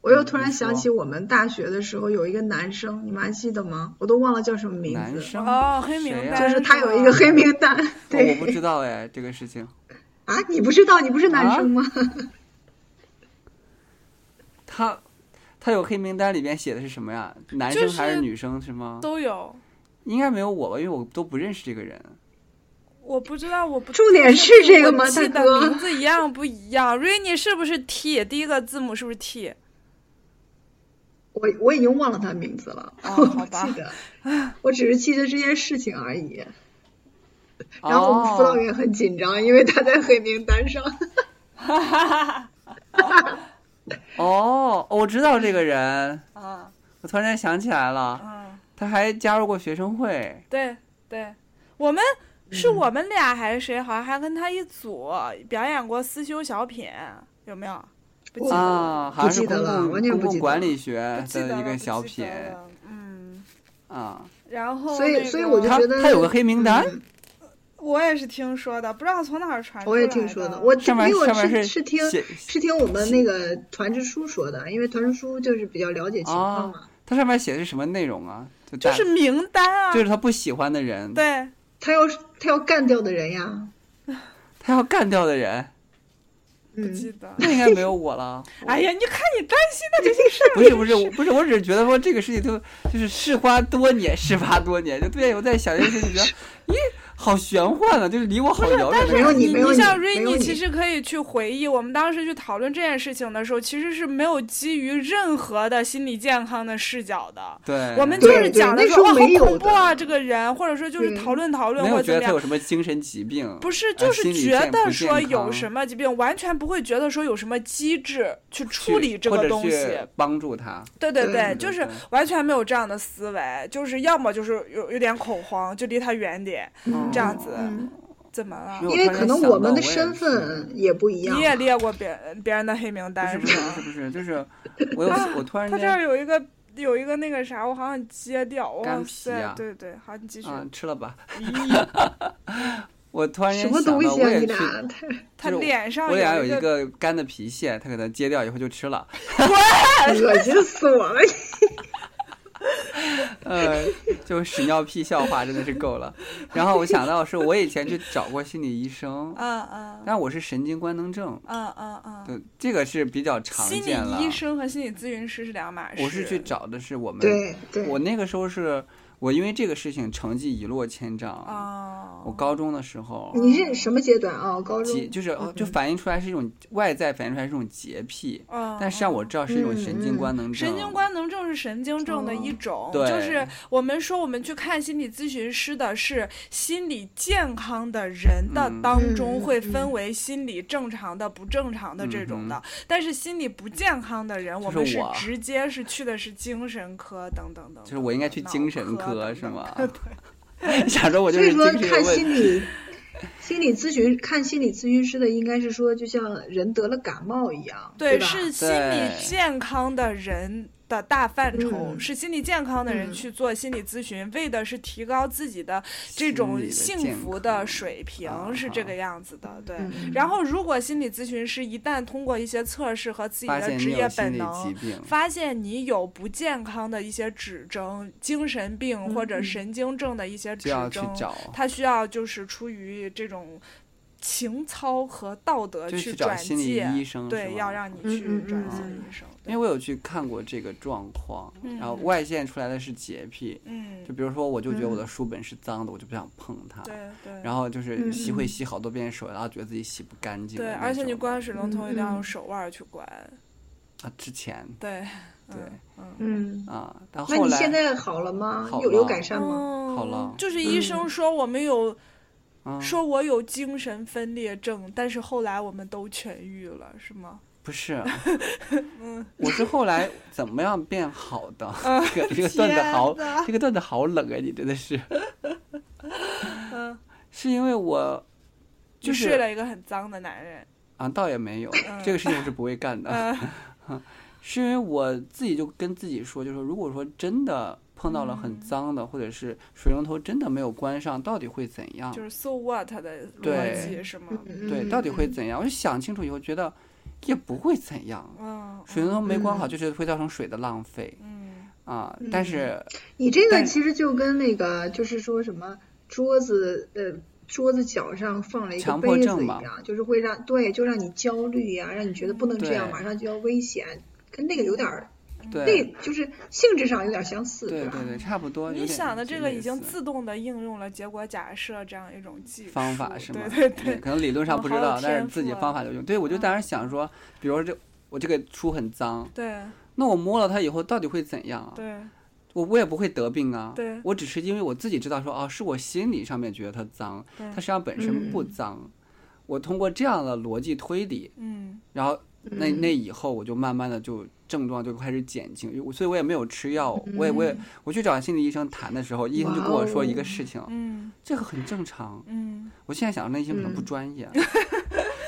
S3: 我又突
S2: 嗯
S3: 然
S2: 你
S3: 想
S2: 说
S3: 起我们大学的时候有一个男生，你们还记得吗？我都忘了叫什么名
S2: 男
S3: 字，
S2: 生
S1: 哦黑名
S2: 谁呀、啊
S1: 单
S3: 就是他有一
S1: 是
S3: 个
S1: 吧
S3: 黑名单。
S2: 哦我
S3: 对
S2: 不知道哎，这个事情
S3: 啊，你不知道，你不是
S2: 啊
S3: 男生吗？ [LAUGHS]
S2: 他他有黑名单里边写的是什么呀？男
S1: 就
S2: 生还是
S1: 是
S2: 女生是吗？
S1: 都有。
S2: 应该没有我吧，因为我都不认识这个人。
S1: 我不知道，我不
S3: 重点是这个吗
S1: 我记
S3: 大
S1: 得
S3: 哥
S1: 名字一样不一样？Rainy 是不是 T？第一个字母是不是 T？
S3: 我我已经忘了他名字了，
S1: 哦
S3: 我
S1: 好
S3: 不
S1: 吧
S3: 记得，我只是记得这件事情而已。然后我们辅导
S2: 哦，
S3: 员很紧张，因为他在黑名单上。
S2: 哦，我知道这个人，
S1: 啊，
S2: 我突然间想起来了，
S1: 嗯，
S2: 他还加入过学生会。
S1: 对对，我们是我们俩还是谁？好像还跟他一组表演过思修小品，有没有？不记得了，
S2: 啊，
S3: 不
S2: 好像是
S3: 记得
S2: 公
S3: 了
S2: 共
S3: 完全
S2: 公
S3: 不
S2: 共
S3: 记得
S2: 管
S3: 了
S2: 理学
S1: 不记得
S2: 的
S1: 了
S2: 一个小
S1: 不记
S2: 品
S1: 得了嗯，
S2: 啊，
S1: 然后
S3: 所以
S1: 那
S3: 所以
S1: 个
S3: 我就
S2: 他
S3: 觉得
S2: 他有个黑名单，
S3: 嗯
S1: 我也是听说的，不知道从哪儿传出来
S3: 我也听说的，我
S2: 上面
S3: 因为
S2: 上
S3: 我
S2: 面
S3: 是
S2: 是
S3: 是听
S2: 写
S3: 是听我们那个团支书说的，因为团支书就是比较了解情况嘛，
S2: 啊，它上面写的是什么内容啊？就
S1: 就
S2: 大
S1: 是名单啊，
S2: 就是他不喜欢的人，
S1: 对，
S3: 他要他要干掉的人呀，
S2: 他要干掉的人，
S1: 不
S3: 嗯，
S1: 记得。
S2: 那应该没有我
S1: [LAUGHS]
S2: 了。
S1: 哎呀，你看你担心的这些事儿， [LAUGHS]
S2: 不是不是我不是，我只是觉得说这个事情就就是事发多年，事发多年，就对我在想这个事情，觉得，咦，好玄幻啊，就是离我好遥远的
S3: 没有
S2: 感觉。
S3: 你
S1: 你
S3: 没有
S1: 你像
S3: 没有
S1: Rainy，
S3: 你
S1: 其实可以去回忆，我们当时去讨论这件事情的时候，其实是没有基于任何的心理健康的视角的。
S2: 对，
S1: 我们就是
S3: 对对
S1: 讲的
S3: 那
S1: 说
S3: 时候
S1: 哇，好
S3: 没有
S1: 恐怖啊，
S3: 的嗯
S1: 这个人，或者说就是
S3: 对
S1: 讨论讨论
S2: 没
S1: 或
S2: 有
S1: 者怎
S2: 觉得
S1: 么
S2: 他
S1: 样
S2: 有，什么精神疾病，
S1: 不是
S2: 呃
S1: 就是
S2: 心理
S1: 觉
S2: 健
S1: 得
S2: 不
S1: 说
S2: 健
S1: 有
S2: 康
S1: 什么疾病，完全不会觉得说有什么机制去
S2: 去
S1: 处理这
S2: 或
S1: 个
S2: 者
S1: 东
S2: 去嗯
S1: 西。
S2: 帮助他。
S1: 对对
S3: 对
S1: 对，
S3: 对
S1: 就是
S2: 对
S1: 完全没有这样的思维，就是要么就是有有点恐慌，就离他远点，这样子。
S3: 嗯
S1: 怎么了
S2: 没？有
S3: 因为
S2: 突然
S3: 可能
S2: 想
S3: 我
S2: 到
S3: 们的
S2: 也
S3: 身
S2: 是
S3: 份也不一样
S1: 你
S3: 嘛。
S1: 也列过别别人的黑名单
S2: 不
S1: 是
S2: 是
S1: 吗？
S2: 不是不是不是，就是我有我突然
S1: 他
S2: 间
S1: 这儿有一个有一个那个啥，我好像接掉，哇
S2: 干皮
S1: 塞，
S2: 呀
S1: 对对，好，你继续。
S2: 啊吃了吧，
S1: 咦，
S2: [LAUGHS] 我突然间
S3: 什
S2: 想
S3: 么
S2: 到
S3: 东西
S2: 我
S3: 啊？
S2: 也
S3: 你
S2: 去，
S3: 俩太
S1: 他
S2: 就是
S1: 脸上
S2: 我俩有
S1: 有
S2: 一
S1: 个
S2: 个干的皮屑，他给它揭掉以后就吃了。
S3: 恶心死
S2: [LAUGHS]
S3: 我了！
S2: 呃，就屎尿屁笑话真的是够了。然后我想到是我以前去找过心理医生，
S1: 嗯嗯
S2: 但我是神经官能症，
S1: 嗯嗯嗯，
S2: 对，这个是比较常
S1: 心
S2: 见了
S1: 理医。生和心理咨询师是两码事。
S2: 我是去找的是我们，
S3: 对对，
S2: 我那个时候是我因为这个事情成绩一落千丈。
S1: 哦，
S2: 我高中的时候，
S3: 你是什么阶段啊？高
S2: 洁
S3: 中
S2: 就是就反映出来是一种外在反映出来是一种洁癖，
S1: 嗯，
S2: 但实际上我
S1: 嗯
S2: 知道是一种神经
S3: 嗯嗯
S2: 官能症。
S1: 神经官能症是神经症的一种，
S2: 哦对
S1: 就是我们说我们去看心理咨询师的是心理健康的人的
S2: 嗯
S1: 当中
S3: 嗯
S1: 会
S3: 嗯
S1: 分为心理正常的、不正常的这种的，但是心理不健康的人，我们
S2: 嗯就是
S1: 是
S2: 我
S1: 直接是去的是精神科等等等等，
S2: 就是我应该去
S1: 脑
S2: 精神
S1: 科
S2: 科
S1: 等
S2: 是
S1: 等
S2: 吗？ [LAUGHS] 想着我就
S3: 所
S2: 是
S3: 以
S2: 精
S3: 说
S2: 神有
S3: 看
S2: 问题。
S3: 心理心理咨询看心理咨询师的，应该是说就像人得了感冒一样，
S1: 对，
S3: 吧？
S1: 是心理
S2: 对
S1: 健康的人的大范畴，
S3: 嗯
S1: 是心理健康的人
S3: 嗯
S1: 去做心理咨询，为的是提高自己的这
S2: 心理
S1: 种
S2: 的
S1: 幸
S2: 健
S1: 福
S2: 康
S1: 的水平，
S2: 啊
S1: 是这个
S2: 啊
S1: 样子的。对，
S3: 嗯
S1: 然后如果心理咨询师一旦通过一些测试和自己
S2: 发
S1: 的
S2: 现
S1: 职
S2: 你有
S1: 业
S2: 心
S1: 本
S2: 理疾
S1: 能。
S2: 病，
S1: 发现你有不健康的一些指征，精神病或者
S3: 嗯
S1: 神经症的一些指
S2: 就要去
S1: 征，
S2: 找，
S1: 他需要就是出于这种情操和道德
S2: 就去找
S1: 转
S2: 心理
S1: 介，
S2: 医生，是
S1: 对，
S2: 吗
S1: 要让你
S3: 嗯
S1: 去
S3: 嗯
S1: 转
S3: 嗯
S1: 心理
S2: 嗯
S1: 医生。
S2: 因为我有去看过这个状况，
S1: 嗯
S2: 然后外现出来的是洁癖，
S1: 嗯
S2: 就，比如说我就觉得我的书本是脏的，我就不想碰它，
S1: 对对。
S2: 然后就是
S3: 嗯
S2: 洗会
S3: 嗯
S2: 洗好多遍手，然后觉得自己洗不干净的
S1: 对，
S2: 那种。
S1: 而且你关水龙头一定要用
S3: 嗯嗯
S1: 手腕儿去关。
S2: 啊之前
S1: 对，
S2: 对
S1: 嗯嗯。
S3: 嗯，
S2: 啊，但
S3: 那
S2: 后
S3: 你
S2: 来
S3: 现在好了吗？
S2: 好
S3: 有有
S2: 了
S3: 改善吗？
S1: 嗯
S2: 好了
S1: 就是医生说我们有，
S2: 啊
S1: 说我有精神分裂症，但是后来我们都痊愈了，是吗？
S2: 不是，
S1: [LAUGHS] 嗯
S2: 我是后来怎么样变好的？ [LAUGHS] 这个
S1: [LAUGHS]
S2: 这个段子
S1: 天
S2: 好
S1: 哪，
S2: 这个段子好冷啊！你真的是，
S1: 嗯
S2: 是因为我就
S1: 你睡
S2: 是
S1: 了一个很脏的男人，
S2: 啊，倒也没有
S1: 嗯
S2: 这个事情我是不会干 [LAUGHS] 的，
S1: 嗯
S2: 是因为我自己就跟自己说，就是说如果说真的碰到了很
S1: 嗯
S2: 脏的，或者是水龙头真的没有关上，到底会怎样
S1: 就？是 so what 的逻
S2: 对
S1: 辑是吗？
S3: 嗯
S2: 对，
S3: 嗯
S2: 到底会
S3: 嗯
S2: 怎样？我就想清楚以后，觉得也不会怎样。
S1: 嗯
S2: 水龙头没关好，
S3: 嗯
S2: 就是会造成水的浪费
S1: 嗯，
S2: 啊。但是
S3: 你这个
S2: 但
S3: 其实就跟那个就是说什么桌子呃桌子脚上放了一个
S2: 强迫
S3: 杯
S2: 症
S3: 子一
S2: 嘛
S3: 样，就是会让对就让你焦虑呀、让你觉得不能这样，
S2: 对
S3: 马上就要危险，跟那个有点儿，
S1: 嗯
S2: 对
S3: 那就是性质上有点相似，
S2: 对
S3: 吧
S2: 对？对，差不多。有
S1: 你
S2: 点
S1: 想的这个
S2: 类
S1: 已经
S2: 似
S1: 自动的应用了结果假设这样一种技术
S2: 方法是吗？
S1: 对对对，
S2: 可能理论上不知
S1: 我们好
S2: 道
S1: 有，
S2: 但
S1: 天
S2: 是自己
S1: 赋啊
S2: 方法就用。对，我就当时想说，比如说这我这个书很脏，
S1: 对
S2: 那我摸了它以后到底会怎样啊？
S1: 对
S2: 我我也不会得病啊。
S1: 对
S2: 我只是因为我自己知道说，哦，是我心理上面觉得它脏，
S1: 对
S2: 它实际上本身不
S3: 嗯
S2: 脏。我通过这样的逻辑推理，
S1: 嗯
S2: 然后那
S3: 嗯
S2: 那以后我就慢慢的就症状就开始减轻，因为我所以我也没有吃药，
S3: 嗯
S2: 我也我也我去找心理医生谈的时候，医生就跟我说一个事情，
S3: 哦
S1: 嗯
S2: 这个很正常。
S1: 嗯，
S2: 我现在想，那医生可能不
S3: 嗯
S2: 专
S3: [LAUGHS]
S2: 业。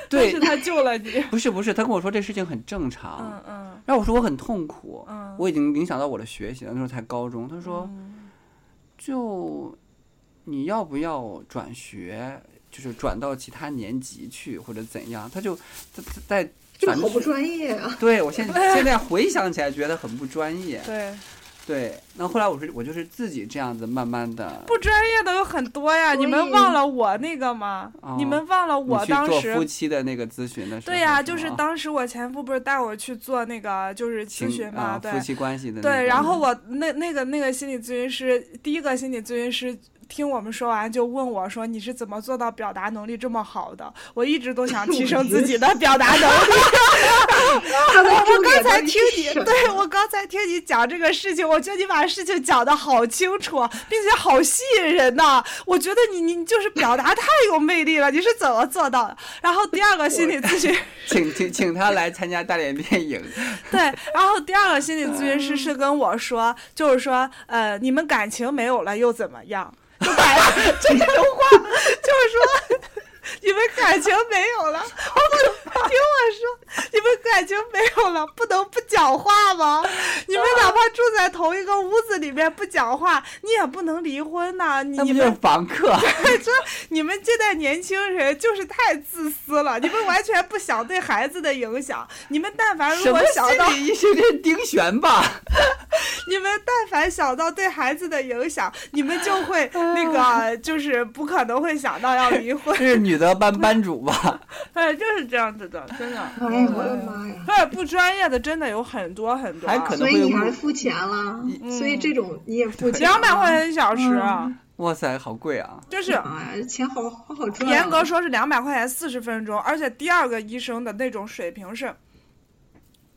S1: 但
S2: 对
S1: 是，他救了
S2: [LAUGHS]
S1: 你，
S2: 不是不是，他跟我说这事情很正常，
S1: 嗯嗯
S2: 然后我说我很痛苦，
S1: 嗯，
S2: 我已经影响到我的学习了，那时候才高中。他说、
S1: 嗯
S2: 就你要不要转学，就是转到其他年级去或者怎样？他就他他在
S3: 这个
S2: 转
S3: 好不
S2: 学
S3: 专业啊！
S2: [LAUGHS] 对我现在现在回想起来觉得很不专业。
S1: 对，
S2: 对，那后来我是我就是自己这样子慢慢的，
S1: 不专业的有很多呀，
S3: 所以
S1: 你们忘了我那个吗？
S2: 哦
S1: 你们忘了
S2: 你
S1: 我
S2: 去
S1: 当
S2: 做夫
S1: 时。
S2: 妻的那个咨询的时候，
S1: 对呀、
S2: 吗哦
S1: 就是当时我前夫不是带我去做那个就是咨
S2: 情
S1: 询嘛，
S2: 啊
S1: 对
S2: 夫妻关系的那
S1: 对，
S2: 个
S1: 然后我那那个那个心理咨询师，第一个心理咨询师听我们说完就问我说你是怎么做到表达能力这么好的？我一直都想提升自己的表达能力。
S3: 他的
S1: 我
S3: 重
S1: 刚才
S3: 点到底
S1: 听
S3: 是
S1: 你
S3: 什，么
S1: 对我刚才听你讲这个事情，我觉得你把事情讲得好清楚，并且好吸引人呐、我觉得你你就是表达太有魅力了，你是怎么做到的？然后第二个心理咨询，
S2: 请请请他来参加大连
S1: [LAUGHS]
S2: 电影，
S1: 对，然后第二个心理咨询师是跟我说，就是说，呃，你们感情没有了又怎么样？就感 [LAUGHS] 这种话，就是说。你们感情没有了，我不能听我说，你们感情没有了，不能不讲话吗？你们
S2: 嗯
S1: 哪怕住在同一个屋子里面不讲话，你也不能离婚呐、你
S2: 那不
S1: 你
S2: 就是
S1: 们
S2: 房客？
S1: 说 [LAUGHS] 你们这代年轻人就是太自私了，你们完全不想对孩子的影响。你们但凡
S2: 什
S1: 如
S2: 么
S1: 果想到
S2: 心理医生？这是丁璇吧？
S1: 你们但凡想到对孩子的影响，你们就 [LAUGHS] 会那个，就是不可能会想到要离婚 [LAUGHS]
S2: [LAUGHS] 这，是女的班班主吧？
S1: 对，哎就是这样子的，真的。
S3: 哎呀，我的妈呀！
S1: 对，不专业的真的有很多很多啊，
S2: 还可能
S3: 所以
S2: 会嗯
S3: 你
S2: 误
S3: 还付钱了，所以这种你也付钱了，
S1: 两百块钱一小时啊，
S2: 哇塞，好贵啊！
S1: 就是
S3: 啊，钱好好好赚啊。
S1: 严格说是两百块钱四十分钟，而且第二个医生的那种水平是。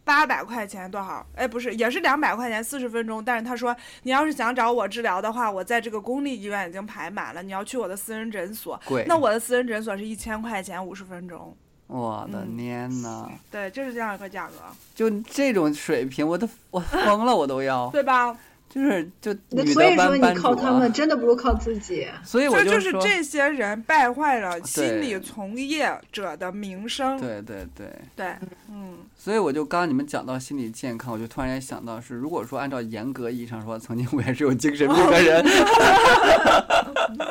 S1: 八百块钱多少？哎，不是，也是两百块钱四十分钟。但是他说，你要是想找我治疗的话，我在这个公立医院已经排满了，你要去我的私人诊所。
S2: 贵
S1: 那我的私人诊所是一千块钱五十分钟。
S2: 我的
S3: 嗯
S2: 天呐，
S1: 对，就是这样一个价格，
S2: 就这种水平，我都
S3: [LAUGHS]
S2: 我疯了，我都要。
S1: 对吧？
S2: 就是就
S3: 那
S2: 女
S3: 所
S2: 的
S3: 以说
S2: 班班
S3: 你
S2: 主、
S3: 靠他们
S2: 啊，
S3: 真的不如靠自己。
S2: 所以我
S1: 这就
S2: 就是说，
S1: 这些人败坏了心理
S2: 对
S1: 从业者的名声。
S2: 对对对，
S1: 对，嗯，
S2: 所以我就刚刚你们讲到心理健康，我就突然间想到是，如果说按照严格意义上说，曾经我也是有精神病
S3: [LAUGHS]
S2: 的人，
S1: 嗯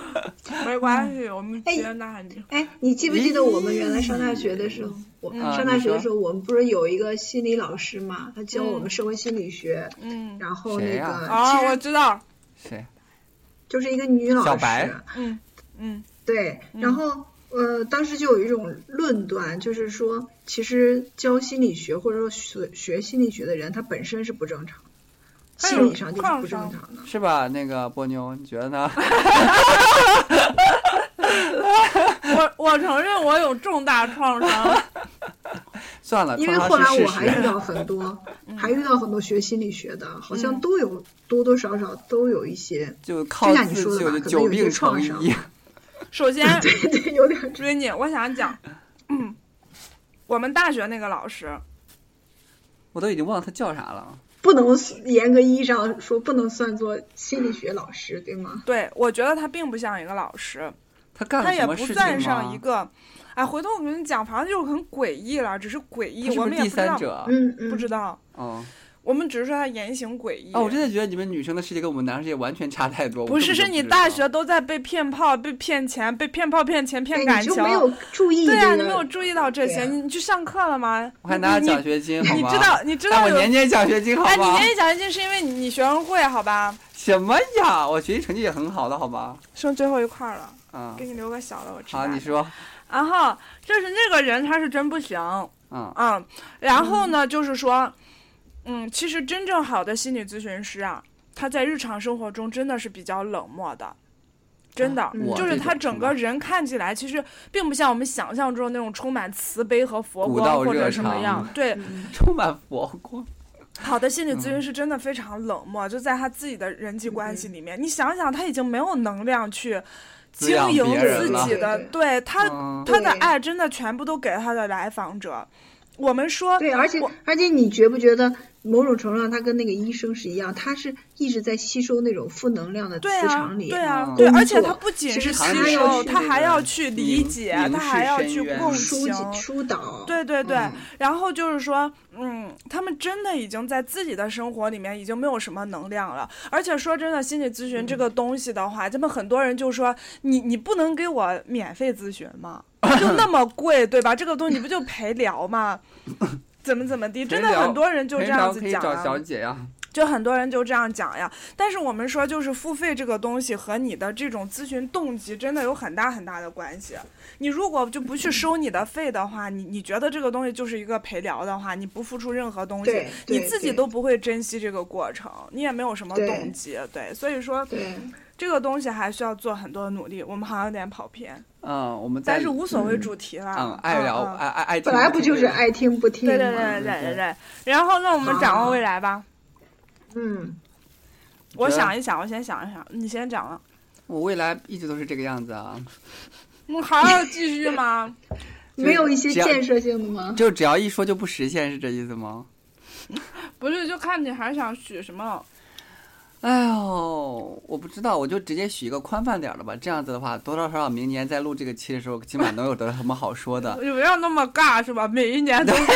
S1: 没关系，我们
S3: 哎
S1: 接纳很久。
S3: 哎，你记不记得我们原来上大学的时候，我
S2: 嗯
S3: 上大学的时候，我们不是有一个心理老师嘛？他教我们社会心理学，
S1: 嗯， [LAUGHS]
S3: 然后那
S2: 嗯谁啊
S3: 个、
S2: 呀
S1: 哦，我
S3: 其实
S1: 知道，
S2: 谁？
S3: 就是一个女老师，
S2: 小白
S1: 嗯嗯
S3: 对，然后呃，当时就有一种论断，就是说，其实教心理学或者说学学心理学的人，他本身是不正常的，
S1: 哎
S3: 心
S1: 呦
S3: 理上就是
S1: 创
S3: 不正
S1: 伤
S3: 常的。
S2: 是吧？那个波妞，你觉得呢？
S1: 我我承认我有重大创
S3: [LAUGHS]
S1: 伤，
S2: 算了，
S3: 因为
S2: 创
S3: 后
S2: 伤
S3: 来
S2: 是
S3: 我
S2: 事
S3: 还
S2: 实。
S3: 遇到很多，还遇到很多学心理学的，好
S1: 嗯
S3: 像都有多多少少都有一些，
S2: 就靠
S3: 像你
S2: 自
S3: 说
S2: 救就
S3: 的吧可能
S2: 久
S3: 有些
S2: 病成
S3: 创伤
S2: 医。 [LAUGHS]
S1: 首先
S3: 对对，有点
S1: r a n 我想讲，嗯，我们大学那个老师，
S2: 我都已经忘了他叫啥了。
S3: 不能严格意义上说不能算作心理学老师，对吗？
S1: 对我觉得他并不像一个老师，
S2: 他干
S1: 他
S2: 了
S1: 也
S2: 啊什么
S1: 不
S2: 事情
S1: 算上
S2: 吗
S1: 一个，哎，回头我跟你讲，反正就是很诡异了，只是诡异，
S2: 他是
S1: 我
S2: 不
S1: 们
S2: 是
S1: 也
S2: 第
S1: 不知道
S2: 三，者？
S3: 嗯嗯，
S1: 啊不知道，
S2: 哦，
S1: 我们只是说他言行诡异。
S2: 啊，我真的觉得你们女生的世界跟我们男生世界完全差太多。我
S1: 不是，
S2: 根本
S1: 是
S2: 就
S1: 你
S2: 知
S1: 大
S2: 道
S1: 学都在被骗炮、被骗钱、被骗炮、骗钱、骗
S3: 对
S1: 感
S3: 哎你
S1: 情
S3: 就。没有注意
S1: 对呀、
S3: 这
S1: 你
S3: 个
S1: 没有注意到这些，
S3: 对啊
S1: 你你去上课了吗？
S2: 我还
S1: 你
S2: 拿着
S1: 你
S2: 奖学金，好
S1: [LAUGHS] 你
S2: 吗？
S1: 知道，你知
S2: 但
S1: 道
S2: 我
S1: 有。
S2: 年年奖学金，好
S1: 哎，你
S2: 吗？
S1: 年级奖学金是因为你学生会，好吧？
S2: 什么呀？我学习成绩也很好的，好吧？
S1: 剩最后一块儿了，
S2: 嗯
S1: 给，你留个小的，我吃
S2: 好，
S1: 饭
S2: 你说，
S1: 然后就是那个人，他是真不行，
S2: 嗯，
S1: 嗯，然后呢，就是说，嗯，其实真正好的心理咨询师啊，他在日常生活中真的是比较冷漠的。真的
S3: 嗯，
S1: 就是
S2: 我这
S1: 他
S2: 种
S1: 整
S2: 是
S1: 个
S2: 吗
S1: 人看起来其实并不像我们想象中那种充满慈悲和佛
S2: 古
S1: 光
S2: 道
S1: 或者
S2: 热
S1: 什么
S2: 肠
S1: 样。
S3: 嗯
S1: 对，
S3: [LAUGHS]
S2: 充满佛光，
S1: 好的心理咨询师真的非常冷漠，就在他自己的人际关系里面。你想想，他已经没有能量去
S2: 滋
S1: 经
S2: 养
S1: 营
S2: 别人
S1: 自
S2: 了
S1: 己的，对 [LAUGHS] 他
S2: 嗯，
S1: 他的
S3: 对
S1: 爱真的全部都给他的来访者。我们说，
S3: 对，而且
S1: 我
S3: 而且，你觉不觉得某种程度上，他跟那个医生是一样，他是一直在吸收那种负能量的磁
S1: 对啊
S3: 场，里。
S1: 对啊
S2: 嗯，
S1: 对，
S3: 工
S1: 而且
S3: 作
S1: 他不仅
S3: 其
S1: 是
S3: 实
S1: 吸
S2: 他还要
S1: 收，
S3: 去
S1: 他
S3: 那
S1: 还
S2: 个
S1: 要去理
S2: 凝
S1: 解，
S2: 凝
S1: 他
S2: 视
S1: 还要
S2: 深
S1: 去
S2: 渊
S1: 共
S3: 疏
S1: 情。
S3: 解疏导，
S1: 对对对，
S2: 嗯
S1: 然后就是说，嗯，他们真的已经在自己的生活里面已经没有什么能量了。而且说真的，心理咨询
S2: 嗯
S1: 这个东西的话，他们很多人就说，你你不能给我免费咨询
S2: [LAUGHS]
S1: 吗？就那么贵，对吧？这个东西你不就陪聊
S2: [LAUGHS]
S1: 吗？怎么怎么地，真的
S2: 陪聊
S1: 很多人就
S2: 平
S1: 这样
S2: 常
S1: 子
S2: 可以
S1: 讲、
S2: 找
S1: 啊。
S2: 小姐呀，
S1: 就很多人就这样讲呀，但是我们说，就是付费这个东西和你的这种咨询动机真的有很大很大的关系。你如果就不去收你的费的话，你你觉得这个东西就是一个陪聊的话，你不付出任何东西
S3: 对，
S1: 你
S3: 对
S1: 自己
S3: 对
S1: 都不会珍惜这个过程，你也没有什么
S3: 对
S1: 动机，对，所以说
S3: 对
S1: 这个东西还需要做很多努力。我们好像有点跑偏，
S2: 嗯，我们再
S1: 但是无所谓主题了。
S2: 嗯，爱聊
S1: 嗯嗯
S2: 爱爱爱听听，
S3: 本来不就是爱听不听吗？
S1: 对对对对对对。然后，那我们展望未来吧。
S3: 嗯，
S1: 我想一想，我先想一想，你先讲了。
S2: 我未来一直都是这个样子啊，
S1: [LAUGHS] 你还要继续吗？
S3: 没有一些
S2: 只要
S3: 建设性的
S1: [LAUGHS]
S3: 吗？
S2: 就只要一说就不实现，是这意思吗？
S1: 不是，就看你还想许什么。
S2: 哎呦，我不知道，我就直接许一个宽泛点儿的吧。这样子的话，多多少少明年在录这个期的时候，起码能有得什么好
S1: [LAUGHS]
S2: 说的。
S1: 你不要那么尬是吧？每一年都
S3: [LAUGHS]
S1: 说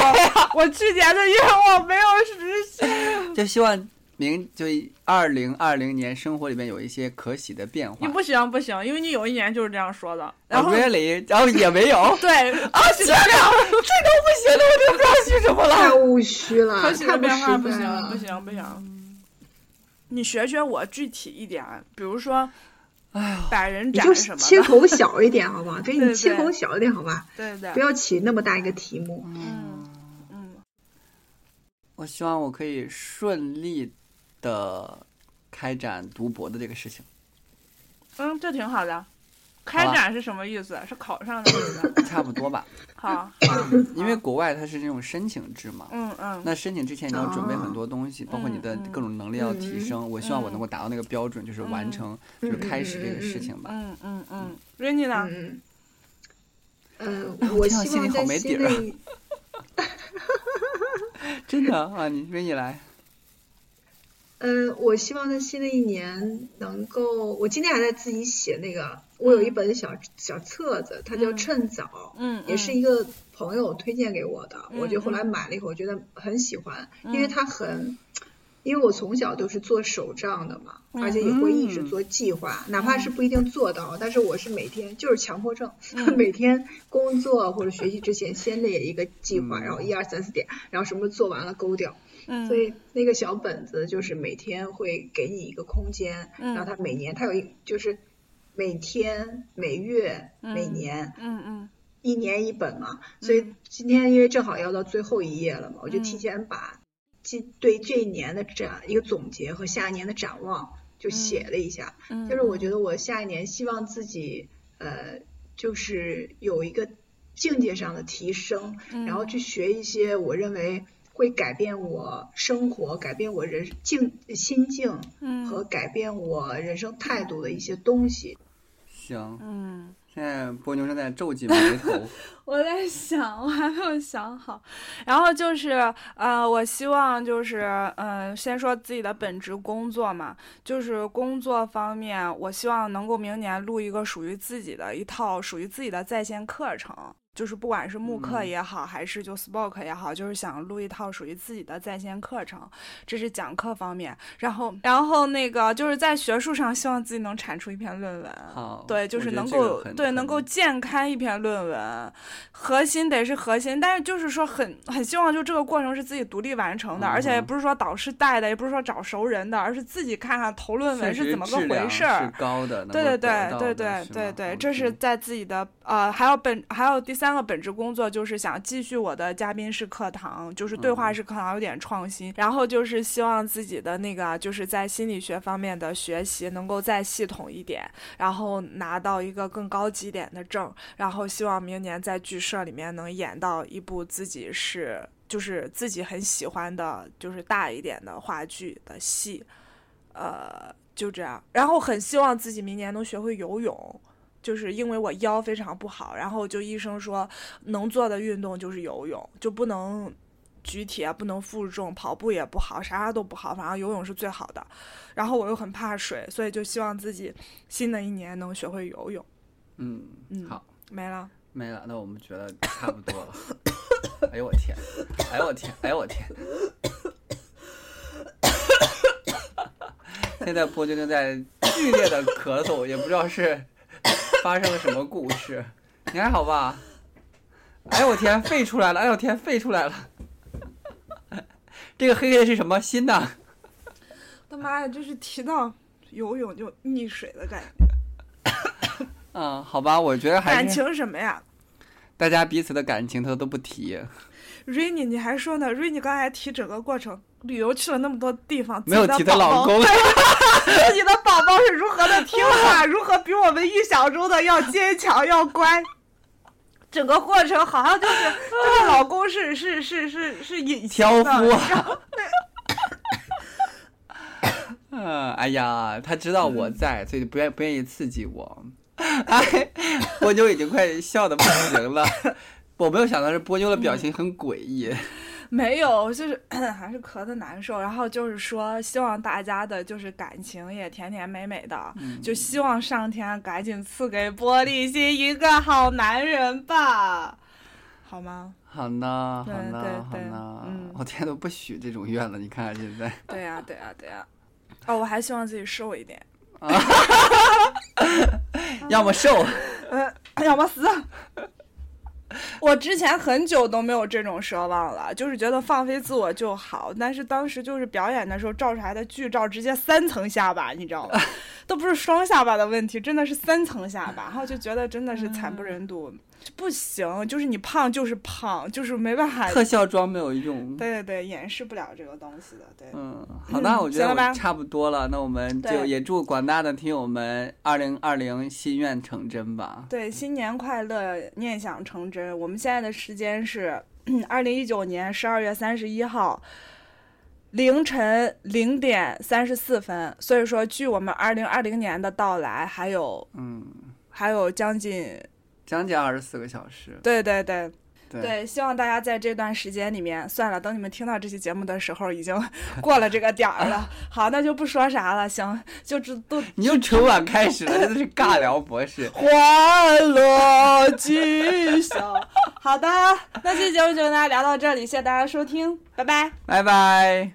S1: 我去年的愿望没有实现。
S2: 就希望明就二零二零年生活里面有一些可喜的变
S1: 你
S2: 化。啊
S1: 不行不行，因为你有一年就是这样说的。然后、
S2: r e a l l y 然后也没有啊，
S1: 对，
S2: 许得了，这都不行了，我都不知道许什么
S3: 太
S2: 了。
S3: 务虚了，
S1: 可喜
S3: 太
S1: 的
S3: 不
S1: 变化
S3: 实
S1: 不
S3: 在
S1: 行不
S3: 了。
S1: 行不行。你学学我具体一点，比如说，哎，百人
S3: 你
S1: 斩
S3: 就
S1: 什么
S3: 切
S1: 的，
S3: 口小一点，好
S1: [LAUGHS]
S3: 吧？对
S1: 对对
S3: 你切口小一点，好吧？
S1: 对对
S3: 不
S1: 对，
S3: 要起那么大一个题目。
S1: 嗯嗯，
S2: 我希望我可以顺利的开展读博的这个事情。
S1: 嗯，这挺好的。开
S2: 好吧
S1: 展是什么意思？是考上的意思。
S2: 差不
S1: [LAUGHS]
S2: 多吧，
S1: 好，
S3: 啊
S2: 因为国外它是那种申请制嘛，
S1: 嗯嗯
S2: 那申请之前你要准备很多东西，包括你的
S1: 嗯嗯
S2: 各种能力要提升。我希望我能够达到那个标准，就是完成，就是开始这个事情吧。
S1: 嗯嗯嗯，Rainy 呢？
S3: 嗯，嗯，呃，我
S2: 这样
S3: 希
S2: 心里
S3: 望
S2: 好
S3: 在
S2: 没底
S3: 新
S2: 儿
S3: 的
S2: 啊
S3: 一
S2: 真的啊，你瑞你来，
S3: 嗯，我希望在新的一年能够，我今天还在自己写那个，我有一本小小册子，它叫
S1: 嗯
S3: 《趁早》，
S1: 嗯，
S3: 也是一个朋友推荐给我的，我就后来买了以后，我觉得很喜欢，
S1: 嗯
S3: 因为它很，因为我从小都是做手账的嘛，
S1: 嗯
S3: 而且也会一直做计划，哪怕是不一定做到，但是我是每天就是强迫症，
S1: 嗯
S3: [LAUGHS] 每天工作或者学习之前先列一个计划，
S2: 嗯
S3: 然后一二三四点，然后什么做完了勾掉。
S1: 嗯，
S3: 所以那个小本子就是每天会给你一个空间，
S1: 嗯
S3: 然后它每年它有一就是每天、每月、每年
S1: 嗯嗯
S3: 一年一本嘛，所以今天因为正好要到最后一页了嘛，我就提前把今对这一年的展一个总结和下一年的展望就写了一下，
S1: 嗯，
S3: 就是我觉得我下一年希望自己呃就是有一个境界上的提升，然后去学一些我认为会改变我生活、改变我人境心境
S1: 嗯
S3: 和改变我人生态度的一些东西。
S2: 行，
S1: 嗯，
S2: 现在波妞正在皱紧眉头，
S1: 我在想，我还没有想好。然后就是，呃，我希望就是，嗯、先说自己的本职工作嘛，就是工作方面，我希望能够明年录一个属于自己的一套属于自己的在线课程，就是不管是慕课
S2: 嗯
S1: 也好，还是就 Spoke 也好，就是想录一套属于自己的在线课程，这是讲课方面。然后，然后那个就是在学术上，希望自己能产出一篇论文。[LAUGHS]
S2: 好，
S1: 对，就
S2: 哦我
S1: 是
S2: 觉得
S1: 能
S2: 这个
S1: 够
S2: 很
S1: 对
S2: 很
S1: 能够健刊一篇论文，核心得是核心，但是就是说很很希望就这个过程是自己独立完成的，而且也
S2: 嗯哼
S1: 不是说导师带的，也不是说找熟人的，而是自己看看投论文
S2: 确
S1: 是
S2: 实
S1: 怎么个
S2: 质量
S1: 回事儿
S2: 是。高的，能
S1: 对
S2: 够
S1: 对
S2: 得
S1: 对
S2: 到
S1: 对
S2: 的
S1: 对
S2: 是
S1: 对
S2: 吗哦
S1: 对，
S2: 好
S1: 这是
S2: 行
S1: 在自己的呃，还有本还有第三个本职工作就是想继续我的嘉宾式课堂，就是对话式课堂有点创新，然后就是希望自己的那个就是在心理学方面的学习能够再系统一点，然后拿到一个更高级一点的证，然后希望明年在剧社里面能演到一部自己是就是自己很喜欢的，就是大一点的话剧的戏，呃，就这样。然后很希望自己明年能学会游泳，就是因为我腰非常不好，然后就医生说能做的运动就是游泳，就不能。举铁不能负重，跑步也不好，啥啥都不好，反正游泳是最好的。然后我又很怕水，所以就希望自己新的一年能学会游泳。
S2: 嗯，
S1: 嗯
S2: 好，
S1: 没了。
S2: 没了，那我们觉得差不多了。 [COUGHS] 哎呦我天，哎呦我天，哎呦我天！现在波就正在剧烈的咳嗽，也不知道是发生了什么故事。你还好吧？哎呦我天，肺出来了！哎呦我天，肺出来了！这个黑黑的是什么？新的？
S1: 他妈呀，就是提到游泳就溺水的感觉，
S2: 嗯，好吧，我觉得还
S1: 感
S2: 是
S1: 情什么呀？
S2: 大家彼此的感情他都不提。
S1: Rainy，你还说呢？Rainy 刚才提整个过程，旅游去了那么多地方，
S2: 没有提她老公，
S1: 自己的宝宝是如何的听话，如何比我们预想中的要坚强、要乖。整个过程好像 [LAUGHS] 就是这个老公是是是是是隐
S2: 挑
S1: 形
S2: 夫
S1: 的，你知道
S2: 啊。嗯，哎呀，他知道
S1: 嗯
S2: 我在，所以不愿不愿意刺激我。 [LAUGHS] 哎，波妞已经快笑的不行了。 [LAUGHS] 我没有想到是波妞的表情很诡
S1: 嗯
S2: 异。
S1: 没有，就是嗯还是咳的难受。然后就是说，希望大家的就是感情也甜甜美美的，就希望上天赶紧赐给玻璃心一个好男人吧，好吗？
S2: [LAUGHS] 好呢，
S1: 对
S2: 好呢，好
S1: 对对
S2: 呢
S1: 嗯。
S2: 我天，都不许这种愿了。你看看啊现在，
S1: 对呀、对呀、对呀、哦，我还希望自己瘦一点，
S2: 要么瘦，
S1: 嗯，要么死。 [LAUGHS] 我之前很久都没有这种奢望了，就是觉得放飞自我就好。但是当时就是表演的时候照出来的剧照，直接三层下巴，你知 [LAUGHS] 道吗？都不是双下巴的问题，真的是三层下巴。然后就觉得真的是惨不忍睹，不行，就是你胖就是胖，就是没办法，
S2: 特效妆没有用。
S1: 对对对，掩饰不了这个东西的。对，
S2: 嗯，好，那我觉得
S1: 行了吧
S2: 我差不多了，那我们就
S1: 对
S2: 也祝广大的听友们二零二零心愿成真吧。
S1: 对，新年快乐，念想成真。我们现在的时间是二零一九年十二月三十一号凌晨零点三十四分，所以说，距我们二零二零年的到来还有
S2: 嗯，
S1: 还有将近，
S2: 将近二十四个小时。
S1: 对对对
S2: 对
S1: 对，希望大家在这段时间里面，算了，等你们听到这期节目的时候，已经 [LAUGHS] 过了这个点儿了。好，那就不说啥了，行，就只都
S2: 你又春晚开始了，真的是尬聊博士。
S1: [LAUGHS] 欢乐今宵。好的，那这期节目就跟大家聊到这里，谢谢大家收听，拜拜。
S2: 拜拜。